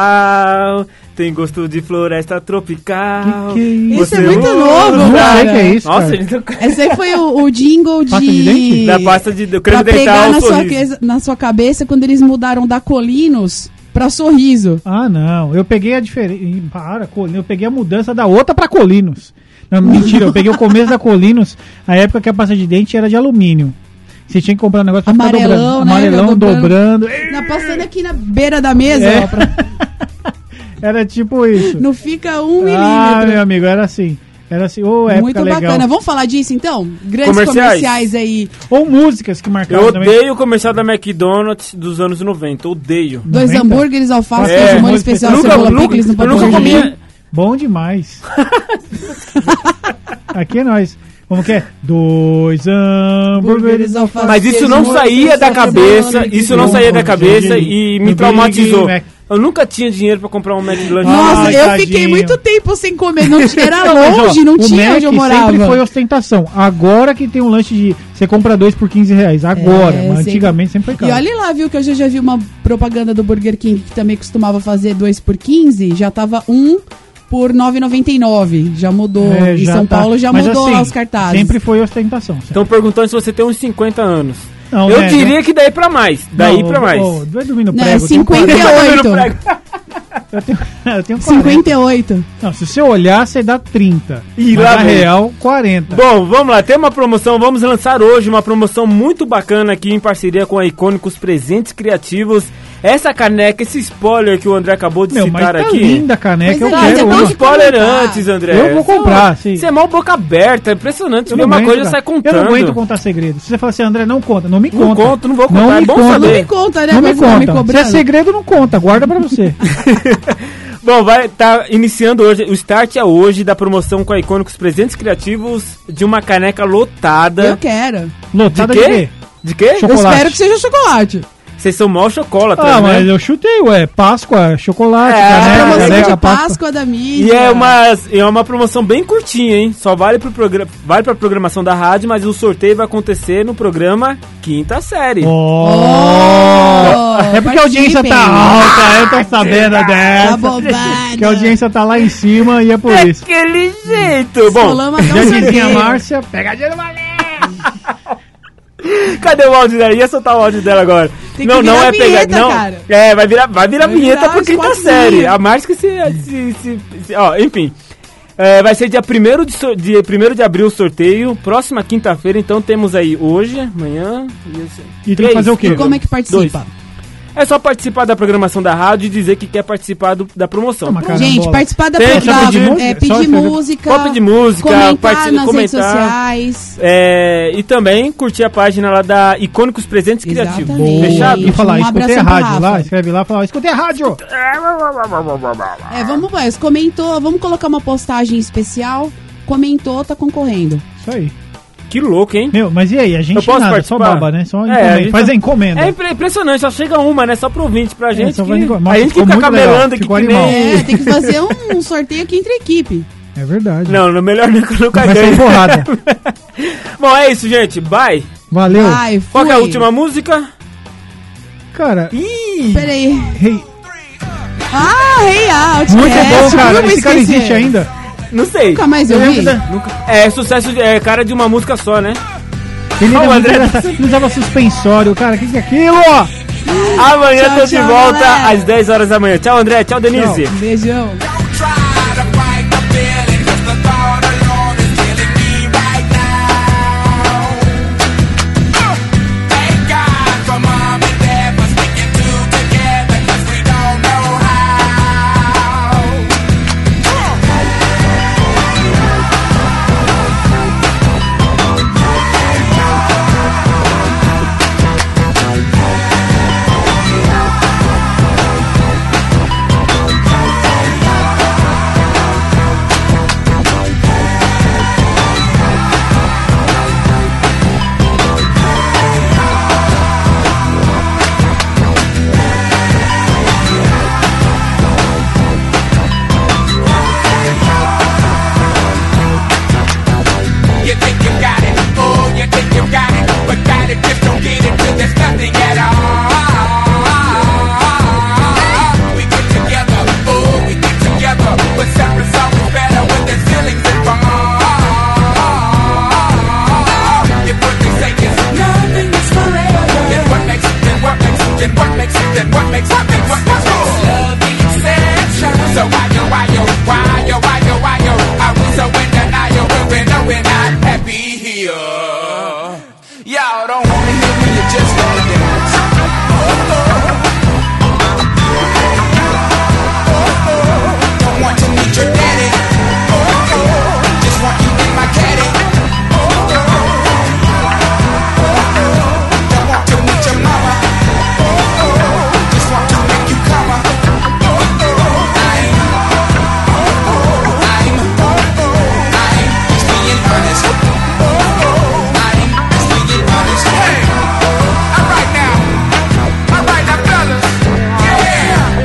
Speaker 2: verbal, tem gosto de floresta tropical.
Speaker 4: Que que é isso?
Speaker 3: Isso é
Speaker 2: Você-
Speaker 3: muito
Speaker 2: Uh,
Speaker 3: novo,
Speaker 4: Não sei
Speaker 3: cara.
Speaker 4: o que é isso.
Speaker 2: Nossa,
Speaker 4: cara.
Speaker 2: gente,
Speaker 3: Esse aí foi o, o jingle
Speaker 4: Pasta de
Speaker 3: de...
Speaker 4: dente?
Speaker 2: da pasta de eu quero
Speaker 3: pra
Speaker 2: dental
Speaker 3: pegar
Speaker 2: um
Speaker 3: na sua,
Speaker 2: sorriso.
Speaker 3: que- na sua cabeça quando eles mudaram da Colinos pra Sorriso.
Speaker 4: Ah, não. Eu peguei a diferença. Para, Colino. Eu peguei a mudança da outra pra Colinos. Não, mentira, eu peguei o começo da Colinos, a época que a pasta de dente era de alumínio. Você tinha que comprar um negócio pra ficar
Speaker 3: Amarelão,
Speaker 4: dobrando.
Speaker 3: né?
Speaker 4: Amarelão,
Speaker 3: Dobrando.
Speaker 4: dobrando.
Speaker 3: Na, passando aqui na beira da mesa,
Speaker 4: É.
Speaker 3: ó, pra-
Speaker 4: Era tipo isso.
Speaker 3: não fica um
Speaker 4: Ah, meu
Speaker 3: milímetro.
Speaker 4: amigo, era assim. Era assim, ou época
Speaker 3: Muito
Speaker 4: legal.
Speaker 3: bacana. Vamos falar disso então? Grandes
Speaker 2: Comerciais.
Speaker 3: comerciais, aí.
Speaker 4: Ou músicas que marcaram
Speaker 2: Eu
Speaker 4: também.
Speaker 2: odeio o comercial da McDonald's dos anos 90. Odeio.
Speaker 3: Dois
Speaker 4: 90?
Speaker 3: hambúrgueres, alface,
Speaker 2: É.
Speaker 3: queijo molho
Speaker 4: Muito
Speaker 3: especial,
Speaker 4: especial.
Speaker 3: cebola,
Speaker 2: nunca,
Speaker 3: picles no
Speaker 2: eu
Speaker 3: papel
Speaker 2: nunca
Speaker 3: de
Speaker 2: comia.
Speaker 3: alumínio.
Speaker 4: Bom demais. Aqui é nós. Como que é? Dois hambúrgueres.
Speaker 3: Hambúrgueres, alface,
Speaker 2: Mas isso
Speaker 3: queijo
Speaker 2: não
Speaker 3: molho
Speaker 2: saía da
Speaker 3: especial,
Speaker 2: cabeça,
Speaker 3: cebola, picles.
Speaker 2: isso não saía da
Speaker 4: Big
Speaker 2: cabeça
Speaker 4: Mac.
Speaker 2: e
Speaker 4: No
Speaker 2: me
Speaker 4: Big
Speaker 2: traumatizou.
Speaker 4: Mac.
Speaker 2: Eu nunca tinha dinheiro pra comprar um McLanche.
Speaker 3: Nossa,
Speaker 4: Ai,
Speaker 3: eu
Speaker 4: tadinho.
Speaker 3: fiquei muito tempo sem comer. Não, era
Speaker 4: Mas, ó,
Speaker 3: longe, não
Speaker 4: o
Speaker 3: tinha
Speaker 4: Mac
Speaker 3: onde eu morava.
Speaker 4: sempre foi ostentação. Agora que tem um lanche de... Você compra dois por 15 reais. Agora.
Speaker 3: É,
Speaker 4: mas
Speaker 3: sempre.
Speaker 4: antigamente sempre foi
Speaker 3: E
Speaker 4: caro.
Speaker 3: olha lá, viu, que eu já, já vi uma propaganda do Burger King que também costumava fazer 2 por 15, já tava 1 um por 9,99. Já mudou.
Speaker 4: É,
Speaker 3: em
Speaker 4: já
Speaker 3: São
Speaker 4: tá-
Speaker 3: Paulo já
Speaker 4: mas
Speaker 3: mudou
Speaker 4: assim,
Speaker 3: lá os cartazes.
Speaker 4: Sempre foi ostentação. sempre.
Speaker 2: Estão perguntando se você tem uns 50 anos.
Speaker 4: Não,
Speaker 2: eu
Speaker 4: né,
Speaker 2: diria que daí pra mais. Daí
Speaker 4: Não,
Speaker 2: pra
Speaker 4: ô,
Speaker 2: mais.
Speaker 4: ô, Não é dormir no
Speaker 3: Não,
Speaker 4: prego.
Speaker 3: é
Speaker 4: eu tenho 40.
Speaker 3: 58.
Speaker 4: Eu tenho 40.
Speaker 3: 58.
Speaker 4: Não, se você olhar, você dá 30.
Speaker 2: Ih,
Speaker 4: Mas
Speaker 2: lá
Speaker 4: na
Speaker 2: vem.
Speaker 4: real, 40.
Speaker 2: Bom, vamos lá, tem uma promoção, vamos lançar hoje uma promoção muito bacana aqui em parceria com a Icônicos Presentes Criativos. Essa caneca, esse spoiler que o André acabou de
Speaker 4: Meu, mas
Speaker 2: citar
Speaker 4: tá
Speaker 2: aqui.
Speaker 4: linda a caneca.
Speaker 3: Mas
Speaker 4: eu
Speaker 3: é linda,
Speaker 4: quero
Speaker 3: é
Speaker 2: Tem um
Speaker 3: Vamos
Speaker 4: uma.
Speaker 2: spoiler
Speaker 3: comentar.
Speaker 2: antes, André.
Speaker 4: Eu vou comprar, sim.
Speaker 2: Você é mal boca aberta, é impressionante. Você vê uma
Speaker 4: aguento,
Speaker 2: coisa e
Speaker 4: cara.
Speaker 2: sai contando.
Speaker 4: Eu não aguento contar segredo. Se você falar assim, André, não conta. Não me conta.
Speaker 2: Não conto, não vou contar, é
Speaker 4: me
Speaker 2: bom
Speaker 4: conta.
Speaker 2: saber.
Speaker 3: Não me conta, né?
Speaker 4: Não me
Speaker 3: mas tá
Speaker 4: conta. Se é
Speaker 3: cobrando.
Speaker 4: segredo, não conta. Guarda pra você.
Speaker 2: Bom, vai tá iniciando hoje. O start é hoje da promoção com a Icônicos Presentes Criativos de uma caneca
Speaker 3: Eu
Speaker 2: lotada.
Speaker 3: quero.
Speaker 2: De
Speaker 4: Lotada de
Speaker 2: quê?
Speaker 4: quê?
Speaker 2: De quê?
Speaker 4: Chocolate.
Speaker 3: Eu espero que seja chocolate.
Speaker 2: Vocês são mal chocolatras,
Speaker 3: Tá
Speaker 4: Ah,
Speaker 2: né?
Speaker 4: mas eu chutei, ué. Páscoa, chocolate,
Speaker 2: É,
Speaker 3: A
Speaker 2: a
Speaker 4: caneca,
Speaker 3: promoção
Speaker 4: caneca,
Speaker 3: de
Speaker 4: né? Páscoa.
Speaker 3: Páscoa da mídia.
Speaker 2: E é uma, é uma promoção bem curtinha, hein? Só vale, pro progra... vale pra programação da rádio, mas o sorteio vai acontecer no programa Quinta Série.
Speaker 4: Ó. Oh! é porque a audiência tá
Speaker 3: Oh,
Speaker 4: alta,
Speaker 3: participem.
Speaker 4: eu tô sabendo
Speaker 3: Tá
Speaker 4: dessa.
Speaker 3: bobada.
Speaker 4: que a audiência tá lá em cima e é por isso.
Speaker 2: Daquele jeito! Bom,
Speaker 3: Solama um
Speaker 4: Já
Speaker 3: não
Speaker 4: dizia a
Speaker 3: sorteio.
Speaker 4: Márcia, pega dinheiro
Speaker 2: cadê o áudio dela? Ia soltar o áudio dela agora.
Speaker 3: Tem que
Speaker 2: não, não
Speaker 3: virar
Speaker 2: é
Speaker 3: a vinheta,
Speaker 2: pegar. Não,
Speaker 3: cara.
Speaker 2: é, vai virar, vai virar
Speaker 3: Vai
Speaker 2: vinheta
Speaker 3: virar
Speaker 2: por
Speaker 3: os
Speaker 2: quinta
Speaker 3: quatro
Speaker 2: série.
Speaker 3: vinhetas.
Speaker 2: A mais que se. se, se- se- ó, enfim. É, vai ser dia 1 de, so- dia 1º de abril o sorteio. Próxima quinta-feira, então temos aí hoje, amanhã. E, esse-
Speaker 4: E tem
Speaker 2: três.
Speaker 4: que fazer o quê?
Speaker 3: E como é que participa?
Speaker 2: Dois. É só participar da programação da rádio e dizer que quer participar do- da promoção.
Speaker 4: Não, mas cara-
Speaker 3: Gente,
Speaker 4: Carambola.
Speaker 3: participar da
Speaker 2: Tem,
Speaker 3: programa,
Speaker 2: só pedir
Speaker 4: música? Só
Speaker 3: é,
Speaker 4: um
Speaker 3: pedir
Speaker 4: escrever.
Speaker 3: música,
Speaker 2: Só pedir música,
Speaker 3: comentar
Speaker 2: participar-
Speaker 3: nas redes
Speaker 2: comentar.
Speaker 3: sociais.
Speaker 2: É, e também curtir a página lá da Icônicos Presentes Criativos.
Speaker 3: Exatamente.
Speaker 2: Fechado?
Speaker 4: E falar,
Speaker 3: é Um
Speaker 4: escutei a
Speaker 3: abração pra
Speaker 4: rádio lá,
Speaker 3: Rafa.
Speaker 4: escreve lá, fala, escutei a rádio.
Speaker 3: É, vamos, Boys, comentou, vamos colocar uma postagem especial. Comentou, tá concorrendo.
Speaker 4: Isso aí.
Speaker 2: que louco, hein?
Speaker 4: Meu, mas e aí? A gente
Speaker 2: Eu posso
Speaker 4: nada,
Speaker 2: participar?
Speaker 4: só baba, né? Só
Speaker 2: É,
Speaker 4: encomenda.
Speaker 2: a gente-
Speaker 4: faz a encomenda. É,
Speaker 2: É impre- impressionante, só chega uma, né? Só pro ouvinte, pra gente.
Speaker 4: só
Speaker 2: que-
Speaker 4: vai igual. Nossa,
Speaker 2: a gente
Speaker 4: ficou
Speaker 2: fica
Speaker 4: muito legal,
Speaker 2: cabelando aqui
Speaker 4: ficou
Speaker 2: que
Speaker 4: animal.
Speaker 2: nem.
Speaker 3: É, tem que fazer um, um sorteio aqui entre equipe.
Speaker 4: É verdade.
Speaker 2: Não, não melhor nem colocar
Speaker 4: Vai
Speaker 2: ganho.
Speaker 4: sair porrada.
Speaker 2: Bom, é isso, gente. Bye.
Speaker 4: Valeu.
Speaker 3: Ai, fui.
Speaker 2: Qual que é a última música?
Speaker 4: Cara,
Speaker 2: Ih!
Speaker 3: Peraí.
Speaker 4: hey,
Speaker 3: Ah, Rei Out.
Speaker 4: muito
Speaker 3: é,
Speaker 4: bom, cara.
Speaker 3: como
Speaker 4: Esse cara
Speaker 3: esquecer?
Speaker 4: existe ainda.
Speaker 2: Não sei.
Speaker 3: Nunca mais eu
Speaker 4: Eu
Speaker 3: vi.
Speaker 4: lembro da-
Speaker 2: Nunca- É sucesso, de- é cara de uma música só, né?
Speaker 4: Ele
Speaker 2: Ó,
Speaker 4: era
Speaker 2: o
Speaker 4: muito
Speaker 2: André tá
Speaker 4: engraçado. Ele usava suspensório, cara. Que que é aquilo?
Speaker 2: Amanhã
Speaker 3: Tchau,
Speaker 2: tô de
Speaker 3: tchau,
Speaker 2: volta
Speaker 3: galera.
Speaker 2: às 10 horas da manhã. Tchau, André. Tchau, Denise.
Speaker 3: Um Beijão.
Speaker 9: You think you got it, oh, you think you got it, but got it just don't get it 'cause there's nothing at all. We get together, oh, we get together, but separate's always better when there's feelings involved. If what they say is nothing is forever, then what makes it, then what makes it, then what makes it, then what makes it, then what makes it? Love the exception. So why yo, why yo, why yo, why yo, why yo? Are we so in denial when we know we're not happy here? Y'all don't wanna hear me, you just wanna dance. Don't want to meet your daddy. Just want you in my caddy. Don't want to meet your mama. Just want to make you come. I'm I'm I'm just being honest. I'm just being honest. Hey, all right now, all right now, fellas, yeah.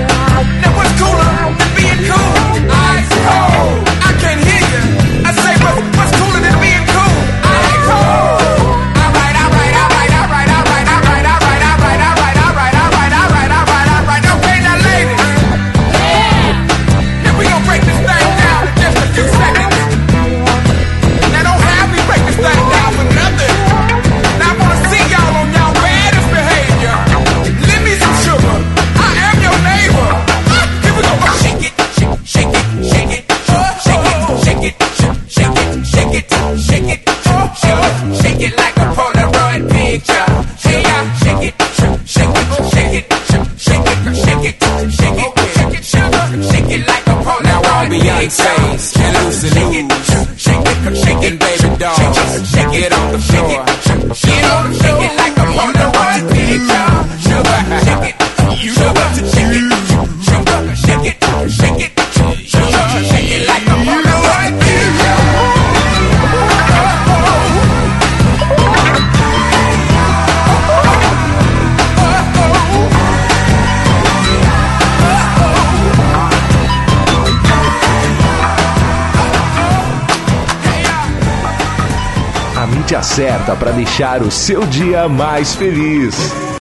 Speaker 9: Now what's cooler than being cool? Ice cold. I can hear you. I say, but what's cooler than being cool? Ice cold. All right, all right, all right, all right, all right, all right, all right, all right, all right, all right, all right, all right, all right, all right. Okay, now, ladies. Then we gon' break this thing down in just a few seconds. Now don't have me break this thing down for nothing. Now I wanna see y'all on y'all baddest behavior. Lend me some sugar. I am your neighbor. Ah, Here we go. Shake it, shake it, shake it, shake it, shake it, shake it, shake it, shake it, shake it like a Polaroid picture. Hey, I shake it, shake it, shake it, shake it, shake it, shake it, shake it, sugar. Shake it like a Polaroid picture. Shake it, shake it, shake it, baby doll. Shake it on the floor. Shake it, shake it like a Polaroid picture. Sugar, shake it, sugar, shake it, sugar, shake it, shake it, sugar, shake it like a Polaroid picture.
Speaker 5: A mídia certa para deixar o seu dia mais feliz.